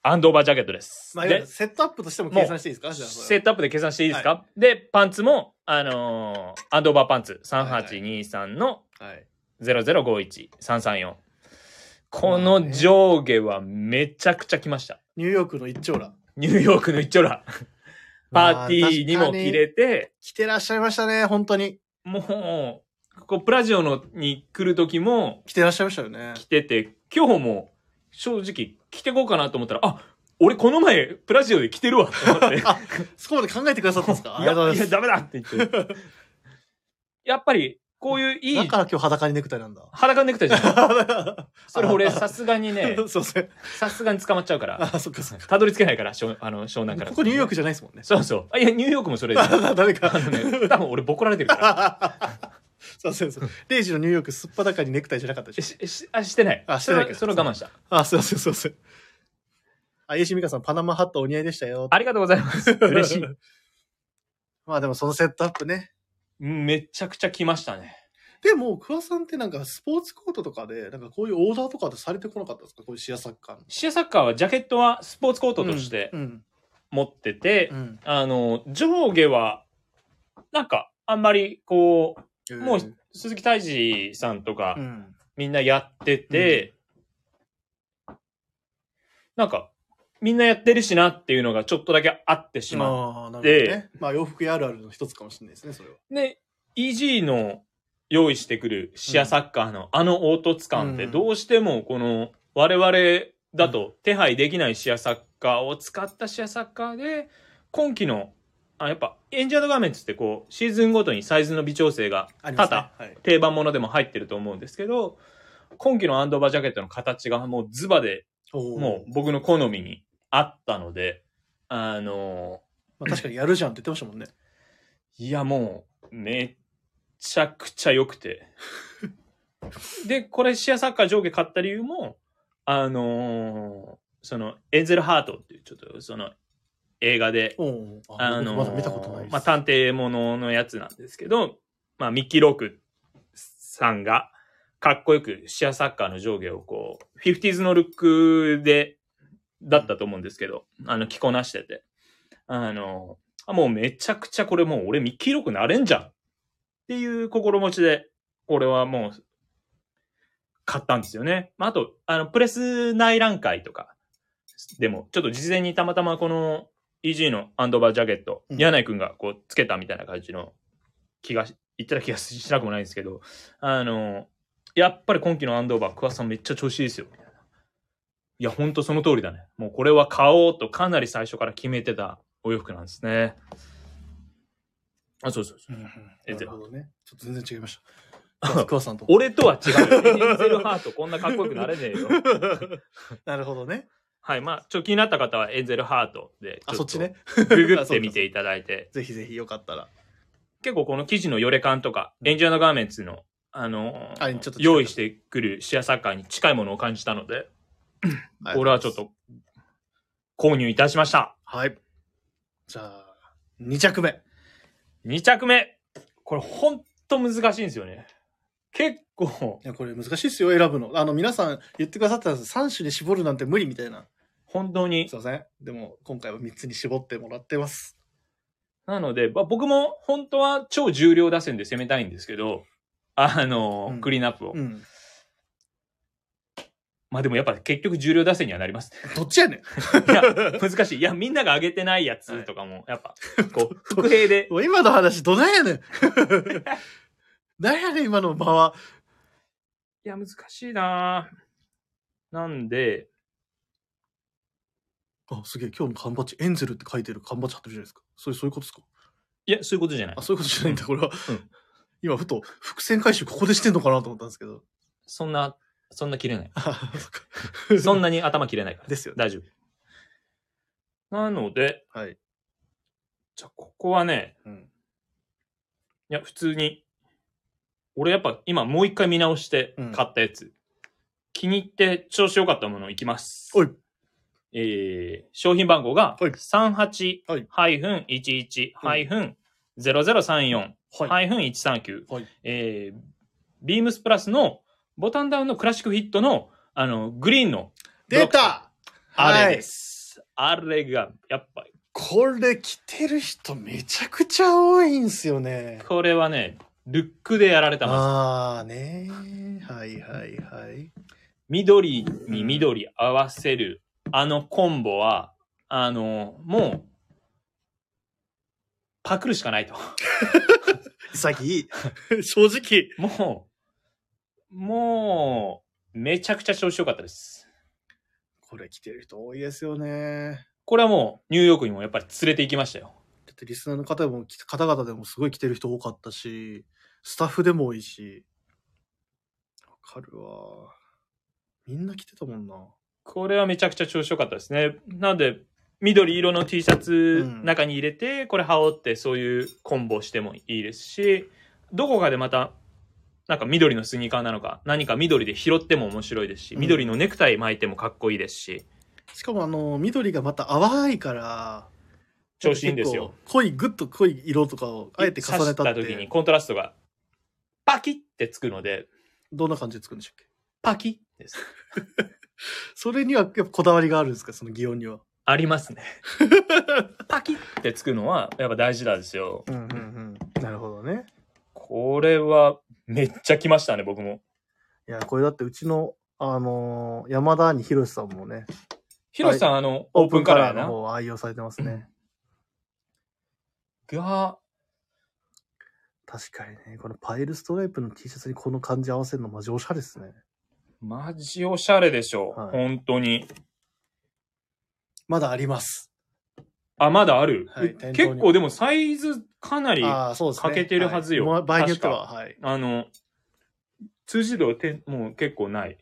Speaker 1: アンドオーバージャケットです。
Speaker 2: まあ、いわゆ
Speaker 1: で
Speaker 2: るセットアップとしても計算していいですかじゃあそ
Speaker 1: セ
Speaker 2: れ
Speaker 1: ットアップで計算していいですか、で、パンツも、あのーアンドオーバーパンツ3823の
Speaker 2: はい。
Speaker 1: 0051334。この上下はめちゃくちゃ来ました。
Speaker 2: ニューヨークの一丁ら。
Speaker 1: ニューヨークの一丁 ら。パーティーにも着れて、
Speaker 2: 来てらっしゃいましたね、本当に。
Speaker 1: もう、ここプラジオのに来る時も
Speaker 2: 来てらっしゃいましたよね。
Speaker 1: 着てて、今日も正直着てこうかなと思ったら、あ、俺この前プラジオで着てるわと思って。
Speaker 2: あ、そこまで考えてくださったんですかあ
Speaker 1: い
Speaker 2: り
Speaker 1: や
Speaker 2: がとうご
Speaker 1: い
Speaker 2: ざ
Speaker 1: や、
Speaker 2: いま
Speaker 1: ダメだって言って。やっぱり、こういう
Speaker 2: す。
Speaker 1: い
Speaker 2: だ
Speaker 1: い
Speaker 2: から今日裸にネクタイなんだ。
Speaker 1: 裸ネクタイじゃない。それ俺、
Speaker 2: あ
Speaker 1: さすがにね、
Speaker 2: すいません。
Speaker 1: さすがに捕まっちゃうから、
Speaker 2: あ、そっかそっか。
Speaker 1: たどり着けないから、湘あの湘南から。
Speaker 2: ここニューヨークじゃないですもんね。
Speaker 1: そうそう。あいや、ニューヨークもそれで。あ
Speaker 2: あダメか。
Speaker 1: のね、多分俺、ボコられてるから。
Speaker 2: すいません。レイジのニューヨークすっぱだかにネクタイじゃなか ったでしょ。
Speaker 1: ししあしてない。
Speaker 2: あしてないか
Speaker 1: それはそれは我慢した。
Speaker 2: あ、すいません、すいません。あ、イエシミカさん、パナマハットお似合いでしたよ。
Speaker 1: ありがとうございます。嬉 しい。。
Speaker 2: まあでもそのセットアップね。
Speaker 1: めちゃくちゃ来ましたね。
Speaker 2: でも、桑さんってなんかスポーツコートとかで、なんかこういうオーダーとかってされてこなかったですかこういうシアサッカーの。
Speaker 1: シアサッカーはジャケットはスポーツコートとして
Speaker 2: うん。
Speaker 1: 持ってて、
Speaker 2: うん
Speaker 1: あの、上下は、なんか、あんまり、こう、
Speaker 2: うん
Speaker 1: もう鈴木泰治さんとか、
Speaker 2: うん。
Speaker 1: みんなやってて、なんか、みんなやってるしなっていうのがちょっとだけあってしまう。
Speaker 2: まあ、なるほど
Speaker 1: で
Speaker 2: ね。まあ、洋服やあるあるの一つかもしれないですね、それは。
Speaker 1: で、EG の用意してくるシアサッカーのあの凹凸感って
Speaker 2: うん
Speaker 1: どうしてもこの我々だと手配できないシアサッカーを使ったシアサッカーで、今期の、あやっぱエンジャードガーメンツってこうシーズンごとにサイズの微調整が
Speaker 2: あり
Speaker 1: 多
Speaker 2: ます
Speaker 1: 々
Speaker 2: ね。はい。
Speaker 1: 定番ものでも入ってると思うんですけど、今期のアンドバージャケットの形がもうズバで
Speaker 2: おー
Speaker 1: もう僕の好みに合ったので、あの
Speaker 2: まあ、確かにやるじゃんって言ってましたもんね。
Speaker 1: いやもう、めちゃくちゃ良く て。で、これシアサッカー上下買った理由も、あのーその、エンゼルハートっていう、ちょっと、その、映画で、
Speaker 2: おー
Speaker 1: あのー
Speaker 2: まだ見たことないです。
Speaker 1: まあ、探偵もののやつなんですけど、まあ、ミッキー・ロークさんが、かっこよくシアサッカーの上下をこう、フィフティーズのルックで、だったと思うんですけど、あの、着こなしてて。あの、あもうめちゃくちゃこれもう俺ミッキー・ロークなれんじゃんっていう心持ちで、これはもう、買ったんですよね。まあ、あと、あの、プレス内覧会とか、でも、ちょっと事前にたまたまこの EG のアンドバージャケット、
Speaker 2: うん
Speaker 1: 柳井くんがこう、つけたみたいな感じの気がし、言ったら気がしなくもないんですけど、あの、やっぱり今期のアンドバー、桑田さんめっちゃ調子いいですよ。みたいな。いや、ほんとその通りだね。もうこれは買おうとかなり最初から決めてたお洋服なんですね。あ、そうそうそう。
Speaker 2: うんうんなるほどね。ちょっと全然違いました。
Speaker 1: あ
Speaker 2: 桑桑さ んと。
Speaker 1: 俺とは違うよ。エンゼルハート、こんなかっこよくなれねえよ。
Speaker 2: なるほどね。
Speaker 1: はい、まあ、ちょっと気になった方はエンゼルハートで、
Speaker 2: あ、そっちね。。
Speaker 1: ググって みていただいて、
Speaker 2: ぜひぜひよかったら。
Speaker 1: 結構この記事のよれ感とか、エンジェのガーメンツの、あのー
Speaker 2: あちょっと近い
Speaker 1: 用意してくるシェアサッカーに近いものを感じたので、俺はちょっ。と、購入いたしました。
Speaker 2: はい。じゃあ、2着目。
Speaker 1: 2着目これほんと難しいんですよね。結構
Speaker 2: い、や、これ難しいですよ、選ぶの。あの、皆さん言ってくださったんです。3種に絞るなんて無理みたいな。
Speaker 1: 本当に
Speaker 2: すいません。でも、今回は3つに絞ってもらってます。
Speaker 1: なので、まあ、僕も本当は超重量打線で攻めたいんですけど、あの、
Speaker 2: うん
Speaker 1: クリーンアップを。
Speaker 2: うん。
Speaker 1: まあでもやっぱ結局重量打線にはなり ますね。
Speaker 2: どっちやねん。
Speaker 1: いや、難しい。いや、みんなが上げてないやつとかも、やっぱ、 こう、伏兵で。
Speaker 2: もう今の話、どないやねん。 なんやねん、今の間は。
Speaker 1: いや、難しいなぁなんで、
Speaker 2: あ、すげえ、今日の缶バッチ、エンゼルって書いてる缶バッチ貼ってるじゃないですか。それ、そういうことですか
Speaker 1: いや、そういうことじゃない
Speaker 2: あ、。そういうことじゃないんだ、これは。
Speaker 1: うん
Speaker 2: 今、ふと、伏線回収ここでしてんのかなと思ったんですけど。
Speaker 1: そんな、そんな切れ ない。
Speaker 2: あ、 そっか。
Speaker 1: そんなに頭切れないから。
Speaker 2: ですよね。
Speaker 1: 大丈夫。なので、
Speaker 2: はい。
Speaker 1: じゃあここはね、
Speaker 2: うん。
Speaker 1: いや、普通に。俺やっぱ今もう一回見直して
Speaker 2: うん
Speaker 1: 買ったやつ。気に入って調子良かったものいきます。
Speaker 2: おい。
Speaker 1: えー、商品番号が
Speaker 2: はい
Speaker 1: 38-11-0034-139、
Speaker 2: はい。はい
Speaker 1: えー、ビームスプラスのボタンダウンのクラシックフィットの、あの、グリーンの
Speaker 2: 出た。
Speaker 1: あれですす。あれが、やっぱり、
Speaker 2: これ着てる人めちゃくちゃ多いんすよね。
Speaker 1: これはね、ルックでやられたます。
Speaker 2: ああねはいはい はい。
Speaker 1: 緑に緑合わせる、あのコンボは、あの、もう、パクるしかないと。
Speaker 2: 潔い。正直。
Speaker 1: もう、もう、めちゃくちゃ調子良かったです。
Speaker 2: これ着てる人多いですよね。
Speaker 1: これはもう、ニューヨークにもやっぱり連れて行きましたよ。
Speaker 2: だってリスナーの方も、方々でもすごい着てる人多かったし、スタッフでも多いし。わかるわ。みんな着てたもんな。
Speaker 1: これはめちゃくちゃ調子良かったですね。なんで、緑色の T シャツ
Speaker 2: うん
Speaker 1: 中に入れて、これ羽織ってそういうコンボしてもいいですし、どこかでまた、なんか緑のスニーカーなのか、何か緑で拾っても面白いですし、
Speaker 2: うん
Speaker 1: 緑のネクタイ巻いてもかっこいいですし、
Speaker 2: しかもあの、緑がまた淡いから、
Speaker 1: 調子いいんですよ。
Speaker 2: 濃い、ぐっと濃い色とかをあえて重ねたって。
Speaker 1: 刺した時にコントラストが、パキってつくので、
Speaker 2: どんな感じで作るんでしたっけ
Speaker 1: パキです。
Speaker 2: それにはやっぱこだわりがあるんですかその擬音には。
Speaker 1: あります ね。パキってつくのは、やっぱ大事なんですよ。
Speaker 2: うんうんうん。なるほどね。
Speaker 1: これは、めっちゃ来ましたね、僕も。
Speaker 2: いや、これだってうちの、あのー山田兄ひろしさんもね、
Speaker 1: ヒロシさん、あの、オープンカラー
Speaker 2: の
Speaker 1: な。
Speaker 2: 方を愛用されてますね。
Speaker 1: が、
Speaker 2: 確かにね、このパイルストライプの T シャツにこの感じ合わせるのマジオシャレですね。
Speaker 1: マジオシャレでしょ。
Speaker 2: はい
Speaker 1: 本当に。
Speaker 2: まだあります。
Speaker 1: あ、まだある、
Speaker 2: は
Speaker 1: え
Speaker 2: い店頭に
Speaker 1: 結構でもサイズかなり、あ
Speaker 2: ああ、そうですね。
Speaker 1: 欠けてるはずよ
Speaker 2: はいもう場合によっては、はい。
Speaker 1: の、通じ度てもう結構ない。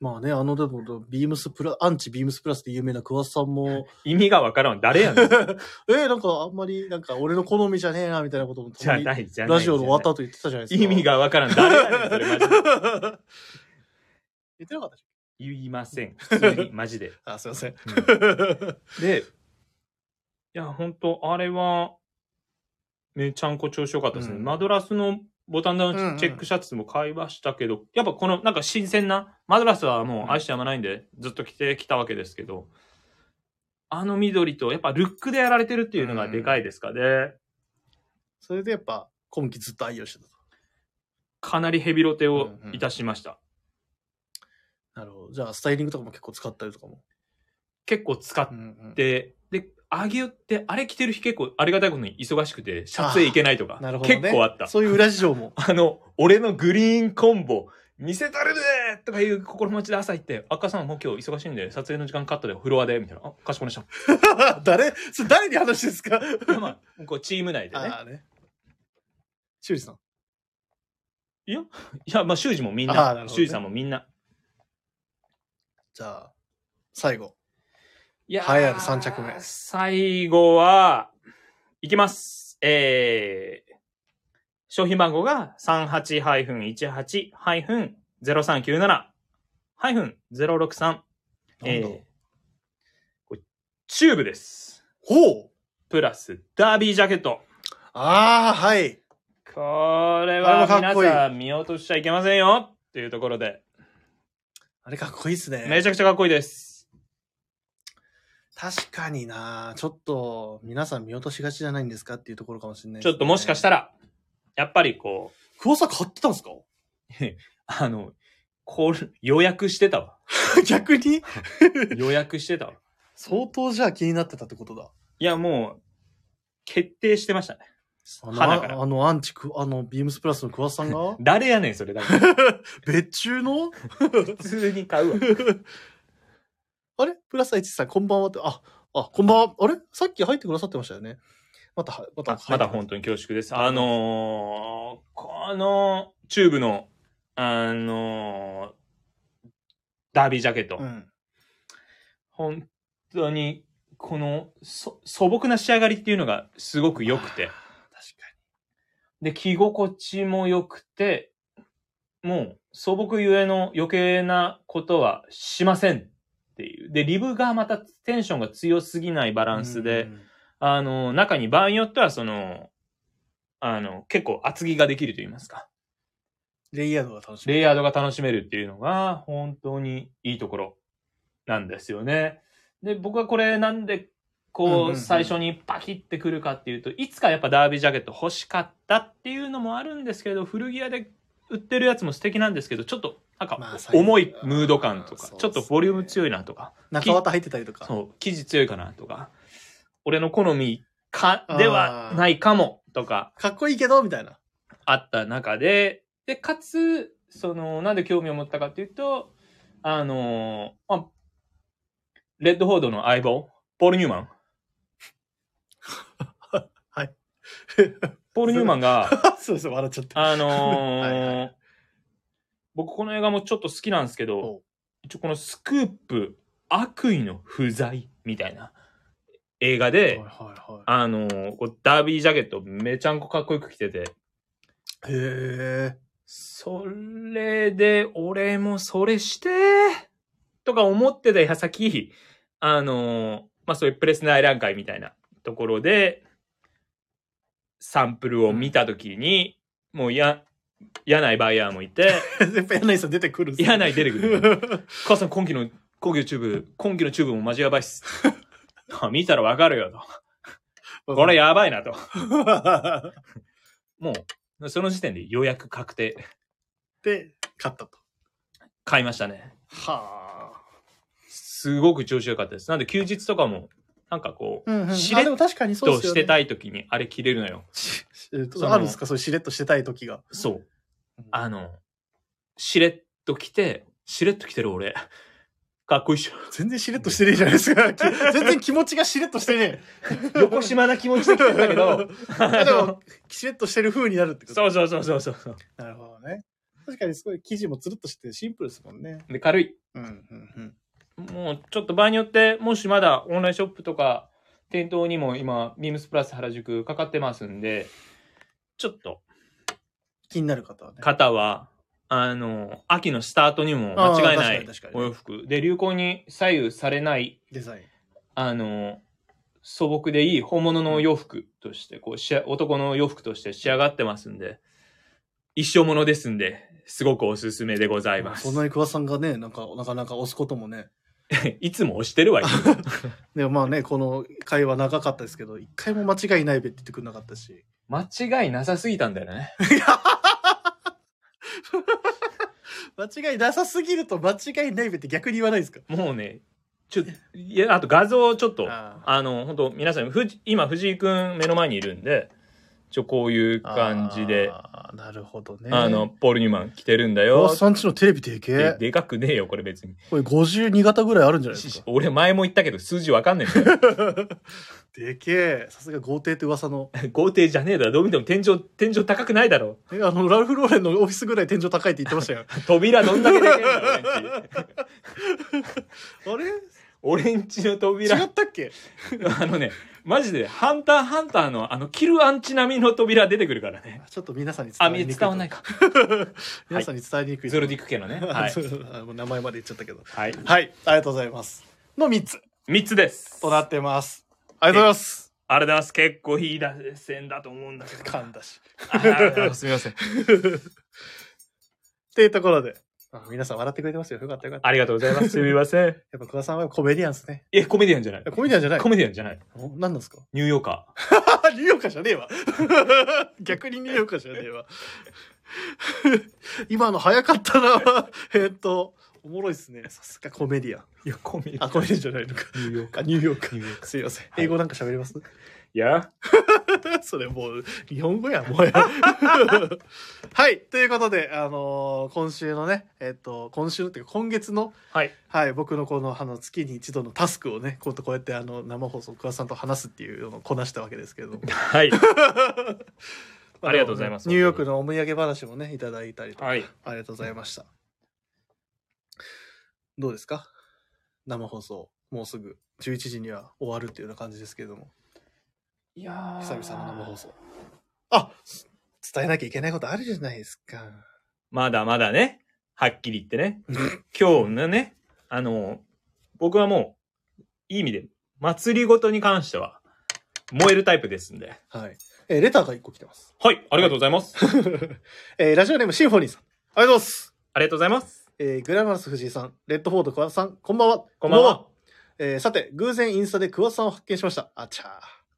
Speaker 2: まあね、あの、でも、ビームスプラ、アンチビームスプラスで有名な桑田さんも、
Speaker 1: 意味がわからん。誰やねん。
Speaker 2: えー、なんかあんまり、なんか俺の好みじゃねえな、みたいなことも、
Speaker 1: じゃない、じゃない。
Speaker 2: ラジオの終わった
Speaker 1: じゃ
Speaker 2: 後言ってたじゃないです
Speaker 1: ない
Speaker 2: か。
Speaker 1: 意味。がわからん。誰やねん、それマジで。
Speaker 2: 言ってなかったでし
Speaker 1: 言いません。普通に、マジで。
Speaker 2: ょあ、すいません。
Speaker 1: うんで、いや、本当あれは、めちゃんこ調子良かったですね。
Speaker 2: うん
Speaker 1: マドラスのボタンダウンチェックシャツも買いましたけど、やっぱこのなんか新鮮な、マドラスはもう愛してやまないんで、ずっと着てきたわけですけど、あの緑と、やっぱルックでやられてるっていうのがでかいですかね。
Speaker 2: それでやっぱ、今季ずっと愛用してたと。
Speaker 1: かなりヘビロテをいたしました。
Speaker 2: なるほど。じゃあ、スタイリングとかも結構使ったりとかも。
Speaker 1: 結構使っ
Speaker 2: んうん
Speaker 1: て、で、あげって、あれ着てる日結構ありがたいことに忙しくて、シャツへ行けないとか、
Speaker 2: なるほど、ね。
Speaker 1: 結構あった。
Speaker 2: そういう裏事情も。
Speaker 1: あの、俺のグリーンコンボ、見せたるでとかいう心持ちで朝行って、赤さんもう今日忙しいんで、撮影の時間カットでフロアで、みたいな。あ、かしこまりまし
Speaker 2: 誰それ誰に話ですか
Speaker 1: た。いやまあ、こうチーム内でね。
Speaker 2: ああね。修理さん。
Speaker 1: いや、まあ、修二もみん
Speaker 2: あーな
Speaker 1: な
Speaker 2: る、ほどね
Speaker 1: 修二さんもみんな。
Speaker 2: じゃあ、最後。
Speaker 1: いや
Speaker 2: ー栄えある三着目
Speaker 1: 最後は、いきます。えー、商品番号が38-18-0397-063。えー
Speaker 2: なんだ、
Speaker 1: これチューブです。
Speaker 2: ほう
Speaker 1: プラス、ダービージャケット。
Speaker 2: ああ、はい。
Speaker 1: これ
Speaker 2: あ
Speaker 1: は
Speaker 2: れもかっこいい
Speaker 1: 皆さん見落としちゃいけませんよっていうところで、
Speaker 2: あれかっこいいっすね。
Speaker 1: めちゃくちゃかっこいいです。
Speaker 2: 確かになちょっと、皆さん見落としがちじゃないんですかっていうところかもしれない、
Speaker 1: ちょっともしかした
Speaker 2: ら。
Speaker 1: ら、やっぱりこう、
Speaker 2: クオさん買ってたんですか
Speaker 1: あの、こう、予約してた わ。
Speaker 2: 逆に
Speaker 1: 予約してたわ。
Speaker 2: 相当じゃあ気になってたってことだ。
Speaker 1: いや、もう、決定してましたね。
Speaker 2: あの、
Speaker 1: 花から
Speaker 2: ああのアンチク、あの、ビームスプラスの桑田さ んが
Speaker 1: 誰やねん、それ。だから
Speaker 2: 別注の
Speaker 1: 普通に買うわ。
Speaker 2: あれプラスイチさん、こんばんはって、あ、あ、こんばんは。あれさっき入ってくださってましたよね。または、また
Speaker 1: あ、まだ本当に恐縮です。あのー、この、チューブの、あのーダービージャケット。
Speaker 2: うん。
Speaker 1: 本当に、この、そ素朴な仕上がりっていうのがすごく良く て
Speaker 2: 確。か
Speaker 1: で、着心地も良くて、もう、素朴ゆえの余計なことはしませんっていう。で、リブがまたテンションが強すぎないバ
Speaker 2: に。
Speaker 1: ランスで、
Speaker 2: うん。
Speaker 1: あの、中に場合によっては、その、あの、結構厚着ができると言いますか。
Speaker 2: レイヤードが楽しみ。
Speaker 1: レイヤードが楽しめるっていうのが本当にいいところなんですよね。で、僕はこれなんで
Speaker 2: うんうん
Speaker 1: こ
Speaker 2: うん
Speaker 1: う最初にパキってくるかっていうと、いつかやっぱダービージャケット欲しかったっていうのもあるんですけど、古着屋で売ってるやつも素敵なんですけど、ちょっとなんか
Speaker 2: まあ最
Speaker 1: 重いムード感と
Speaker 2: あー
Speaker 1: か
Speaker 2: そ、う
Speaker 1: ちょっとボリューム強いなとか、
Speaker 2: 中綿入ってたりとか。
Speaker 1: そう、生地強いかなとか、俺の好みか、ではないかもとか、
Speaker 2: かっこいいけど、みたいな。
Speaker 1: あった中で、で、かつ、その、なんで興味を持ったかっていうと、あのーあ、レッドフォードの相棒、ポール・ニューマン。
Speaker 2: はい。
Speaker 1: ポール・ニューマンが、
Speaker 2: そうそう、笑っちゃって。
Speaker 1: あのー
Speaker 2: はい
Speaker 1: 僕この映画もちょっと好きなんですけ
Speaker 2: お
Speaker 1: ど、一応このスクープ、悪意の不在みたいな映画
Speaker 2: はい
Speaker 1: で、
Speaker 2: は
Speaker 1: あのーこうダービージャケットめちゃんこかっこよく着てて、
Speaker 2: いはい。へえ。
Speaker 1: それで、俺もそれして、とか思ってた矢先、あのーまあ、そういうプレス内覧会みたいなところで、サンプルを見たときに、もうや、柳井バイヤーもいて、
Speaker 2: やっぱ柳井さん出てくるんですね
Speaker 1: 柳井出てく る。母さん、今期の、今期のチューブ、今期のチューブもマジやばいっす。見たらわかるよと。これやばいなと。もう、その時点で予約確定。
Speaker 2: で勝ったと
Speaker 1: 買いましたね。
Speaker 2: はあ
Speaker 1: すごく調子良かったです。なんで休日とかも、なんかこ
Speaker 2: うんうん
Speaker 1: う、しれ
Speaker 2: あで
Speaker 1: っ
Speaker 2: も確かにそう
Speaker 1: と
Speaker 2: ですよ
Speaker 1: し
Speaker 2: ね
Speaker 1: てたい時にあれ着れるのよ。
Speaker 2: しえっと
Speaker 1: その
Speaker 2: あるんですかそういうしれっとしてたい時が
Speaker 1: そう。あの、しれっと着て、しれっと着てる俺。 かっこいいっ しょ。
Speaker 2: 全然しれっとしてねえじゃないで すか全然気持ちがしれっとしてねえ
Speaker 1: 島な気持ち
Speaker 2: で来てんだけど あで
Speaker 1: で
Speaker 2: も
Speaker 1: も、
Speaker 2: しれっとしてる風になるってこと
Speaker 1: そうそうそうそうそう。
Speaker 2: なるほどね確かにすごい生地もつるっとしてシンプルですもんね
Speaker 1: で、軽い。
Speaker 2: うんうんうん
Speaker 1: もうちょっと場合によって、もしまだオンラインショップとか、店頭にも今、ビームスプラス原宿かかってますんで、ちょっと、
Speaker 2: 気になる方はね
Speaker 1: 方は、あの、秋のスタートにも間違いな
Speaker 2: あー確か
Speaker 1: い
Speaker 2: に確かに
Speaker 1: お洋服。で、流行に左右されない、
Speaker 2: デザイン
Speaker 1: あの、素朴でいい本物の洋服として、こうしあ、男の洋服として仕上がってますんで、一生ものですんで、すごくおすすめでございます
Speaker 2: そん。なに桑さんがねなんかなかなか押すこともね
Speaker 1: いつも押してるわ、いつも
Speaker 2: でもまあねこの会話長かったですけど一回も間違いないべって言ってくれなかったし
Speaker 1: 間違いなさすぎたんだよね。
Speaker 2: 間違いなさすぎると間違いないべって逆に言わないですか
Speaker 1: もうね、ちょっと、いや、あと画像をちょっと、
Speaker 2: あ
Speaker 1: あ
Speaker 2: ー
Speaker 1: の、本当皆さん、藤今、藤井くん目の前にいるんで、ちょ、こういう感じで、あ
Speaker 2: あーなるほどね
Speaker 1: の、ポール・ニューマン着てるんだ
Speaker 2: 桑
Speaker 1: よ。
Speaker 2: さんちのテレビでけ
Speaker 1: で
Speaker 2: え
Speaker 1: でかくねえよ、これ別に。
Speaker 2: これ52型ぐらいあるんじゃないで す
Speaker 1: し
Speaker 2: か
Speaker 1: 俺前も言ったけど、数字わかんねえんだよ。
Speaker 2: でけえさすが豪邸って噂の
Speaker 1: 豪邸じゃねえだろ。どう見ても天井、天井高くないだろ。
Speaker 2: えあのラルフ・ローレンのオフィスぐらい天井高いって言ってまし たよ
Speaker 1: 扉どんだけでけえんだよ、
Speaker 2: あれ違
Speaker 1: 俺んち。俺んちの扉。
Speaker 2: ったっけ
Speaker 1: あのね、マジで、ハンターハンターの、あの、キルアンチ並みの扉出てくるからね。
Speaker 2: ちょっと皆さんに
Speaker 1: あ、
Speaker 2: わり
Speaker 1: 伝
Speaker 2: にくい
Speaker 1: わんないか。
Speaker 2: 皆さんに伝えにくい
Speaker 1: ゾルディック家のね。はい
Speaker 2: そ。う あもう名前まで言っちゃったけど
Speaker 1: はい。
Speaker 2: はいありがとうございますの3つ
Speaker 1: 3つです。
Speaker 2: となってますありがとうございます
Speaker 1: あれだす。結構いい打線だと思うんだけど。
Speaker 2: 噛んだし
Speaker 1: あ あすみません。
Speaker 2: っていうところであ皆さん笑ってくれてますよよかったよかった
Speaker 1: ありがとうございます。すみません。
Speaker 2: やっぱ桑さんはコメディアンですね
Speaker 1: え、コメディアンじゃない
Speaker 2: いや。コメディアンじゃない
Speaker 1: コメディアンじゃない。
Speaker 2: お何なんですか
Speaker 1: ニューヨーカー。
Speaker 2: ニューヨーカーじゃねえわ 逆にニューヨーカーじゃねえわ 今の早かったな えっとおもろいっすねさすがコメディアン
Speaker 1: いや、コメディ
Speaker 2: あコメディアンじゃないのか
Speaker 1: ニューヨーカ
Speaker 2: あ
Speaker 1: ー。
Speaker 2: ニューヨーカー
Speaker 1: ニューヨーカー。
Speaker 2: すいません、
Speaker 1: い
Speaker 2: 英語なんか喋れます
Speaker 1: いや、
Speaker 2: それもう日本語やもうや はいということであのー今週のねえっ、と今週のっていうか今月の
Speaker 1: はい。
Speaker 2: はい、僕のこのあの月に一度のタスクをねこうやってこうやってあの生放送桑田さんと話すっていうのをこなしたわけですけれども
Speaker 1: はい。
Speaker 2: ま
Speaker 1: ありがとうございます
Speaker 2: ニューヨークのお土産話もねいただいたりとか、
Speaker 1: はい。
Speaker 2: ありがとうございましたどうですか生放送もうすぐ11時には終わるっていうような感じですけれども
Speaker 1: いや
Speaker 2: 久々の生放送あす伝えなきゃいけないことあるじゃないですか
Speaker 1: まだまだね、はっきり言って ね。今日のね、あの、僕はもう、いい意味で、祭りごとに関しては、燃えるタイプですんで。
Speaker 2: はいえーレターが1個来てます
Speaker 1: はい、ありがとうございます。
Speaker 2: えーラジオネームシンフォニーさんありがとうございます
Speaker 1: ありがとうございます。
Speaker 2: えーグラマラス藤井さん、レッドフォード桑田さん、こんばんは。
Speaker 1: こんばんは。
Speaker 2: えーさて、偶然インスタで桑田さんを発見しました。あちゃー。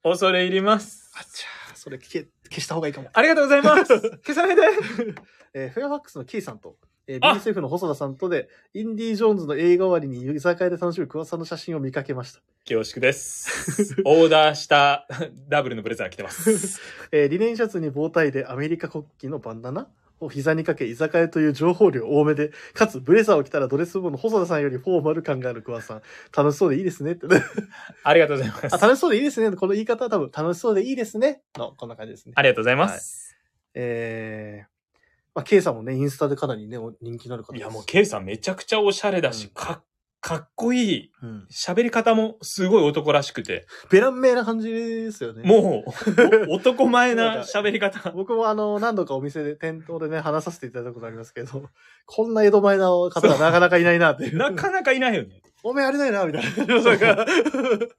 Speaker 1: 恐れ入ります。
Speaker 2: あちゃー。それ消え消した方がいいかも。
Speaker 1: ありがとうござい ます。消さないで。
Speaker 2: えーフェアファックスのキーさんと、えー、
Speaker 1: あ
Speaker 2: BSF の細田さんとで、インディ・ージョーンズの映画終わりに居酒屋で楽しむ桑田さんの写真を見かけました。
Speaker 1: 恐縮です。オーダーした ダブルのブレザー来てます。
Speaker 2: えーリネンシャツに棒タイでアメリカ国旗のバンダナを膝にかけ、居酒屋という情報量多めで、かつブレザーを着たらドレス部の細田さんよりフォーマル感がある桑田さん、楽しそうでいいです ねって。
Speaker 1: ありがとうございます。あ
Speaker 2: あ、楽しそうでいいですね。この言い方は多分、楽しそうでいいですね。の、こんな感じですね。
Speaker 1: りがとうございます。
Speaker 2: えー、まあ、K さんもね、インスタでかなりね、お人気のある方
Speaker 1: い、
Speaker 2: です。
Speaker 1: や、もう、ケイさんめちゃくちゃおしゃれだし、
Speaker 2: うん
Speaker 1: かっ、かっこいい。
Speaker 2: うん、
Speaker 1: 喋り方もすごい男らしくて、
Speaker 2: ベランメイな感じですよね。う。
Speaker 1: も う、お男前な喋り方。
Speaker 2: 僕もあの、何度かお店で、店頭でね、話させていただいたことありますけど、こんな江戸前な方はなかなかいないなっていう。
Speaker 1: なかなかいないよね。
Speaker 2: おめえあれないな、みたい な。なんか
Speaker 1: で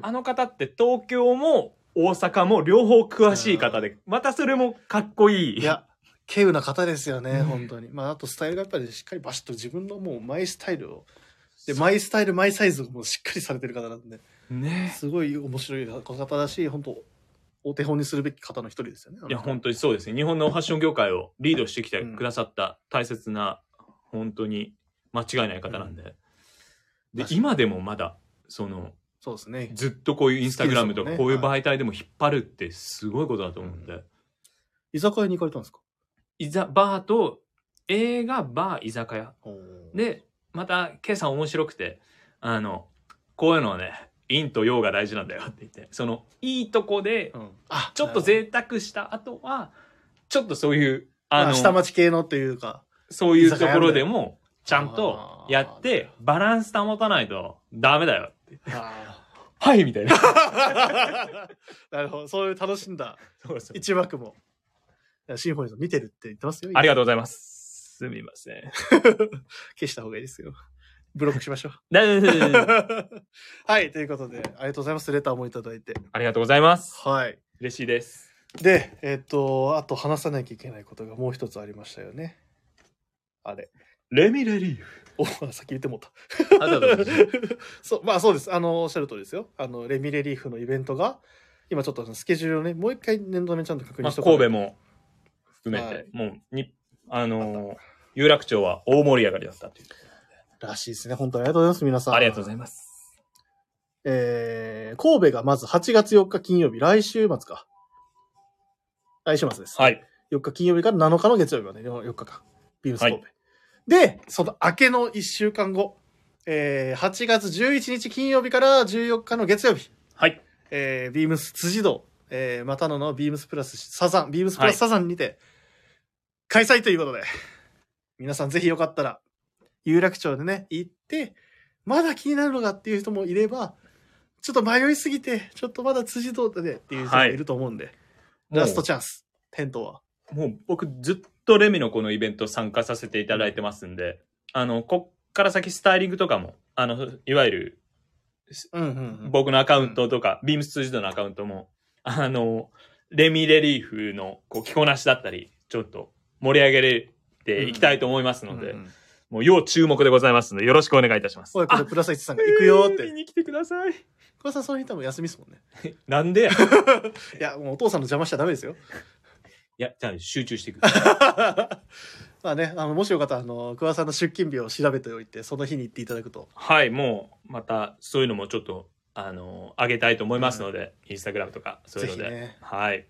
Speaker 1: あの方って東京も大阪も両方詳しい方で、またそれもかっこいい。
Speaker 2: いや、稀有な方ですよね、
Speaker 1: うん
Speaker 2: 本当に。まあ、あとスタイルがやっぱりしっかりバシッと自分のもうマイスタイルを、で、マイスタイル、マイサイズをもうしっかりされてる方なんで、
Speaker 1: ね
Speaker 2: すごい面白い方だし、本当お手本にするべき方の一人ですよね。
Speaker 1: いや、本当にそうですね。日本のファッション業界をリードしてきて
Speaker 2: うん
Speaker 1: くださった大切な、本当に間違いない方なんで。で
Speaker 2: 確、かに
Speaker 1: 今でもまだ、その、
Speaker 2: そうですね。
Speaker 1: ずっとこういうインスタグラムと
Speaker 2: 好き
Speaker 1: か、
Speaker 2: ですもんね
Speaker 1: こういう媒体でも引っ張るってすごいことだと思うんで。
Speaker 2: 居酒屋に行かれたんですか
Speaker 1: いざ、バーと、映画、バー、居酒屋。で、また、ケイさん面白くて、あの、こういうのはね、陰と陽が大事なんだよって言って、その、いいとこで
Speaker 2: う、ん、あ
Speaker 1: ちょっと贅沢した後は、ちょっとそういう、
Speaker 2: なる
Speaker 1: あの、
Speaker 2: ほどまあ下町系のというか、
Speaker 1: そういうところでも、ちゃんと
Speaker 2: あー
Speaker 1: やって、バランス保たないとダメだよって。
Speaker 2: あ
Speaker 1: はいみたいな。
Speaker 2: ーなるほど、そういう楽しんだ
Speaker 1: そうそう
Speaker 2: 一幕も。いやシンフォニーさん見てるって言ってますよ。
Speaker 1: ありがとうございます。すみま せん。
Speaker 2: 消した方がいいですよ。ブロックしましょう。
Speaker 1: 大丈夫です
Speaker 2: はい、ということで、ありがとうございます。レターもいただいて。
Speaker 1: ありがとうございます。
Speaker 2: はい。
Speaker 1: 嬉しいです。
Speaker 2: で、えっと、あと話さなきゃいけないことがもう一つありましたよね。あれ。
Speaker 1: レミレリーフ。
Speaker 2: お、先言ってもうた。
Speaker 1: ありがとうございます。
Speaker 2: そう、まあそうです。あの、おっしゃる通りですよ。あの、レミレリーフのイベントが、今ちょっとそのスケジュールをね、もう一回念のためにちゃんと確
Speaker 1: ま
Speaker 2: 認
Speaker 1: あ、
Speaker 2: してこう
Speaker 1: 神戸も含めて、
Speaker 2: はい
Speaker 1: もうに、あのー有楽町は大盛り上がりだったという。
Speaker 2: らしいですね。本当にありがとうございます、皆さん。
Speaker 1: ありがとうござい
Speaker 2: ます。
Speaker 1: ます。
Speaker 2: えー、神戸がまず8月4日金曜日、来週末か。来週末です。
Speaker 1: はい。
Speaker 2: 4日金曜日から7日の月曜日まで、4日間。ビームス神戸。
Speaker 1: は
Speaker 2: で、その明けの1週間後、えー、8月11日金曜日から14日の月曜日、
Speaker 1: はい。
Speaker 2: えー、ビームス辻堂、えー、またののビームスプラスサザン、ビームスプラスサザンにて、開催ということで、皆さんぜひよかったら、有楽町でね、行って、まだ気になるのがっていう人もいれば、ちょっと迷いすぎて、ちょっとまだ辻堂でっていう人もいると思うんで、ラストチャンス、テントは。
Speaker 1: もう僕ずっとレミのこのイベント参加させていただいてますんで、あの、こっから先スタイリングとかも、あの、いわゆる
Speaker 2: うんうんうん
Speaker 1: 僕のアカウントとか、ビームス通じのアカウントも、あの、レミレリーフのこう着こなしだったり、ちょっと盛り上げれていきたいと思いますので、
Speaker 2: うんうん
Speaker 1: もう要注目でございますので、よろしくお願いいたします。
Speaker 2: おい、これ
Speaker 1: あ
Speaker 2: プラス1さんが行くよっ
Speaker 1: えー見
Speaker 2: て。
Speaker 1: に来てください。
Speaker 2: 小田さん、その日多分休みですもんね。
Speaker 1: なんでや い
Speaker 2: いや、もうお父さんの邪魔しちゃダメですよ。
Speaker 1: や、じゃあ集中していく。
Speaker 2: まあね、あの、もしよかったら、あの、桑田さんの出勤日を調べておいて、その日に行っていただくと。
Speaker 1: はい、もう、また、そういうのもちょっと、あの、上げたいと思いますので、インスタグラムとか、そうい
Speaker 2: ぜ
Speaker 1: うの
Speaker 2: ひ
Speaker 1: で。
Speaker 2: ね。
Speaker 1: はい。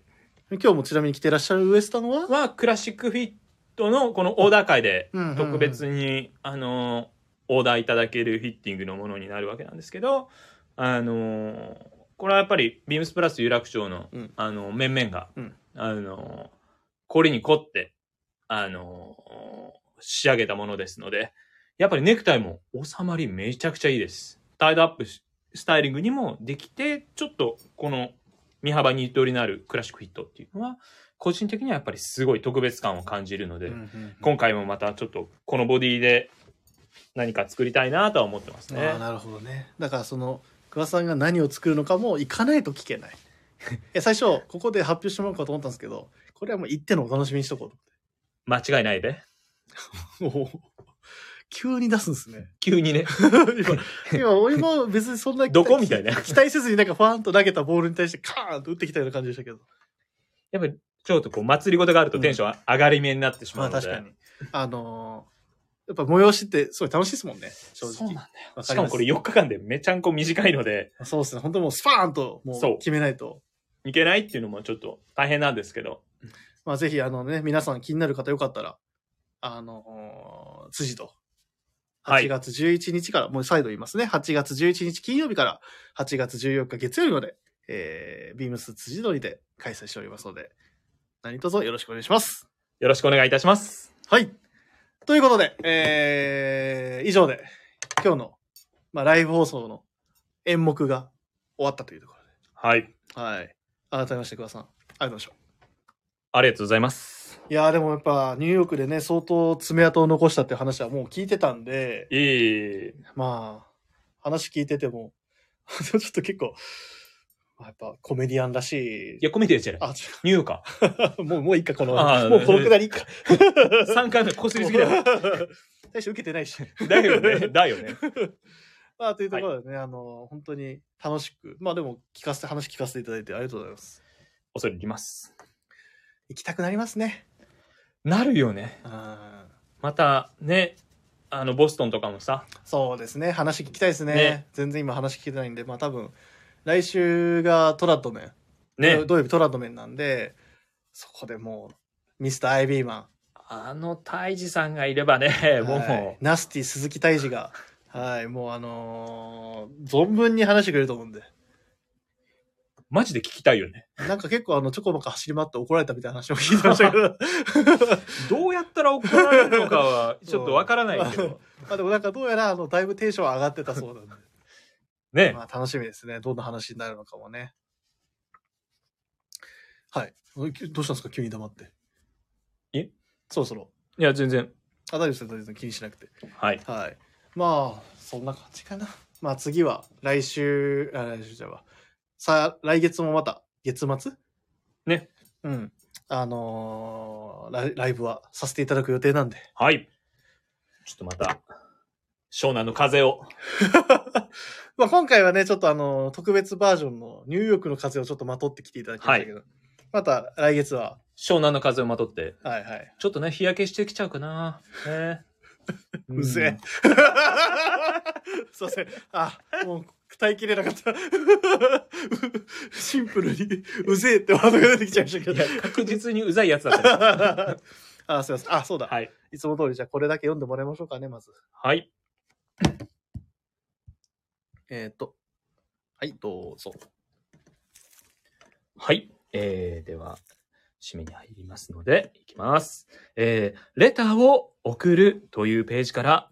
Speaker 2: 今日もちなみに来てらっしゃるウエスタンは、
Speaker 1: は、クラシックフィットの、このオーダー会で、
Speaker 2: うんうんうん
Speaker 1: 特別に、あの、オーダーいただけるフィッティングのものになるわけなんですけど、あの、これはやっぱり、ビームスプラス有楽町の、
Speaker 2: うん
Speaker 1: あの、面々が、
Speaker 2: うん
Speaker 1: あの、凝りに凝って、あの、仕上げたものですので、やっぱりネクタイも収まりめちゃくちゃいいです。タイドアップしスタイリングにもできて、ちょっとこの身幅にゆとりのあるクラシックフィットっていうのは、個人的にはやっぱりすごい特別感を感じるので、
Speaker 2: うんうん
Speaker 1: 今回もまたちょっとこのボディで何か作りたいなとは思ってます
Speaker 2: あ
Speaker 1: ね
Speaker 2: あ。なるほどねだからその桑田さんが何を作るのかも行かないと聞けない いや最初ここで発表してもらおうかと思ったんですけどこれはもう行ってのお楽しみにしとこ
Speaker 1: 間違いないで。
Speaker 2: うと急に出すんですね
Speaker 1: 急にね。
Speaker 2: 今今俺も別にそんな
Speaker 1: どこみたいな
Speaker 2: 期待せずになんかファーンと投げたボールに対してカーンと打ってきたような感じでしたけど
Speaker 1: やっぱりちょっとこう祭り事があるとテンション上がり目になってしま
Speaker 2: ま
Speaker 1: う
Speaker 2: あ
Speaker 1: の
Speaker 2: 確
Speaker 1: で。
Speaker 2: かにあのーやっぱ催しってすごい楽しいですもんね正
Speaker 1: そうなん
Speaker 2: 直
Speaker 1: だ
Speaker 2: わ
Speaker 1: し
Speaker 2: り
Speaker 1: か
Speaker 2: ま
Speaker 1: も
Speaker 2: す
Speaker 1: これ4日間でめちゃんこ短いので、
Speaker 2: そうですね本当もうスパーンとも
Speaker 1: そう
Speaker 2: う決めないと
Speaker 1: いけないっていうのもちょっと大変なんですけど、
Speaker 2: まあ、ぜひ、あのね、皆さん気になる方よかったら、あのー辻と。
Speaker 1: はい
Speaker 2: 8月11日から、もう再度言いますね。8月11日金曜日から8月14日月曜日まで、えー、ビームス辻堂にて開催しておりますので、何卒よろしくお願いします。
Speaker 1: よろしくお願いいたします。
Speaker 2: はい。ということで、えー、以上で、今日の、まあ、ライブ放送の演目が終わったというところ
Speaker 1: はい。
Speaker 2: で。はい。改めまして、桑田さん、ありがとうございました。
Speaker 1: ありがとうございます。
Speaker 2: いやーでもやっぱニューヨークでね相当爪痕を残したって話はもう聞いてたんで
Speaker 1: いい。
Speaker 2: まあ話聞いててもちょっと結構まあやっぱコメディアンらし
Speaker 1: い
Speaker 2: い。
Speaker 1: や、コメディアンじゃない。
Speaker 2: あ、
Speaker 1: ニューか。
Speaker 2: もう、もういいか、この
Speaker 1: あ、ー
Speaker 2: もうこのくだりいいか。
Speaker 1: 3回目、こすりすぎだよ。
Speaker 2: 大して受けてないし。
Speaker 1: だよね。だよね。
Speaker 2: まあ、というところでね、あの、本当に楽しく、まあでも、聞かせて、話聞かせていただいてありがとうございます。
Speaker 1: 恐れ入ります。
Speaker 2: 行きたくなりますね。
Speaker 1: なるよね。
Speaker 2: うん。
Speaker 1: また、ね、あの、ボストンとかもさ、
Speaker 2: そうですね、話聞きたいですね。
Speaker 1: ね
Speaker 2: 全然今話聞けてないんで、まあ多分、来週がトラッドメン。
Speaker 1: ね、
Speaker 2: 土曜日トラッドメンなんで、そこでもう、ミスターアイビーマン。
Speaker 1: あの、大治さんがいればね、もう、
Speaker 2: はいナスティ鈴木大治が、はい、もうあのー存分に話してくれると思うんで。
Speaker 1: マジで聞きたいよね。
Speaker 2: なんか結構あの、ちょこまか走り回って怒られたみたいな話も聞いてましたけ ど。
Speaker 1: どうやったら怒られるのか は、ちょっとわからないけ
Speaker 2: そう
Speaker 1: ど、
Speaker 2: まあでもなんかどうやら、あの、だいぶテンション上がってたそうなんで。
Speaker 1: ね、
Speaker 2: まあ楽しみですね。どんな話になるのかもね。はい。どうしたんですか急に黙って。
Speaker 1: え
Speaker 2: そろそろ。
Speaker 1: いや、全然。
Speaker 2: あ、大丈夫ですよ、大丈夫ですよ気にしなくて。
Speaker 1: はい。
Speaker 2: はい。まあ、そんな感じかな。 まあ次は、来週、あ、来週じゃあ、さあ、来月もまた、月末
Speaker 1: ね。
Speaker 2: うん。あのーライ、ライブはさせていただく予定なんで。
Speaker 1: はい。ちょっとまた、湘南の風を。
Speaker 2: まあ今回はね、ちょっとあのー特別バージョンのニューヨークの風をちょっとまとってきていただきましたけど、また来月は、
Speaker 1: 湘南の風をまとって、
Speaker 2: はいはい。
Speaker 1: ちょっとね、日焼けしてきちゃうかな。ね。
Speaker 2: うぜえ。 すいません。あ、もう、耐えきれなかった。 シンプルに、うぜえってワードが出てきちゃいましたけ
Speaker 1: うんいや
Speaker 2: ど。、
Speaker 1: 確実にうざいやつだったね。
Speaker 2: あ、すいません。あ、そうだ。
Speaker 1: はい。
Speaker 2: いつも通り、じゃあこれだけ読んでもらいましょうかね、まず。
Speaker 1: はい。
Speaker 2: えっ、と。はい、どうぞ。
Speaker 1: はい。えー、では、締めに入りますので、いきます。えー、レターを送るというページから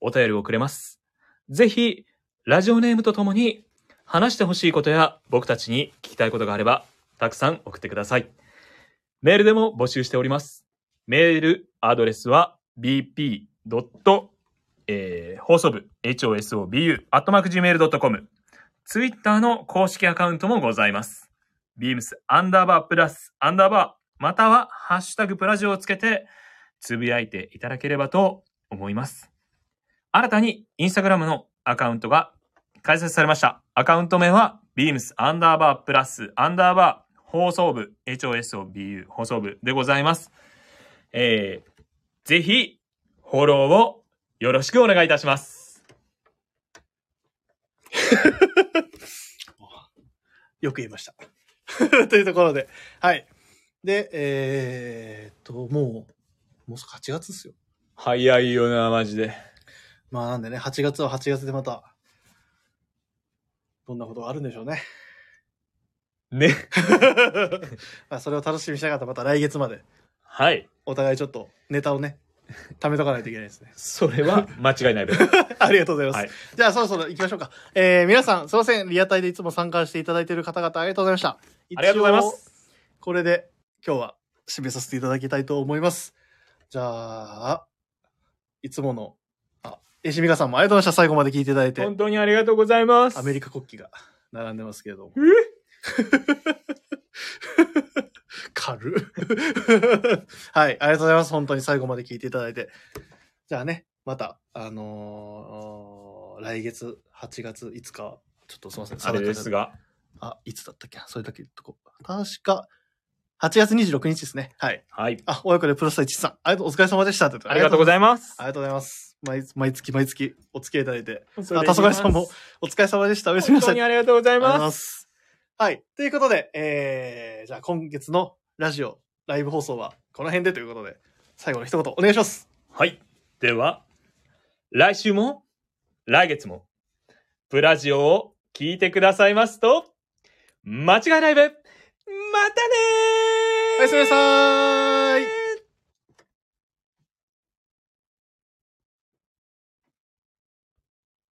Speaker 1: お便りをくれます。ぜひ、ラジオネームとともに話してほしいことや僕たちに聞きたいことがあれば、たくさん送ってください。メールでも募集しております。メールアドレスは bp. えー、放送部 hosobu.gmail.com ツイッターの公式アカウントもございます。ビームスアンダーバープラスアンダーバー、またはハッシュタグプラジオをつけて、つぶやいていただければと思います。新たにインスタグラムのアカウントが開設されました。アカウント名は、ビームスアンダーバープラスアンダーバー放送部、HOSOBU 放送部でございます。えー、ぜひ、フォローをよろしくお願いいたします。
Speaker 2: よく言いました。 というところで。はい。で、えー、と、もう、もうすぐ8月ですよ。
Speaker 1: 早いよな、マジで。
Speaker 2: まあなんでね、8月は8月でまた、どんなことがあるんでしょうね。
Speaker 1: ね。
Speaker 2: まあそれを楽しみにしなかったらまた来月まで、
Speaker 1: はい。。
Speaker 2: お互いちょっとネタをね、貯めとかないといけないですね
Speaker 1: それ は間違いないです。
Speaker 2: ありがとうございます。
Speaker 1: はい
Speaker 2: じゃあそろそろ行きましょうか。えー、皆さん、すいません。リアタイでいつも参加していただいている方々ありがとうございました。
Speaker 1: ありがとうございます。
Speaker 2: 一応。これで今日は締めさせていただきたいと思います。じゃあ、いつもの、あ、えしみかさんもありがとうございました。最後まで聞いていただいて
Speaker 1: 本。当にありがとうございます。
Speaker 2: アメリカ国旗が並んでますけれども。 軽っ はい、ありがとうございます。本当に最後まで聞いていただいて。じゃあね、また、あのー来月8月5日、ちょっとすいません。
Speaker 1: あれですが、
Speaker 2: あ、いつだったっけなそれだけ言っとこう。確か、8月26日ですね。はい。
Speaker 1: はい。
Speaker 2: あ、親子でプロスタチさん、ありがとう、お疲れ様でしたって。
Speaker 1: ありがとうございます
Speaker 2: あ。りがとうございます。毎毎月毎月お付き合いいただいて、
Speaker 1: あ、黄
Speaker 2: あ黄昏さんもお疲れ様でした。おやす
Speaker 1: 本
Speaker 2: みなさ
Speaker 1: 当
Speaker 2: い
Speaker 1: に。ありがとうござい
Speaker 2: ありがとうござい
Speaker 1: ま。
Speaker 2: ますす。はい。ということで、えー、じゃあ今月のラジオ、ライブ放送はこの辺でということで、最後の一言お願いします。
Speaker 1: はい。では、来週も、来月も、プラジオを聞いてくださいますと、間違いないべまたねー
Speaker 2: おやすみなさーい